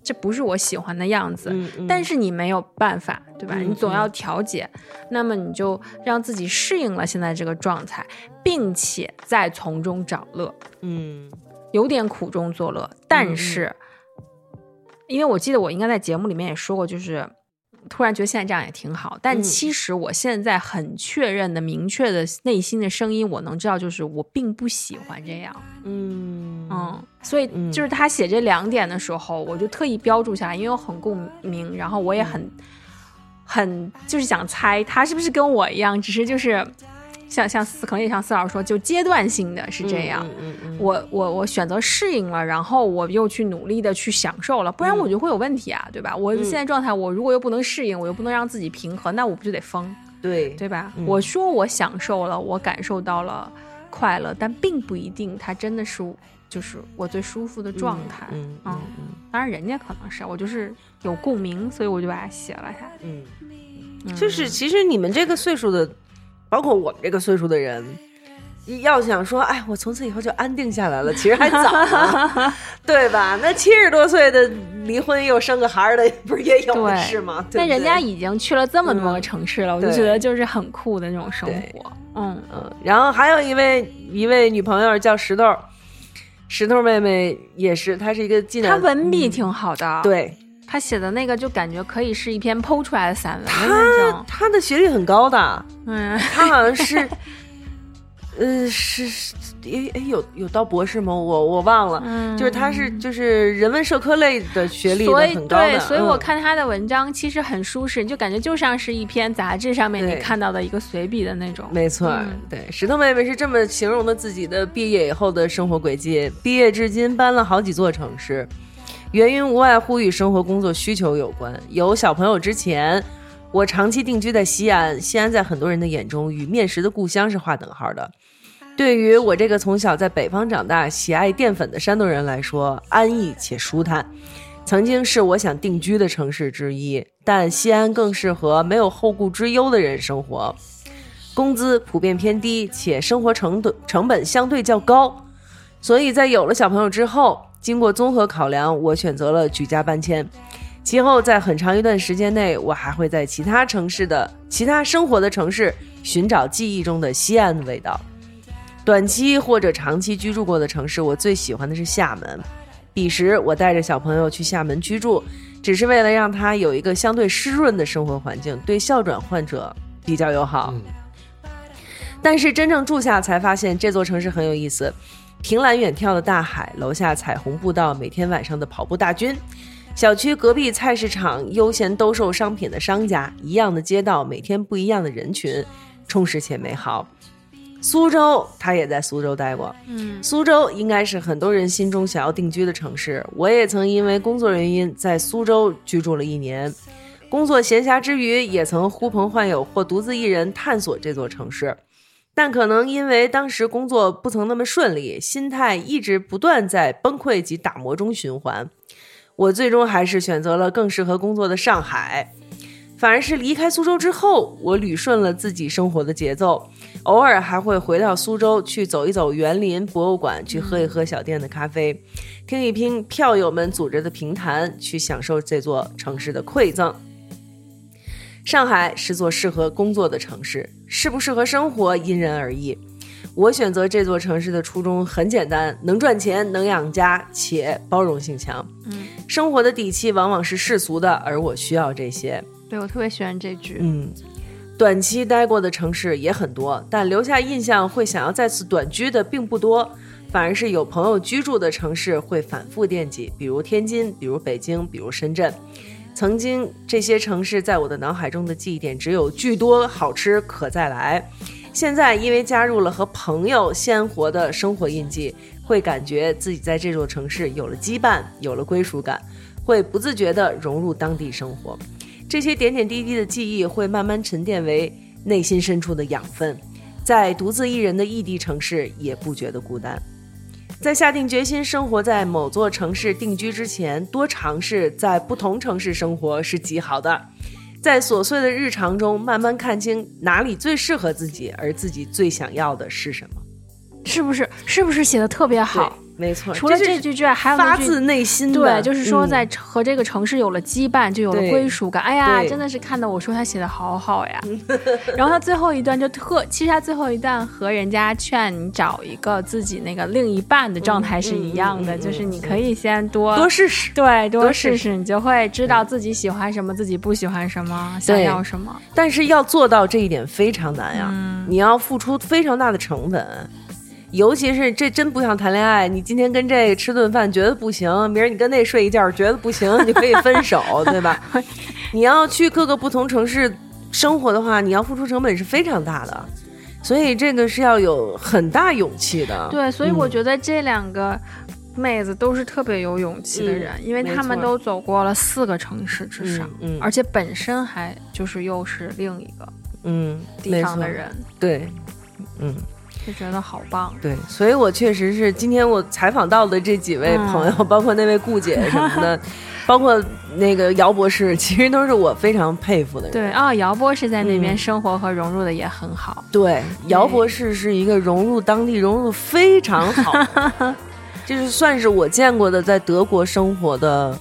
Speaker 5: 这不是我喜欢的样子。
Speaker 2: 嗯嗯，
Speaker 5: 但是你没有办法，对吧？
Speaker 2: 嗯
Speaker 5: 你总要调节，那么你就让自己适应了现在这个状态，并且再从中找乐。
Speaker 2: 嗯
Speaker 5: 有点苦中作乐，但是，因为我记得我应该在节目里面也说过，就是突然觉得现在这样也挺好。但
Speaker 2: 嗯
Speaker 5: 其实我现在很确认的、明确的内心的声音，我能知道，就是我并不喜欢这样。
Speaker 2: 嗯
Speaker 5: 嗯，所以
Speaker 2: 嗯
Speaker 5: 就是他写这两点的时候，我就特意标注下来，因为我很共鸣，然后我也很、
Speaker 2: 嗯
Speaker 5: 很就是想猜他是不是跟我一样，只是就是像像可能也像四老师说，就阶段性的是这样。
Speaker 2: 嗯嗯嗯，
Speaker 5: 我我我选择适应了，然后我又去努力的去享受了，不然
Speaker 2: 嗯
Speaker 5: 我就会有问题啊，对吧？我现在状态，我如果又不能适应，我又不能让自己平衡，那我不就得疯，
Speaker 2: 对
Speaker 5: 对吧？
Speaker 2: 嗯
Speaker 5: 我说我享受了，我感受到了快乐，但并不一定它真的是就是我最舒服的状态。啊
Speaker 2: 嗯嗯嗯
Speaker 5: 当然，人家可能是我就是有共鸣，所以我就把它写了下来。
Speaker 2: 嗯。
Speaker 5: 嗯
Speaker 2: 就是其实你们这个岁数的，包括我们这个岁数的人，要想说，哎，我从此以后就安定下来了，其实还早 呢，对吧？那七十多岁的离婚又生个孩儿的，不是也有
Speaker 5: 对
Speaker 2: 是吗？对
Speaker 5: 那
Speaker 2: 不对
Speaker 5: 人家已经去了这么多个
Speaker 2: 嗯
Speaker 5: 城市了，我就
Speaker 2: 对
Speaker 5: 觉得就是很酷的那种生
Speaker 2: 对
Speaker 5: 活。嗯
Speaker 2: 嗯，然后还有一位一位女朋友叫石头，石头妹妹也是，她是一个技
Speaker 5: 他
Speaker 2: 能，
Speaker 5: 文笔挺好的，，
Speaker 2: 对
Speaker 5: 他写的那个就感觉可以是一篇剖出来的散文的那种，
Speaker 2: 她的学历很高的，
Speaker 5: 嗯，
Speaker 2: 她好像是，呃，是是，哎哎，有有到博士吗？我我忘了，
Speaker 5: 嗯
Speaker 2: 就是他是就是人文社科类的学历
Speaker 5: 所
Speaker 2: 的
Speaker 5: 以
Speaker 2: 很高的，
Speaker 5: 对，所以
Speaker 2: 嗯
Speaker 5: 我看他的文章其实很舒适，就感觉就像是一篇杂志上面
Speaker 2: 对
Speaker 5: 你看到的一个随笔的那种，
Speaker 2: 没错儿，对石头妹妹是这么形容的自己的毕业以后的生活轨迹：毕业至今搬了好几座城市，原因无外乎与生活工作需求有关。有小朋友之前，我长期定居在西安，西安在很多人的眼中与面食的故乡是划等号的。对于我这个从小在北方长大、喜爱淀粉的山东人来说，安逸且舒坦。曾经是我想定居的城市之一，但西安更适合没有后顾之忧的人生活。工资普遍偏低，且生活成本成本相对较高，所以在有了小朋友之后，经过综合考量，我选择了举家搬迁。其后在很长一段时间内，我还会在其他城市的其他生活的城市寻找记忆中的西安的味道。短期或者长期居住过的城市，我最喜欢的是厦门。彼时，我带着小朋友去厦门居住，只是为了让他有一个相对湿润的生活环境，对哮喘患者比较友好。
Speaker 1: 嗯
Speaker 2: 但是真正住下才发现这座城市很有意思，凭栏远眺的大海，楼下彩虹步道，每天晚上的跑步大军，小区隔壁菜市场悠闲兜售商品的商家，一样的街道，每天不一样的人群，充实且美好。苏州，他也在苏州待过。
Speaker 5: 嗯
Speaker 2: 苏州应该是很多人心中想要定居的城市。我也曾因为工作原因在苏州居住了一年。工作闲暇之余，也曾呼朋唤友或独自一人探索这座城市。但可能因为当时工作不曾那么顺利，心态一直不断在崩溃及打磨中循环。我最终还是选择了更适合工作的上海。反而是离开苏州之后，我捋顺了自己生活的节奏，偶尔还会回到苏州去走一走园林博物馆，去喝一喝小店的咖啡，听一听票友们组织的评弹，去享受这座城市的馈赠。上海是座适合工作的城市，适不适合生活因人而异。我选择这座城市的初衷很简单：能赚钱，能养家，且包容性强。
Speaker 5: 嗯，
Speaker 2: 生活的底气往往是世俗的，而我需要这些。
Speaker 5: 对我特别喜欢这句。
Speaker 2: 嗯，短期待过的城市也很多，但留下印象会想要再次短居的并不多，反而是有朋友居住的城市会反复惦记，比如天津，比如北京，比如深圳。曾经这些城市在我的脑海中的记忆点只有巨多好吃可再来，现在因为加入了和朋友鲜活的生活印记，会感觉自己在这座城市有了羁绊，有了归属感，会不自觉地融入当地生活。这些点点滴滴的记忆会慢慢沉淀为内心深处的养分，在独自一人的异地城市也不觉得孤单。在下定决心生活在某座城市定居之前，多尝试在不同城市生活是极好的。在琐碎的日常中，慢慢看清哪里最适合自己，而自己最想要的是什么。
Speaker 5: 是不是？是不是写的特别好？
Speaker 2: 对，没错。
Speaker 5: 除了
Speaker 2: 这
Speaker 5: 这
Speaker 2: 是
Speaker 5: 句之外，还有
Speaker 2: 发
Speaker 5: 那句
Speaker 2: 自内心的，
Speaker 5: 对，就是说
Speaker 2: 嗯
Speaker 5: 在和这个城市有了羁绊，就有了
Speaker 2: 对
Speaker 5: 归属感。哎呀，
Speaker 2: 对嗯
Speaker 5: 真的是看到我说他写的好好呀。然后他最后一段就特，其实他最后一段和人家劝你找一个自己那个另一半的状态是一样的，
Speaker 2: 嗯嗯嗯嗯
Speaker 5: 就是你可以先多
Speaker 2: 多试试。
Speaker 5: 对多
Speaker 2: 多
Speaker 5: 试
Speaker 2: 试嗯
Speaker 5: 试，你就会知道自己喜欢什么，自己不喜欢什么，想
Speaker 2: 对
Speaker 5: 要什么。
Speaker 2: 但是要做到这一点非常难呀、
Speaker 5: 嗯
Speaker 2: 你要付出非常大的成本，尤其是这真不像谈恋爱，你今天跟这吃顿饭觉得不行，明儿你跟那睡一觉觉得不行，你可以分 手，对吧？你要去各个不同城市生活的话，你要付出成本是非常大的，所以这个是要有很大勇气的。
Speaker 5: 对，所以我
Speaker 2: 嗯
Speaker 5: 觉得这两个妹子都是特别有勇气的人，
Speaker 2: 嗯
Speaker 5: 因为她们
Speaker 2: 没错
Speaker 5: 都走过了四个城市之上，
Speaker 2: 嗯嗯
Speaker 5: 而且本身还就是又是另一个
Speaker 2: 嗯，
Speaker 5: 地方的
Speaker 2: 没错，
Speaker 5: 人，
Speaker 2: 对，嗯。
Speaker 5: 就觉得好棒。
Speaker 2: 对，所以我确实是今天我采访到的这几位
Speaker 5: 嗯
Speaker 2: 朋友，包括那位顾姐什么 的，包括那个姚博士，其实都是我非常佩服的人。
Speaker 5: 对啊、姚波是在那边
Speaker 2: 嗯
Speaker 5: 生活和融入的也很好。
Speaker 2: 对，姚博士是一个融入当地融入非常好， 就是算是我见过的在德国生活的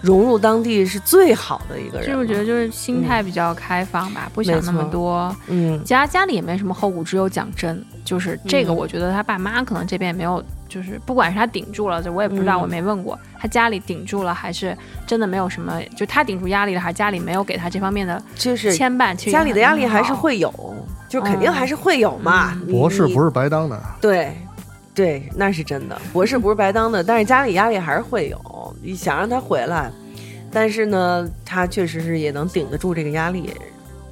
Speaker 2: 融入当地是最好的一个人
Speaker 5: 所以
Speaker 2: 了。嗯
Speaker 5: 我觉得就是心态比较开放吧，不想那么
Speaker 2: 没错
Speaker 5: 多。
Speaker 2: 嗯，
Speaker 5: 家家里也没什么后顾之忧，讲真，就是这个，
Speaker 2: 嗯
Speaker 5: 我觉得他爸妈可能这边也没有，就是不管是他顶住了，就我也不知道，
Speaker 2: 嗯
Speaker 5: 我没问过，他家里顶住了，还是真的没有什么，就他顶住压力了，还是家里没有给他这方面的
Speaker 2: 就是
Speaker 5: 牵绊？其实
Speaker 2: 家里的压力还是
Speaker 5: 很好，嗯
Speaker 2: 会有，就肯定还是会有嘛。你
Speaker 1: 博士
Speaker 2: 你
Speaker 1: 不是白当的，
Speaker 2: 对，对，那是真的。博士不是白当的，但是家里压力还是会有，你想让他回来，但是呢，他确实是也能顶得住这个压力。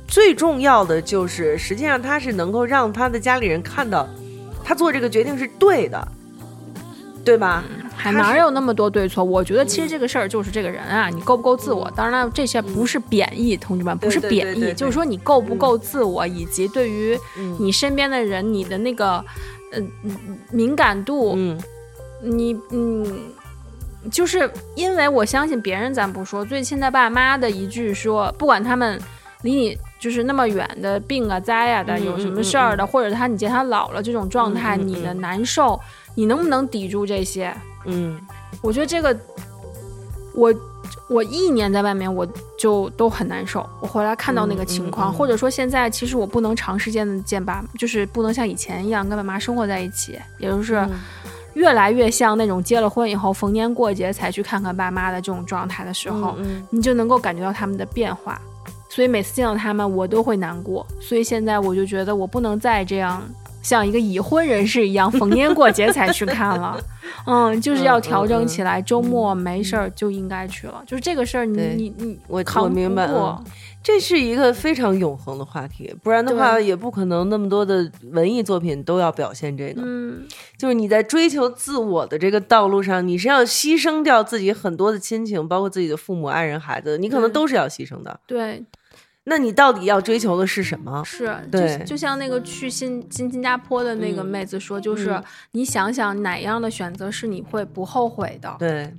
Speaker 2: 最重要的就是，实际上他是能够让他的家里人看到，他做这个决定是对的，对吧？
Speaker 5: 还
Speaker 2: 他
Speaker 5: 哪
Speaker 2: 是
Speaker 5: 有那么多对错？我觉得其实这个事儿就是这个人啊，你够不够自我？当然了，这些不是贬义，同志们，不
Speaker 2: 对
Speaker 5: 是
Speaker 2: 嗯对
Speaker 5: 贬
Speaker 2: 对对
Speaker 5: 义，
Speaker 2: 对
Speaker 5: 就是说你够不够自我，以及对于
Speaker 2: 嗯
Speaker 5: 你身边的人，你的那个。呃，敏感度，
Speaker 2: 嗯
Speaker 5: 你嗯，就是因为我相信别人，咱不说，最亲的爸妈的一句说，不管他们离你就是那么远的病啊、灾啊的，
Speaker 2: 嗯
Speaker 5: 有什么事儿的，或者他你见他老了这种状
Speaker 2: 嗯
Speaker 5: 态，
Speaker 2: 嗯嗯
Speaker 5: 你的难受，你能不能抵住这些？
Speaker 2: 嗯，
Speaker 5: 我觉得这个，我我一年在外面我就都很难受。我回来看到那个情
Speaker 2: 嗯
Speaker 5: 况，
Speaker 2: 嗯嗯
Speaker 5: 或者说现在其实我不能长时间的见爸，就是不能像以前一样跟爸妈生活在一起，也
Speaker 2: 嗯
Speaker 5: 就是越来越像那种结了婚以后逢年过节才去看看爸妈的这种状态的时候，
Speaker 2: 嗯
Speaker 5: 你就能够感觉到他们的变化。所以每次见到他们，我都会难过。所以现在我就觉得我不能再这样像一个已婚人士一样，逢年过节才去看了。 嗯，就是要调整起来，周末没事儿就应该去了。就是这个事儿，你
Speaker 2: 对
Speaker 5: 你你
Speaker 2: 我
Speaker 5: 扛
Speaker 2: 我明白
Speaker 5: 不过
Speaker 2: 了，这是一个非常永恒的话题，不然的话
Speaker 5: 对
Speaker 2: 也不可能那么多的文艺作品都要表现这个。
Speaker 5: 嗯，
Speaker 2: 就是你在追求自我的这个道路上，你是要牺牲掉自己很多的亲情，包括自己的父母、爱人、孩子，你可能
Speaker 5: 对
Speaker 2: 都是要牺牲的。
Speaker 5: 对，
Speaker 2: 那你到底要追求的是什么？
Speaker 5: 是，
Speaker 2: 对
Speaker 5: 就就像那个去新新新加坡的那个
Speaker 2: 嗯
Speaker 5: 妹子说，就是
Speaker 2: 嗯
Speaker 5: 你想想哪样的选择是你会不后悔的。
Speaker 2: 对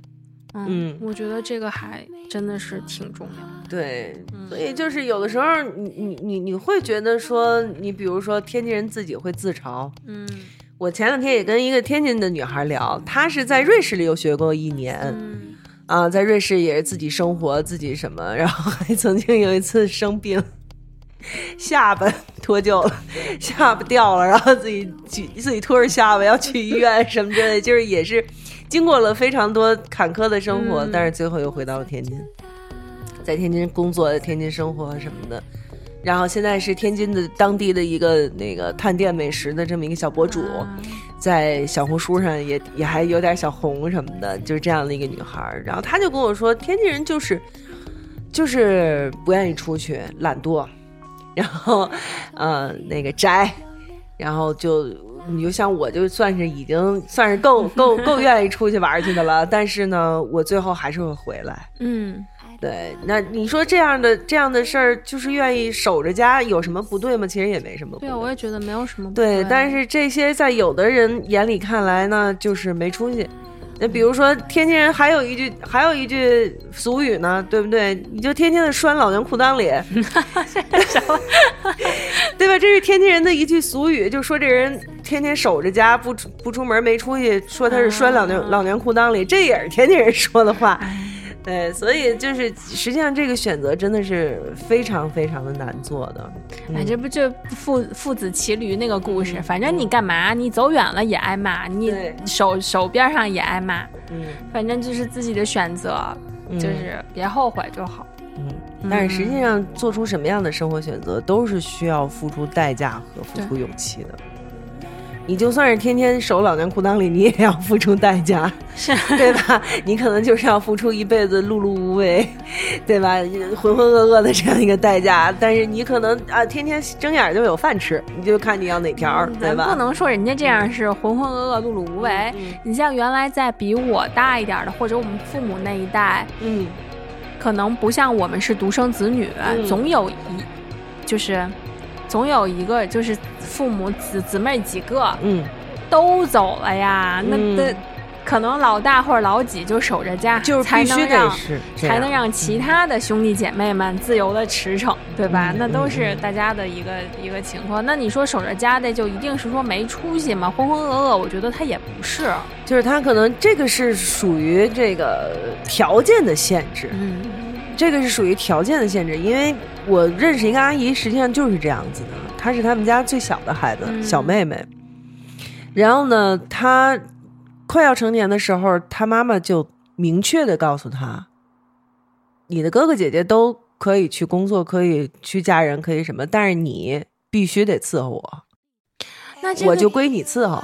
Speaker 5: 嗯
Speaker 2: 嗯，
Speaker 5: 我觉得这个还真的是挺重要的。
Speaker 2: 对，
Speaker 5: 嗯
Speaker 2: 所以就是有的时候你，你你你会觉得说，你比如说天津人自己会自嘲。
Speaker 5: 嗯
Speaker 2: 我前两天也跟一个天津的女孩聊，她是在瑞士里又学过一年，
Speaker 5: 嗯，
Speaker 2: 啊，在瑞士也是自己生活，自己什么，然后还曾经有一次生病，下巴脱臼了，下巴掉了，然后自己举自己拖着下巴要去医院什么之类的，就是也是经过了非常多坎坷的生活，
Speaker 5: 嗯
Speaker 2: 但是最后又回到了天津，在天津工作、天津生活什么的。然后现在是天津的当地的一个那个探店美食的这么一个小博主，
Speaker 5: 啊
Speaker 2: 在小红书上也也还有点小红什么的，就是这样的一个女孩儿。然后她就跟我说，天津人就是就是不愿意出去，懒惰，然后呃那个宅，然后就你就像我，就算是已经算是够够够愿意出去玩儿去的了，但是呢，我最后还是会回来。
Speaker 5: 嗯，
Speaker 2: 对，那你说这样的这样的事儿，就是愿意守着家，有什么不对吗？其实也没什么不
Speaker 5: 对啊，我也觉得没有什么不
Speaker 2: 对，
Speaker 5: 的
Speaker 2: 但是这些在有的人眼里看来呢，就是没出息。那比如说天津人还有一句还有一句俗语呢，对不对？你就天天的拴老娘裤裆里，对吧？这是天津人的一句俗语，就说这人天天守着家不出不出门没出息，说他是拴老娘、
Speaker 5: 啊
Speaker 2: 老娘裤裆里，这也是天津人说的话。对，所以就是实际上这个选择真的是非常非常的难做的。
Speaker 5: 哎，这不就父父子骑驴那个故事？反正你干嘛，你走远了也挨骂，
Speaker 2: 嗯
Speaker 5: 你
Speaker 2: 对
Speaker 5: 手手边上也挨骂，
Speaker 2: 嗯。
Speaker 5: 反正就是自己的选择，
Speaker 2: 嗯
Speaker 5: 就是别后悔就好。
Speaker 2: 嗯，但是实际上做出什么样的生活选择，都是需要付出代价和付出勇气的。你就算是天天守老娘裤裆里，你也要付出代价，
Speaker 5: 是，啊
Speaker 2: 对吧？你可能就是要付出一辈子碌碌无为，对吧？浑浑噩噩的这样一个代价。但是你可能啊，天天睁眼就有饭吃，你就看你要哪条儿，对
Speaker 5: 嗯咱
Speaker 2: 吧？嗯
Speaker 5: 不能说人家这样是浑浑噩噩、碌碌无为。你像原来在比我大一点的，或者我们父母那一代，
Speaker 2: 嗯，
Speaker 5: 可能不像我们是独生子女，
Speaker 2: 嗯
Speaker 5: 总有一就是总有一个就是父母姊姊妹几个
Speaker 2: 嗯，
Speaker 5: 都走了呀，那
Speaker 2: 嗯
Speaker 5: 那可能老大或者老几就守着家，
Speaker 2: 就是
Speaker 5: 才
Speaker 2: 必须
Speaker 5: 能
Speaker 2: 得
Speaker 5: 让
Speaker 2: 是这
Speaker 5: 才
Speaker 2: 样
Speaker 5: 能让其他的兄弟姐妹们自由的驰骋，对吧？
Speaker 2: 嗯
Speaker 5: 那都
Speaker 2: 嗯
Speaker 5: 是
Speaker 2: 嗯
Speaker 5: 大家的一个一个情况。那你说守着家的就一定是说没出息吗？浑浑噩噩，我觉得他也不是。啊
Speaker 2: 就是他可能这个是属于这个条件的限制，
Speaker 5: 嗯
Speaker 2: 这个是属于条件的限制，因为我认识一个阿姨，实际上就是这样子的，她是他们家最小的孩子，
Speaker 5: 嗯
Speaker 2: 小妹妹。然后呢，她快要成年的时候，她妈妈就明确的告诉她，你的哥哥姐姐都可以去工作，可以去嫁人，可以什么，但是你必须得伺候我，
Speaker 5: 那啊这个
Speaker 2: 我就归你伺候。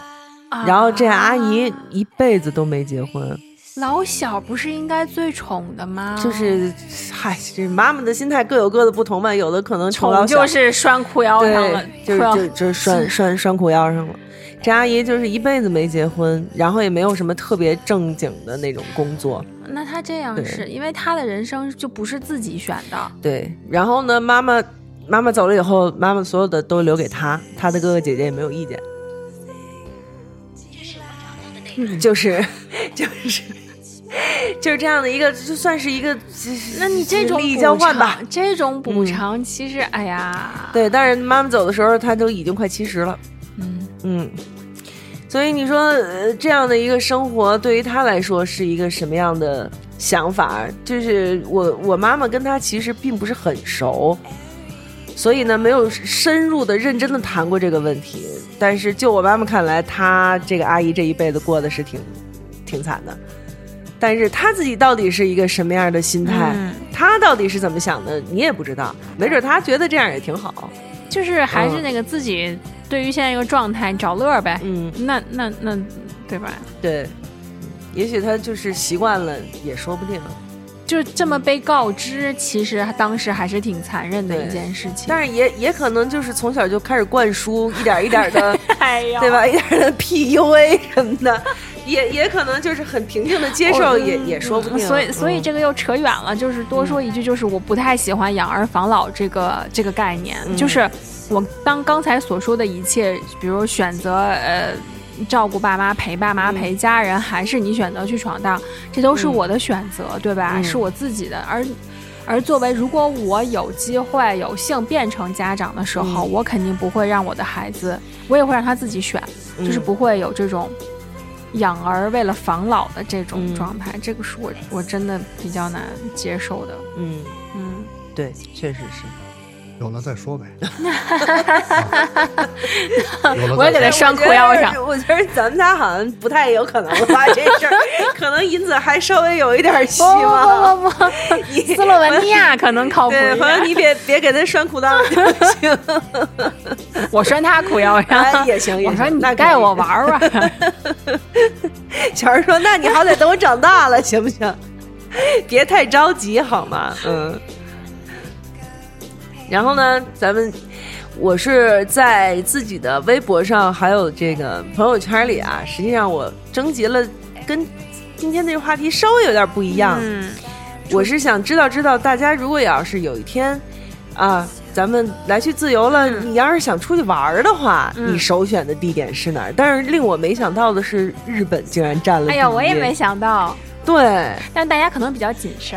Speaker 5: 啊
Speaker 2: 然后这阿姨一辈子都没结婚，
Speaker 5: 老小不是应该最宠的吗？啊
Speaker 2: 就是，嗨，这妈妈的心态各有各的不同嘛，有的可能宠到
Speaker 5: 宠
Speaker 2: 小
Speaker 5: 就是拴裤腰上了，
Speaker 2: 对，就是
Speaker 5: 裤腰
Speaker 2: 就 就是拴拴拴裤腰上了。这阿姨就是一辈子没结婚，然后也没有什么特别正经的那种工作，
Speaker 5: 那他这样
Speaker 2: 对
Speaker 5: 是因为他的人生就不是自己选的，
Speaker 2: 对。然后呢，妈妈妈妈走了以后，妈妈所有的都留给她，她的哥哥姐姐也没有意见，
Speaker 5: 嗯
Speaker 2: 就是 就是就是这样的一个，就算是一个，
Speaker 5: 那你这种
Speaker 2: 利益
Speaker 5: 补
Speaker 2: 交换 吧
Speaker 5: 偿，这种补
Speaker 2: 嗯
Speaker 5: 偿其实，哎呀，
Speaker 2: 对。但是妈妈走的时候，她都已经快七十了。
Speaker 5: 嗯，
Speaker 2: 嗯，所以你说，呃，这样的一个生活对于他来说是一个什么样的想法？就是我我妈妈跟他其实并不是很熟，所以呢，没有深入的、认真的谈过这个问题。但是就我妈妈看来，她这个阿姨这一辈子过得是挺挺惨的。但是她自己到底是一个什么样的心态？
Speaker 5: 嗯
Speaker 2: 她他到底是怎么想的，你也不知道。没准他觉得这样也挺好。
Speaker 5: 就是还是那个自己对于现在这个状态找乐儿呗。
Speaker 2: 嗯，
Speaker 5: 那那那，对吧？
Speaker 2: 对，也许他就是习惯了，也说不定。
Speaker 5: 就这么被告知，其实当时还是挺残忍的
Speaker 2: 对
Speaker 5: 一件事情。
Speaker 2: 但是也也可能就是从小就开始灌输，一点一点 的，
Speaker 5: 哎呀
Speaker 2: 对吧？？ 一点的 PUA 什么的， 也也可能就是很平静的接受，
Speaker 5: 哦
Speaker 2: 也
Speaker 5: 嗯
Speaker 2: 也说不定。
Speaker 5: 所以，所以
Speaker 2: 嗯
Speaker 5: 这个又扯远了。就是多说一句，就是我不太喜欢“养儿防老”这个这个概念。
Speaker 2: 嗯
Speaker 5: 就是我当刚才所说的一切，比如选择呃照顾爸妈、陪爸妈、
Speaker 2: 嗯
Speaker 5: 陪家人，还是你选择去闯荡，这都是
Speaker 2: 嗯
Speaker 5: 我的选择，对吧？
Speaker 2: 嗯
Speaker 5: 是我自己的。而而作为，如果我有机会、有幸变成家长的时候，
Speaker 2: 嗯
Speaker 5: 我肯定不会让我的孩子，我也会让他自己选，就是
Speaker 2: 嗯
Speaker 5: 不会有这种养儿为了防老的这种
Speaker 2: 嗯
Speaker 5: 状态。这个是我我真的比较难接受的。
Speaker 2: 嗯，
Speaker 5: 嗯，
Speaker 2: 对，确实是。
Speaker 1: 有了再说 呗。啊有了再说
Speaker 5: 我也给他上裤腰上
Speaker 2: 我觉得我觉得咱们仨好像不太有可能了吧？这 事儿可能银子还稍微有一点希
Speaker 5: 哦
Speaker 2: 望。
Speaker 5: 不不不不，
Speaker 2: 你
Speaker 5: 斯洛文尼亚可能靠谱
Speaker 2: 哦 对，
Speaker 5: 哦一
Speaker 2: 朋友，
Speaker 5: 点。
Speaker 2: 你别别给他拴裤裆 就行，
Speaker 5: 我拴他裤腰
Speaker 2: 哎
Speaker 5: 上，
Speaker 2: 也行。也
Speaker 5: 我
Speaker 2: 行
Speaker 5: 说你
Speaker 2: 那可
Speaker 5: 带
Speaker 2: 以
Speaker 5: 我玩。玩。
Speaker 2: 小孩说：“那你好歹等我长大了，行不行？别太着急好吗？”嗯。然后呢，咱们我是在自己的微博上，还有这个朋友圈里啊，实际上我征集了跟今天这个话题稍微有点不一样，
Speaker 5: 嗯，
Speaker 2: 我是想知道知道大家如果要是有一天啊，咱们来去自由了，你要是想出去玩儿的话，
Speaker 5: 嗯
Speaker 2: 你首选的地点是哪儿？但是令我没想到的是，日本竟然占了。
Speaker 5: 哎呀，我也没。想到，
Speaker 2: 对，
Speaker 5: 但大家可能比较谨慎。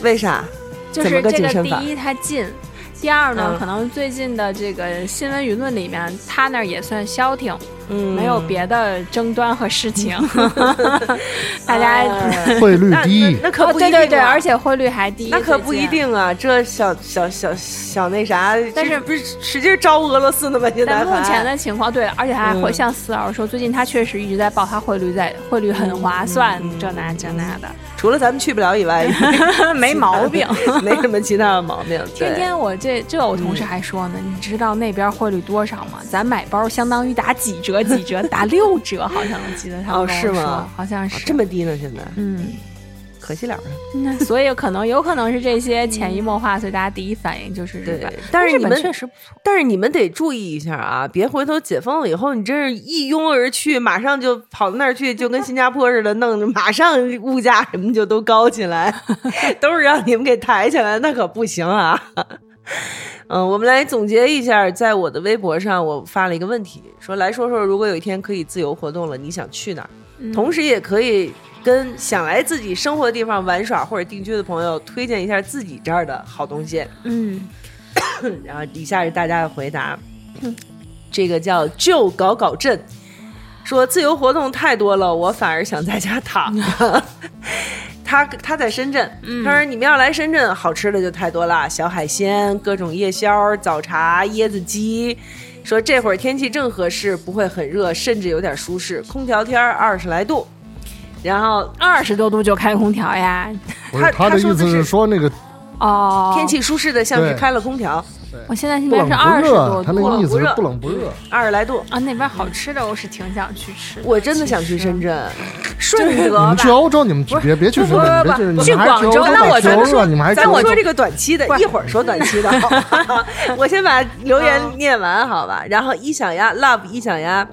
Speaker 2: 为啥？
Speaker 5: 就
Speaker 2: 怎
Speaker 5: 是
Speaker 2: 么个
Speaker 5: 这
Speaker 2: 谨
Speaker 5: 个
Speaker 2: 慎
Speaker 5: 第
Speaker 2: 法
Speaker 5: 一它近，第二呢，
Speaker 2: 嗯
Speaker 5: 可能最近的这个新闻舆论里面，他那儿也算消停，
Speaker 2: 嗯，
Speaker 5: 没有别的争端和事 情，大家。
Speaker 2: 哎
Speaker 1: 汇率
Speaker 2: 那
Speaker 1: 低
Speaker 2: 那，那可
Speaker 5: 哦
Speaker 2: 不一定、
Speaker 5: 对
Speaker 2: 啊
Speaker 5: 对对，而且汇率还低，
Speaker 2: 那可不
Speaker 5: 最近
Speaker 2: 一。定啊！这小小小小那啥，
Speaker 5: 但
Speaker 2: 这
Speaker 5: 是
Speaker 2: 不是使劲招俄罗斯呢吗？现在
Speaker 5: 但目
Speaker 2: 还
Speaker 5: 前的情况，对，而且他还会
Speaker 2: 嗯
Speaker 5: 像四老师说，最近他确实一直在报他汇率在汇率很划算，
Speaker 2: 嗯嗯
Speaker 5: 这那这那的，
Speaker 2: 除了咱们去不了以外，
Speaker 5: 没毛病。
Speaker 2: 没什么其他的毛病。 对哦嗯
Speaker 5: 天天我这这我同事还说呢，你知道那边汇率多少吗？咱买包相当于打几折几折，打六折，好像我记得他们
Speaker 2: 哦
Speaker 5: 跟我
Speaker 2: 是吗
Speaker 5: 说好像是
Speaker 2: 这么低呢，现在
Speaker 5: 嗯，
Speaker 2: 可惜了。
Speaker 5: 那所以可能有可能是这些潜移默化，所以大家第一反应就是日本
Speaker 2: 对。但是
Speaker 5: 日
Speaker 2: 你
Speaker 5: 本
Speaker 2: 们
Speaker 5: 确实不错，
Speaker 2: 但是你们得注意一下啊，别回头解封了以后，你真是一拥而去，马上就跑到那儿去，就跟新加坡似的，弄得马上物价什么就都高起来， 都是让你们给抬起来，那可不行啊。嗯，我们来总结一下，在我的微博上，我发了一个问题，说来说说，如果有一天可以自由活动了，你想去哪儿？
Speaker 5: 嗯
Speaker 2: 同时也可以跟想来自己生活的地方玩耍或者定居的朋友推荐一下自己这儿的好东西。
Speaker 5: 嗯，
Speaker 2: 然后以下是大家的回答，这个叫就搞搞震，说自由活动太多了，我反而想在家躺 着。他他在深圳，他说你们要来深圳，好吃的就太多了，小海鲜、各种夜宵、早茶、椰子鸡。说这会儿天气正合适，不会很热，甚至有点舒适，空调天儿二十来度。然后
Speaker 5: 二十多度就开空调呀，
Speaker 1: 不是
Speaker 2: 他
Speaker 1: 他的
Speaker 2: 他说
Speaker 1: 意
Speaker 2: 的
Speaker 1: 思
Speaker 2: 是
Speaker 1: 是说那个
Speaker 5: 哦，
Speaker 2: 天，气舒适的像是
Speaker 1: 对
Speaker 2: 开了空调，
Speaker 5: 我现在那
Speaker 1: 不冷
Speaker 5: 边是
Speaker 1: 不
Speaker 5: 二十
Speaker 1: 热，
Speaker 5: 多
Speaker 1: 他那个意
Speaker 5: 度。
Speaker 1: 思是
Speaker 2: 不
Speaker 1: 不冷不热。
Speaker 2: 二十来度，
Speaker 5: 啊，那边好吃的我是挺想去吃的。
Speaker 2: 我真的想去
Speaker 5: 其实
Speaker 2: 深，圳。
Speaker 5: 顺
Speaker 1: 你
Speaker 5: 德吧
Speaker 1: 们去欧洲，你们去
Speaker 5: 不是
Speaker 1: 别别去
Speaker 5: 不
Speaker 1: 深圳，
Speaker 5: 不
Speaker 1: 别
Speaker 5: 不
Speaker 1: 去，你
Speaker 5: 去
Speaker 1: 们还
Speaker 5: 广
Speaker 1: 去欧
Speaker 5: 州
Speaker 1: 洲
Speaker 5: 那我
Speaker 1: 去
Speaker 5: 咱
Speaker 1: 欧
Speaker 5: 们
Speaker 1: 洲，
Speaker 5: 说
Speaker 1: 你们还去
Speaker 2: 咱
Speaker 1: 欧
Speaker 2: 我
Speaker 1: 洲
Speaker 2: 说这个短期的
Speaker 5: 不，是
Speaker 2: 一会儿说短 期的，好吧我先把留言念完好吧。然后一想呀，love 一想呀，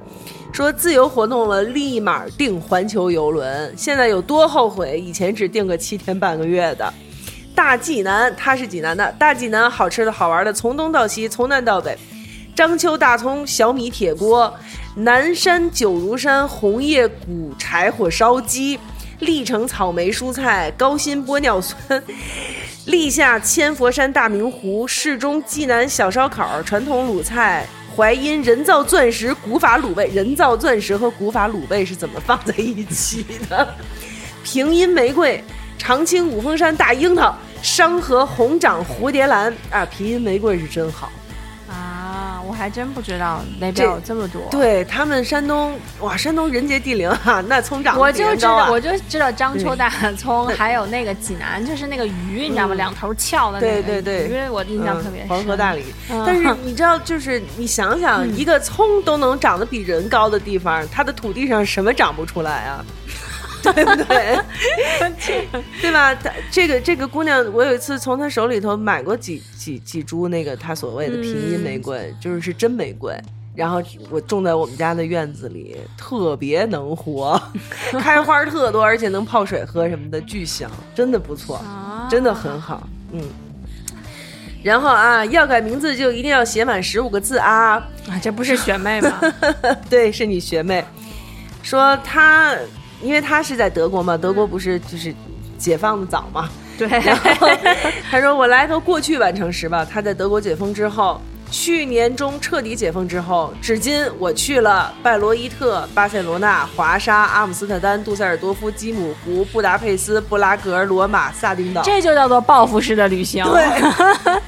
Speaker 2: 说自由活动了，立马订环球游轮。现在有多后悔？以前只订个七天半个月的。大济南，他是济南的，大济南好吃的好玩的，从东到西，从南到北。章丘大葱小米铁锅，南山九如山红叶谷柴火烧鸡，历城草莓蔬菜，高新玻尿酸，历下千佛山大明湖，市中济南小烧烤，传统鲁菜。淮阴人造钻石、古法卤味，人造钻石和古法卤味是怎么放在一起的？平阴玫瑰、长青五峰山大樱桃、商河红掌蝴蝶兰啊，平阴玫瑰是真好。
Speaker 5: 啊，我还
Speaker 3: 还真不知道那
Speaker 2: 这
Speaker 3: 边有这么多。，
Speaker 2: 对他们山东，哇，山东人杰地灵啊，那葱长得
Speaker 3: 我
Speaker 2: 比
Speaker 3: 就
Speaker 2: 人
Speaker 3: 知
Speaker 2: 高
Speaker 3: 道，
Speaker 2: 啊
Speaker 3: 我就知道张
Speaker 2: 对
Speaker 3: 秋大 葱，还有那个济南，就是那个鱼，你知道吗？
Speaker 2: 嗯
Speaker 3: 两头翘的那
Speaker 2: 对
Speaker 3: 个
Speaker 2: 对对
Speaker 3: 鱼，我印象特别
Speaker 2: 嗯
Speaker 3: 深。
Speaker 2: 黄河大理。
Speaker 3: 嗯
Speaker 2: 但是你知道，就是你想想，
Speaker 3: 嗯
Speaker 2: 一个葱都能长得比人高的地方，它的土地上什么长不出来啊？ 对不 对？对吧？她这个这个姑娘，我有一次从她手里头买过几几几株那个她所谓的平阴
Speaker 3: 嗯
Speaker 2: 玫瑰，就是是真玫瑰。然后我种在我们家的院子里，特别能活， 开花儿特多，而且能泡水喝什么的，巨香，真的不错。
Speaker 3: 啊，
Speaker 2: 真的很好，嗯。然后啊，要改名字就一定要写满十五个字啊！
Speaker 3: 啊，这不是学妹吗？
Speaker 2: 对，是你学妹说她，因为她是在德国嘛，德国不是就是解放的早嘛。
Speaker 3: 对，
Speaker 2: 她说我来头过去完成时吧，她在德国解封之后，去年中彻底解封之后，至今我去了拜罗伊特、巴塞罗那、华沙、阿姆斯特丹、杜塞尔多夫、基姆湖、布达佩斯、布拉格、罗马、萨丁岛。
Speaker 3: 这就叫做报复式的旅行。
Speaker 2: 对，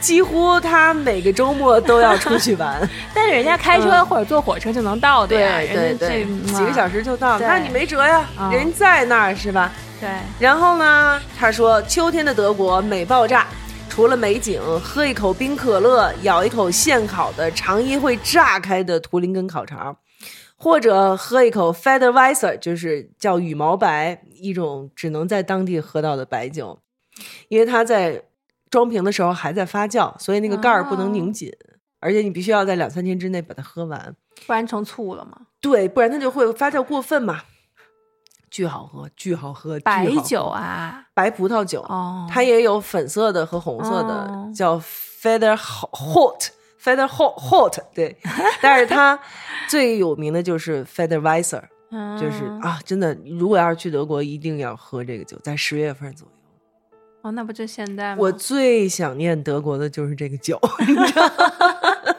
Speaker 2: 几乎他每个周末都要出去 玩，
Speaker 3: 但是人家开车或者坐火车就能到的呀，
Speaker 2: 嗯对
Speaker 3: 啊人家
Speaker 2: 对
Speaker 3: 这，
Speaker 2: 几个小
Speaker 3: 时。
Speaker 2: 时就到，
Speaker 3: 对
Speaker 2: 那你没辙呀，
Speaker 3: 嗯
Speaker 2: 人在那儿是吧？
Speaker 3: 啊对，
Speaker 2: 然后呢，他说秋天的德国美爆炸。除了美景，喝一口冰可乐，咬一口现烤的肠衣会炸开的图林根烤肠，或者喝一口 Federweiser，就是叫羽毛白，一种只能在当地喝到的白酒，因为它在装瓶的时候还在发酵，所以那个盖儿不能拧紧，而且你必须要在两三天之内把它喝完。
Speaker 3: 不然成醋了嘛。
Speaker 2: 对，不然它就会发酵过分嘛。巨好喝，巨好喝，巨
Speaker 3: 白
Speaker 2: 好喝
Speaker 3: 酒啊，
Speaker 2: 白葡萄酒，
Speaker 3: 哦，
Speaker 2: 它也有粉色的和红色的，
Speaker 3: 哦
Speaker 2: 叫 Feather Hot。Feather Hot Hot 对， 但是它最有名的就是 Feather Weiser，就是
Speaker 3: 嗯
Speaker 2: 啊，真的，如果要是去德国，一定要喝这个酒，在十月份左右。
Speaker 3: 哦，那不就现在吗？
Speaker 2: 我最想念德国的就是这个酒， 你知道吗？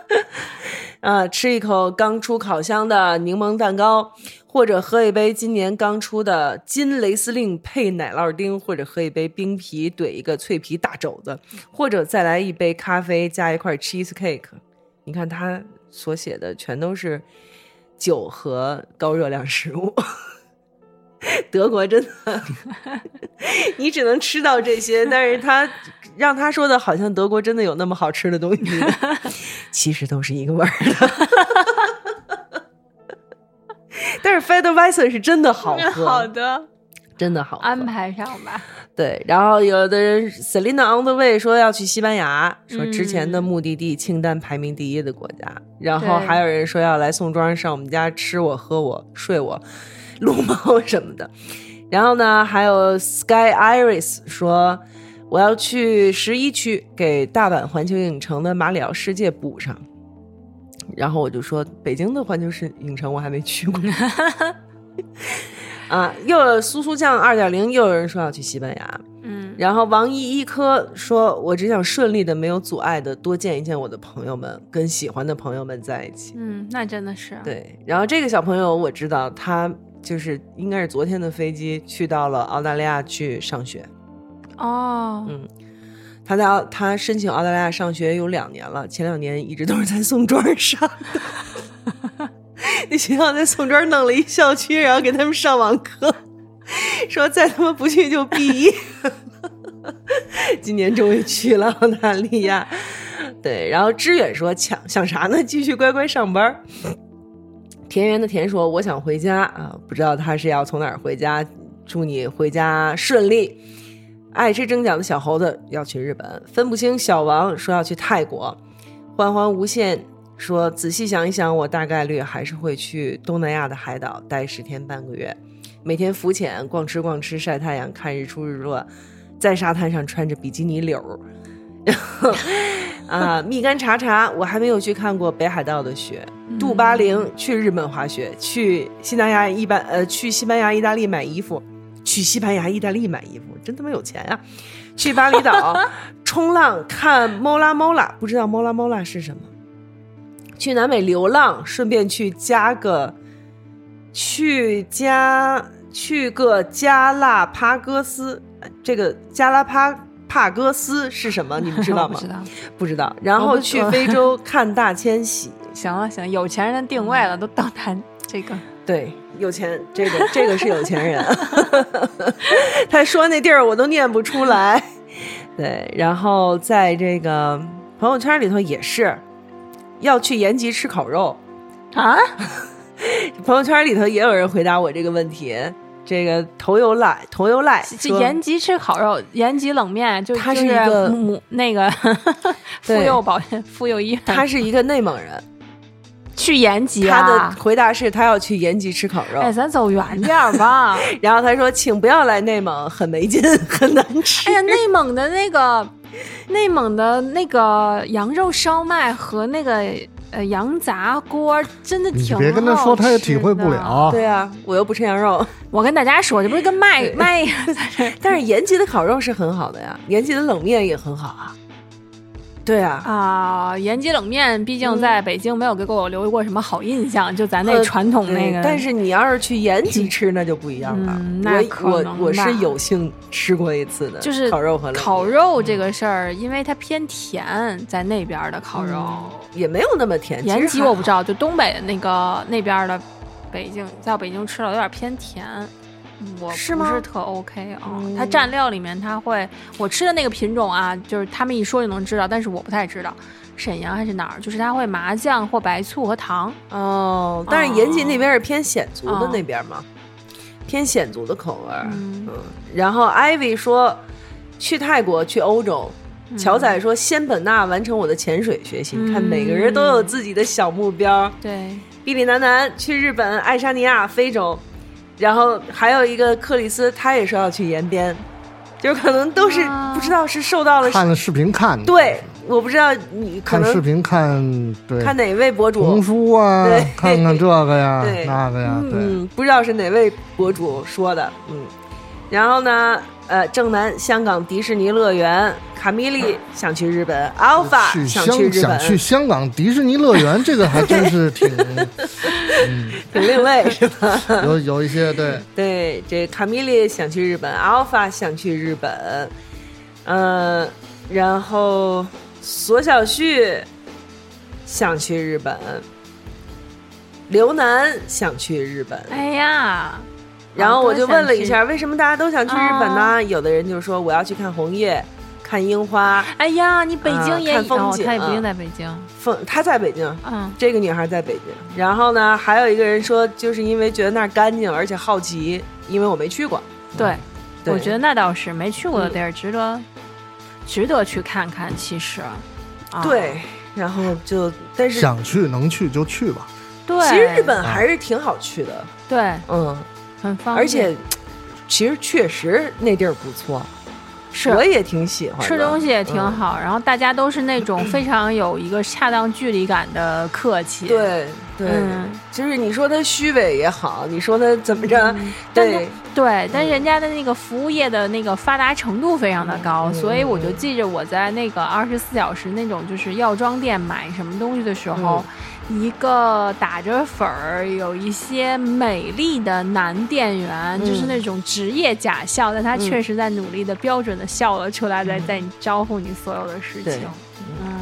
Speaker 2: 啊，吃一口刚出烤箱的柠檬蛋糕，或者喝一杯今年刚出的金雷司令配奶酪丁，或者喝一杯冰啤怼一个脆皮大肘子，或者再来一杯咖啡加一块 cheese cake。你看他所写的全都是酒和高热量食物。德国真的，你只能吃到这些，但是他让他说的好像德国真的有那么好吃的东西，其实都是一个味儿的。 但是 Federweiser 是真的好
Speaker 5: 嗯
Speaker 2: 喝，
Speaker 3: 好的，
Speaker 2: 真的好喝
Speaker 3: 安排上吧。
Speaker 2: 对，然后有的人 Selina on the way 说要去西班牙，说之前的目的地清单排名第一的国家，然后
Speaker 3: 对
Speaker 2: 还有人说要来宋庄上我们家吃我喝我睡我撸猫 什么的，然后呢，还有 Sky Iris 说我要去十一区给大阪环球影城的马里奥世界补上，然后我就说北京的环球世影城我还没去过。啊，又有苏苏酱二点零，又有人说要去西班牙，
Speaker 3: 嗯，
Speaker 2: 然后王一一科说：“我只想顺利的、没有阻碍的多见一见我的朋友们，跟喜欢的朋友们在一起。
Speaker 3: 嗯，那真的是”
Speaker 2: 对，然后这个小朋友我知道，他就是应该是昨天的飞机去到了澳大利亚去上学。
Speaker 3: 哦，
Speaker 2: 嗯他在澳他申请澳大利亚上学有两年了，前两年一直都是在宋庄上的。 那学校在宋庄弄了一校区，然后给他们上网课，说再他妈不去就毕业。 今年终于去了澳大利亚，对。然后知远说想想啥呢？继续乖乖上班儿。田园的田说我想回家啊，不知道他是要从哪儿回家。祝你回家顺利。爱吃蒸饺的小猴子要去日本，分不清小王说要去泰国，欢欢无限说仔细想一想，我大概率还是会去东南亚的海岛待十天半个月，每天浮潜、逛吃逛吃、晒太阳、看日出日落，在沙滩上穿着比基尼柳儿。 然后啊，蜜柑茶茶，我还没有去看过北海道的雪。杜巴零去日本滑雪，去西班牙一般呃，去西班牙、意大利买衣服，去西班牙、意大利买衣服，真他妈有钱啊！去巴厘岛冲浪看 Mola Mola，不知道 Mola Mola 是什么。去南美流浪，顺便去加个去加去个加拉帕戈斯，呃这个加拉帕帕戈斯是什么？你们知 道吗？
Speaker 5: 不知道。
Speaker 2: 不知道。然
Speaker 5: 我
Speaker 2: 后
Speaker 5: 不
Speaker 2: 去
Speaker 5: 说
Speaker 2: 非洲看大迁徙。
Speaker 5: 行了行了，有钱人的定位了，都到谈这个。
Speaker 2: 对，有钱，这个这个是有钱人。 他说那地儿我都念不出来。对，然后在这个朋友圈里头也是要去延吉吃烤肉。
Speaker 5: 啊，
Speaker 2: 朋友圈里头也有人回答我这个问题。这个头油赖，头油赖
Speaker 5: 这
Speaker 2: 说，
Speaker 5: 延吉吃烤肉，延吉冷面，就
Speaker 2: 它
Speaker 5: 就是
Speaker 2: 一个
Speaker 5: 母那个妇
Speaker 2: 对
Speaker 5: 幼保健妇幼医院，
Speaker 2: 他是一个内蒙 人，
Speaker 5: 去延吉
Speaker 2: 他
Speaker 5: 啊
Speaker 2: 的。回答是他要去延吉吃烤肉
Speaker 5: 哎，。咱走远点儿吧。
Speaker 2: 然后他说，请不要来内蒙，很没劲， 很难吃
Speaker 5: 哎。呀，内蒙的那个，内蒙的那个羊肉烧麦和那个呃羊杂锅，真的
Speaker 1: 你
Speaker 5: 挺
Speaker 1: 别跟他说，
Speaker 5: 好
Speaker 1: 他也
Speaker 5: 吃
Speaker 1: 体会不
Speaker 5: 的。
Speaker 1: 了。
Speaker 2: 对啊，我又不吃羊 肉。
Speaker 5: 我跟大家说，这不是 跟卖卖
Speaker 2: 但是延吉的烤肉是很好的呀，延吉的冷面也很好啊。对啊，
Speaker 5: 啊、延吉冷面，毕竟在北京没有给我留过什么好印象，就咱那
Speaker 2: 呃
Speaker 5: 传统嗯那
Speaker 2: 对
Speaker 5: 个。
Speaker 2: 但是你要是去延吉吃，那就不一样了。
Speaker 5: 嗯那
Speaker 2: 我
Speaker 5: 可能
Speaker 2: 我我
Speaker 5: 吧
Speaker 2: 是有幸吃过一次的，
Speaker 5: 就是
Speaker 2: 烤肉和冷面
Speaker 5: 烤肉这个事儿，因为它偏甜，在那边儿的烤肉，
Speaker 2: 也没有那么甜。嗯
Speaker 5: 延
Speaker 2: 其
Speaker 5: 吉
Speaker 2: 实还好
Speaker 5: 我不知道，就东北的那个那边儿的，北京在北京吃了有点偏甜，嗯我
Speaker 2: 是
Speaker 5: 不
Speaker 2: 吗
Speaker 5: 是特 OK 啊、
Speaker 2: 嗯
Speaker 5: 它蘸料里面它会，我吃的那个品种啊，就是他们一说就能知道，但是我不太知道沈阳还是哪儿，就是它会麻酱或白醋和糖。
Speaker 2: 哦，但是延吉那边是偏显族的
Speaker 5: 哦
Speaker 2: 那边嘛，偏显族的口味儿。
Speaker 5: 嗯
Speaker 2: 嗯，然后 Ivy 说去泰国去欧洲。
Speaker 5: 嗯
Speaker 2: 乔仔说：“仙本那完成我的潜水学习，你看每个人都
Speaker 5: 嗯
Speaker 2: 有自己的小目标。
Speaker 5: 对，
Speaker 2: 比利南南去日本、爱沙尼亚、非洲，然后还有一个克里斯，他也说要去延边，就是可能都是
Speaker 5: 啊
Speaker 2: 不知道是受到了
Speaker 1: 看视频看，
Speaker 2: 对，我不知道你可
Speaker 1: 看视
Speaker 2: 能
Speaker 1: 频看，对，
Speaker 2: 看哪位博主
Speaker 1: 红，书啊
Speaker 2: 对，
Speaker 1: 看看这个呀
Speaker 2: 对，
Speaker 1: 那个呀，对，
Speaker 2: 嗯，不知道是哪位博主说的，嗯。然后呢，呃，正南香港迪士尼乐园，卡米莉
Speaker 1: 嗯
Speaker 2: 想去日本，Alpha
Speaker 1: 去
Speaker 2: 想去
Speaker 1: 香
Speaker 2: 日
Speaker 1: 呃想
Speaker 2: 本，
Speaker 1: 去香港迪士尼乐 园，这个还真是挺
Speaker 2: 挺另类 是吧？
Speaker 1: 有有一些对，
Speaker 2: 对，这卡米莉想去日本，Alpha 想去日本，嗯、然后索小旭想去日本，刘楠想去日本，
Speaker 5: 哎呀，
Speaker 2: 然后我就问了一
Speaker 5: 好
Speaker 2: 下，为什么大家都想去日本呢？
Speaker 5: 哦
Speaker 2: 有的人就说我要去看红叶，看樱花。
Speaker 5: 多想去，哎呀，你北京
Speaker 2: 啊
Speaker 5: 也
Speaker 2: 看
Speaker 5: 有
Speaker 2: 风
Speaker 5: 哦
Speaker 2: 景
Speaker 5: 他也不一定
Speaker 2: 啊
Speaker 5: 在北京，
Speaker 2: 风，她在北京，
Speaker 5: 嗯。
Speaker 2: 这个女孩在北京。然后呢，还有一个人说，就是因为觉得那儿干净，而且好奇，因为我没去过。
Speaker 5: 对，
Speaker 2: 对
Speaker 5: 我觉得那倒是没去过的地儿，值得、值得去看看。其实，啊、
Speaker 2: 对，然后就但是
Speaker 1: 想去能去就去吧。
Speaker 5: 对，
Speaker 2: 其实日本还是挺好去的，
Speaker 5: 对
Speaker 2: 嗯，
Speaker 5: 很方便，
Speaker 2: 而且其实确实那地儿不错，
Speaker 5: 是
Speaker 2: 我也挺喜欢的。嗯
Speaker 5: 吃东西也挺好，然后大家都是那种非常有一个恰当距离感的客气。。
Speaker 2: 对对，
Speaker 5: 嗯
Speaker 2: 就是你说它虚伪也好，你说它怎么着，
Speaker 5: 但
Speaker 2: 对
Speaker 5: 是对，但是人家的那个服务业的那个发达程度非常的
Speaker 2: 嗯
Speaker 5: 高，所以我就记着我在那个二十四小时那种就是药妆店买什么东西的时
Speaker 2: 嗯
Speaker 5: 候，一个打着粉儿，有一些美丽的男店员，就是
Speaker 2: 嗯
Speaker 5: 那种职业假笑，但他确实在努力的标准的笑了出来，在在你招呼你所有的事
Speaker 2: 嗯对
Speaker 5: 情。嗯，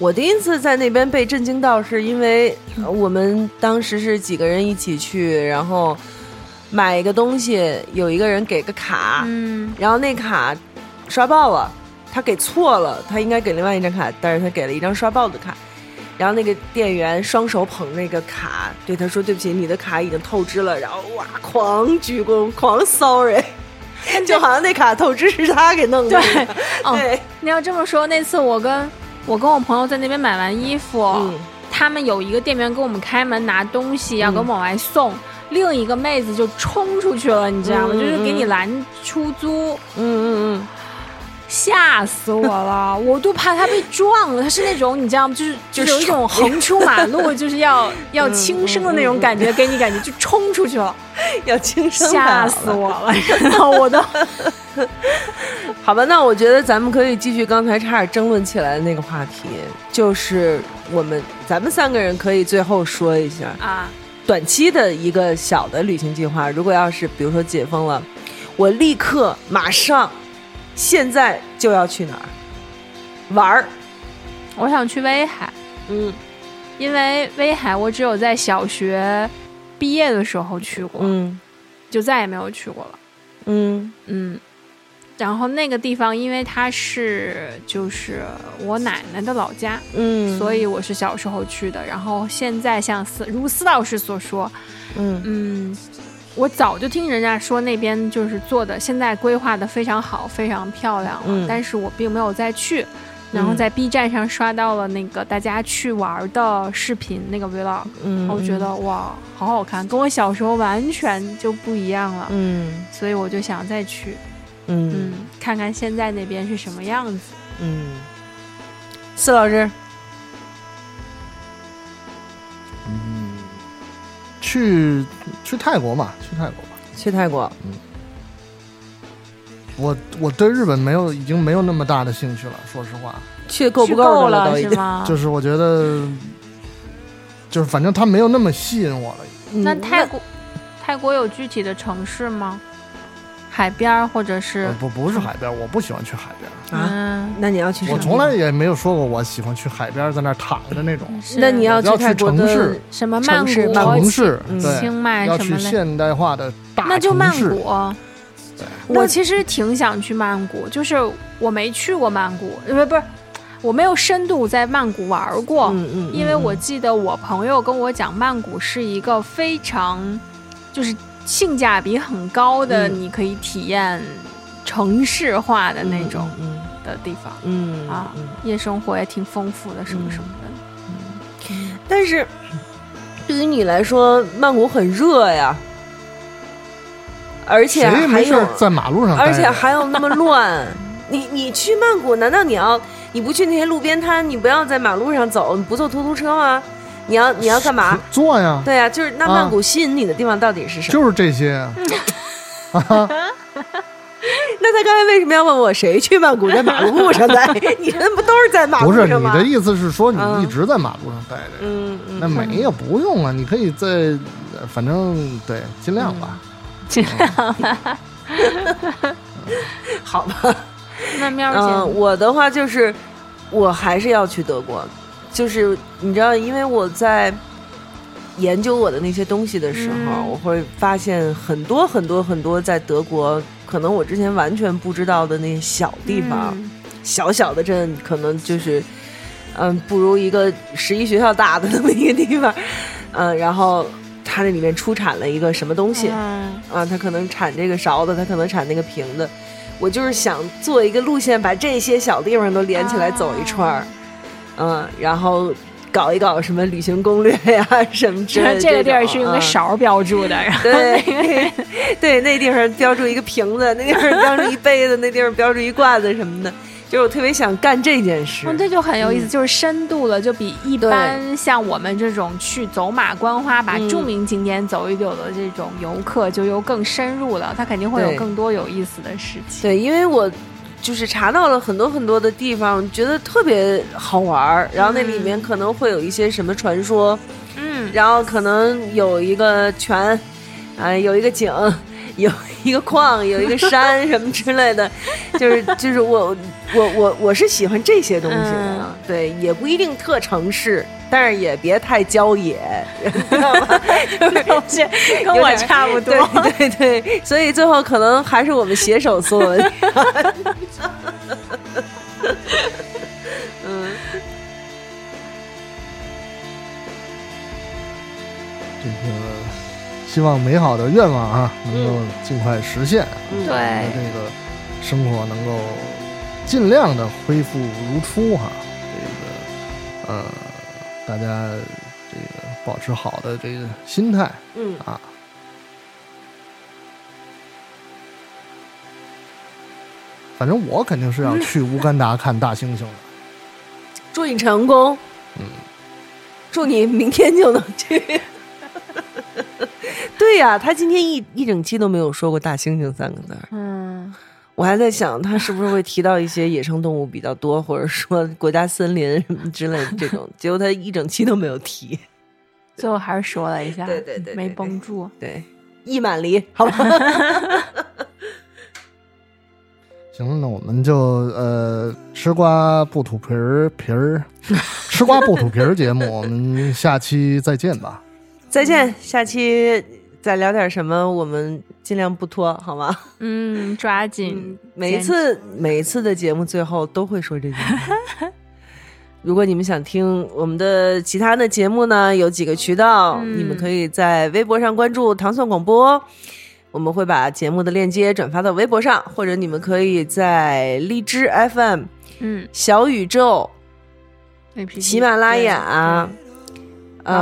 Speaker 2: 我第一次在那边被震惊到，是因为呃我们当时是几个人一起去，然后买一个东西，有一个人给个卡，
Speaker 5: 嗯，
Speaker 2: 然后那卡刷爆了，他给错了，他应该给另外一张卡，但是他给了一张刷爆的卡。然后那个店员双手捧那个卡，对他说：“对不起，你的卡已经透支了。”然后哇，狂鞠躬，狂 sorry，就好像那卡透支是他给弄的。
Speaker 5: 对 哦
Speaker 2: 对，
Speaker 5: 你要这么说，那次我跟我跟我朋友在那边买完衣服，
Speaker 2: 嗯
Speaker 5: 他们有一个店员给我们开门拿东西，要给我们往外送。另一个妹子就冲出去了，你知道吗？
Speaker 2: 嗯
Speaker 5: 就是给你拦出租，
Speaker 2: 嗯嗯嗯，
Speaker 5: 吓死 我了！我都怕她被撞了。她是那种你知道吗？就是就是有一种横出马 路就是要
Speaker 2: 嗯
Speaker 5: 要轻生的那种感觉，给你感觉就冲出去了，
Speaker 2: 要轻声
Speaker 5: 吓
Speaker 2: 吧
Speaker 5: 死我 了！然后我都
Speaker 2: 好吧，那我觉得咱们可以继续刚才差点争论起来的那个话题，就是我们咱们三个人可以最后说一下
Speaker 5: 啊，
Speaker 2: 短期的一个小的旅行计划。如果要是比如说解封了，我立刻马上现在就要去哪儿玩儿。
Speaker 5: 我想去威海，
Speaker 2: 嗯
Speaker 5: 因为威海我只有在小学毕业的时候去过，
Speaker 2: 嗯
Speaker 5: 就再也没有去过了。
Speaker 2: 嗯
Speaker 5: 嗯，然后那个地方因为它是就是我奶奶的老家，
Speaker 2: 嗯
Speaker 5: 所以我是小时候去的。然后现在像司如司老师所说，
Speaker 2: 嗯
Speaker 5: 嗯，我早就听人家说那边就是做的，现在规划的非常好，非常漂亮了。
Speaker 2: 嗯
Speaker 5: 但是我并没有再去。然后在 B 站上刷到了那个大家去玩的视频，那个 vlog，、
Speaker 2: 嗯
Speaker 5: 我觉得哇，好好看，跟我小时候完全就不一样了。
Speaker 2: 嗯
Speaker 5: 所以我就想再去，
Speaker 2: 嗯
Speaker 5: 嗯，看看现在那边是什么样子。
Speaker 2: 嗯， 四老师，嗯
Speaker 1: 去去泰国嘛，去泰国吧。
Speaker 2: 去泰国，
Speaker 1: 我我对日本没有已经没有那么大的兴趣了，说实话，
Speaker 2: 去够
Speaker 5: 去
Speaker 2: 不
Speaker 5: 够
Speaker 2: 的了都已
Speaker 5: 是
Speaker 2: 经？
Speaker 5: 吗？
Speaker 1: 就是我觉得，就是反正它没有那么吸引我了。
Speaker 2: 嗯
Speaker 5: 那泰国，泰国有具体的城市吗？海边儿或者是
Speaker 1: 呃不不是海边，我不喜欢去海边。
Speaker 2: 啊，
Speaker 5: 嗯
Speaker 2: 那你要去什
Speaker 1: 我
Speaker 2: 么？
Speaker 1: 从来也没有说过我喜欢去海边，在那儿躺着那种。
Speaker 5: 嗯是
Speaker 2: 那你要
Speaker 1: 我要去
Speaker 2: 泰国
Speaker 1: 城
Speaker 2: 的
Speaker 1: 市
Speaker 5: 什么曼
Speaker 2: 城市
Speaker 5: 谷、
Speaker 2: 曼谷
Speaker 1: 城市
Speaker 2: 嗯
Speaker 1: 对
Speaker 5: 清，迈
Speaker 1: 要
Speaker 5: 什
Speaker 1: 去
Speaker 5: 么的，
Speaker 1: 现代化的大
Speaker 5: 那就
Speaker 1: 城
Speaker 5: 曼
Speaker 1: 市
Speaker 5: 谷。
Speaker 2: 那
Speaker 5: 我其实挺想去曼谷，就是我没去过曼谷，不
Speaker 3: 呃
Speaker 5: 是不是，我没有深度在曼谷玩过，
Speaker 2: 嗯嗯，
Speaker 5: 因为我
Speaker 2: 嗯
Speaker 5: 记得我朋友跟我讲，曼谷是一个非常就是性价比很高的，
Speaker 2: 嗯
Speaker 5: 你可以体验城市化的那种
Speaker 2: 嗯
Speaker 5: 的地方，
Speaker 2: 嗯嗯
Speaker 5: 啊
Speaker 2: 嗯
Speaker 5: 夜生活也挺丰富的，什么什么的。
Speaker 2: 但是对于你来说，曼谷很热呀，而且
Speaker 1: 谁
Speaker 2: 还
Speaker 1: 没事
Speaker 2: 有
Speaker 1: 儿，在马路上待着？
Speaker 2: 而且还有那么乱。 你你去曼谷，难道你要你不去那些路边摊，你不要在马路上走，你不坐突突车吗？你要你要干嘛？
Speaker 1: 坐呀，
Speaker 2: 对呀、就是那
Speaker 1: 啊
Speaker 2: 曼谷吸引你的地方到底是什么？
Speaker 1: 就是这些。啊
Speaker 2: 那他刚才为什么要问我谁去曼谷在马路上待？ 你们不都是在马
Speaker 1: 不
Speaker 2: 路
Speaker 1: 是你
Speaker 2: 上吗？
Speaker 1: 的意思是说你
Speaker 2: 嗯
Speaker 1: 一直在马路上待着？
Speaker 2: 嗯嗯，
Speaker 1: 那没有，不用啊，你可以在，呃反正对，尽量吧。
Speaker 5: 尽量。
Speaker 2: 好吧。
Speaker 5: 那喵姐，
Speaker 2: 嗯，我的话就是，我还是要去德国，就是你知道，因为我在研究我的那些东西的时候，
Speaker 5: 嗯
Speaker 2: 我会发现很多很多很多在德国，可能我之前完全不知道的那些小地方，
Speaker 5: 嗯
Speaker 2: 小小的镇，可能就是。嗯，不如一个十一学校大的那么一个地方，嗯，然后它那里面出产了一个什么东西，
Speaker 5: 嗯
Speaker 2: 啊，他可能产这个勺子，他可能产那个瓶子。我就是想做一个路线，把这些小地方都连起来走一串
Speaker 5: 啊
Speaker 2: 儿，嗯，然后搞一搞什么旅行攻略呀、什么之类的种。
Speaker 5: 这个地儿是用个
Speaker 2: 嗯
Speaker 5: 勺儿标注的，然后
Speaker 2: 对对，那地方标注一个瓶子，那地方标注一杯子，那地方标注一罐子什么的。就是我特别想干这件事
Speaker 5: 哦，，这就很有意思，
Speaker 2: 嗯
Speaker 5: 就是深度了，就比一
Speaker 2: 对
Speaker 5: 般像我们这种去走马观花、把
Speaker 2: 嗯
Speaker 5: 著名景点走一走的这种游客，就又更深入了，他肯定会有
Speaker 2: 对
Speaker 5: 更多有意思的事情。
Speaker 2: 对，因为我就是查到了很多很多的地方，觉得特别好玩儿。然后那里面可能会有一些什么传说，
Speaker 5: 嗯，
Speaker 2: 然后可能有一个泉，啊、有一个井，有一个矿，有一个山什么之类的，就是就是我我我我是喜欢这些东西的
Speaker 5: 嗯
Speaker 2: 啊，对，也不一定特城市，但是也别太郊野， 知道吗？就是
Speaker 5: 跟
Speaker 2: 有
Speaker 5: 我
Speaker 2: 点
Speaker 5: 差不多。
Speaker 2: 对对对，所以最后可能还是我们携手做 文。嗯，嗯
Speaker 1: 这个希望美好的愿望啊，能够尽快实现，
Speaker 2: 嗯
Speaker 1: 我们这个生活能够尽量的恢复如初哈。这个呃，大家这个保持好的这个心态
Speaker 2: 嗯，
Speaker 1: 啊。反正我肯定是要去乌干达看大猩猩的。
Speaker 2: 祝你成功。
Speaker 1: 嗯
Speaker 2: 祝你明天就能去。 对呀、他今天一一整期都没有说过“大猩猩”三个字儿，
Speaker 5: 嗯，
Speaker 2: 我还在想他是不是会提到一些野生动物比较多，或者说国家森林什么之类的这种，结果他一整期都没有提。
Speaker 5: 最后还是说了一下，
Speaker 2: 对对对对
Speaker 5: 没绷住。
Speaker 2: 对，一满离，好吧？
Speaker 1: 行了，那我们就呃吃瓜不吐皮儿皮儿，吃瓜不吐皮儿节目，我们下期再见吧。
Speaker 2: 再见，下期再聊点什么，我们尽量不拖，好吗？
Speaker 3: 嗯，抓紧，
Speaker 2: 每一次每一次的节目最后都会说这句话。 如果你们想听我们的其他的节目呢，有几个渠道，
Speaker 3: 嗯
Speaker 2: 你们可以在微博上关注“糖蒜广播”，我们会把节目的链接转发到微博上，或者你们可以在荔枝 FM、
Speaker 3: 嗯
Speaker 2: 小宇宙、
Speaker 3: ，A P
Speaker 2: 喜马拉雅、呃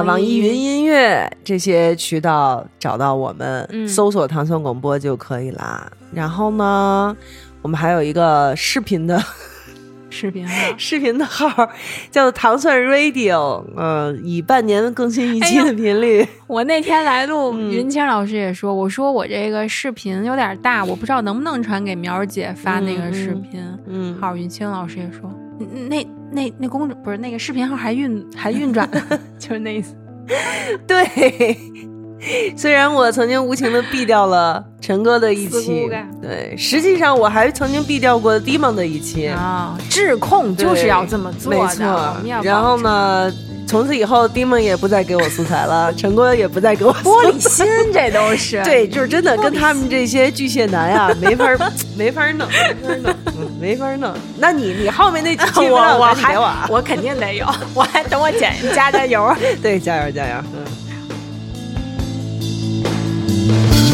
Speaker 3: 网
Speaker 2: 网
Speaker 3: 易
Speaker 2: 易
Speaker 3: 云
Speaker 2: 云音乐这些渠道找到我们，
Speaker 3: 嗯
Speaker 2: 搜索“糖蒜广播”就可以啦。然后呢，我们还有一个视频的
Speaker 3: 视频号。
Speaker 2: 视频的号儿，叫做“糖蒜 Radio”，呃，以半年更新一期
Speaker 3: 哎
Speaker 2: 的频率。
Speaker 3: 我那天来录，
Speaker 2: 嗯
Speaker 3: 云清老师也说，我说我这个视频有点大，我不知道能不能传给苗儿姐发那个视频。
Speaker 2: 嗯，
Speaker 3: 号，云清老师也说，嗯那那那公主不是那个视频号还运还运转呢，就是那意思。
Speaker 2: 对。虽然我曾经无情的避掉了陈哥的一
Speaker 3: 四姑
Speaker 2: 期
Speaker 3: 干，
Speaker 2: 对，实际上我还曾经避掉过 Demon 的一期。
Speaker 3: 啊、质控就是要这么做的，
Speaker 2: 没错
Speaker 3: 我们要。
Speaker 2: 然后呢，从此以后，Demon 也不再给我素材了，陈哥也不再给我
Speaker 3: 保
Speaker 2: 素
Speaker 3: 持？玻
Speaker 2: 材
Speaker 3: 璃心，这都是
Speaker 2: 对，就是真的跟他们这些巨蟹男呀，没法儿没法儿弄，没法儿弄，嗯没法儿弄。那你你后面那几期
Speaker 3: 我我
Speaker 2: 还
Speaker 3: 还
Speaker 2: 给我 啊，
Speaker 3: 我肯定得有，我还等我减加加油。
Speaker 2: 对，加油加油，嗯。
Speaker 4: Thank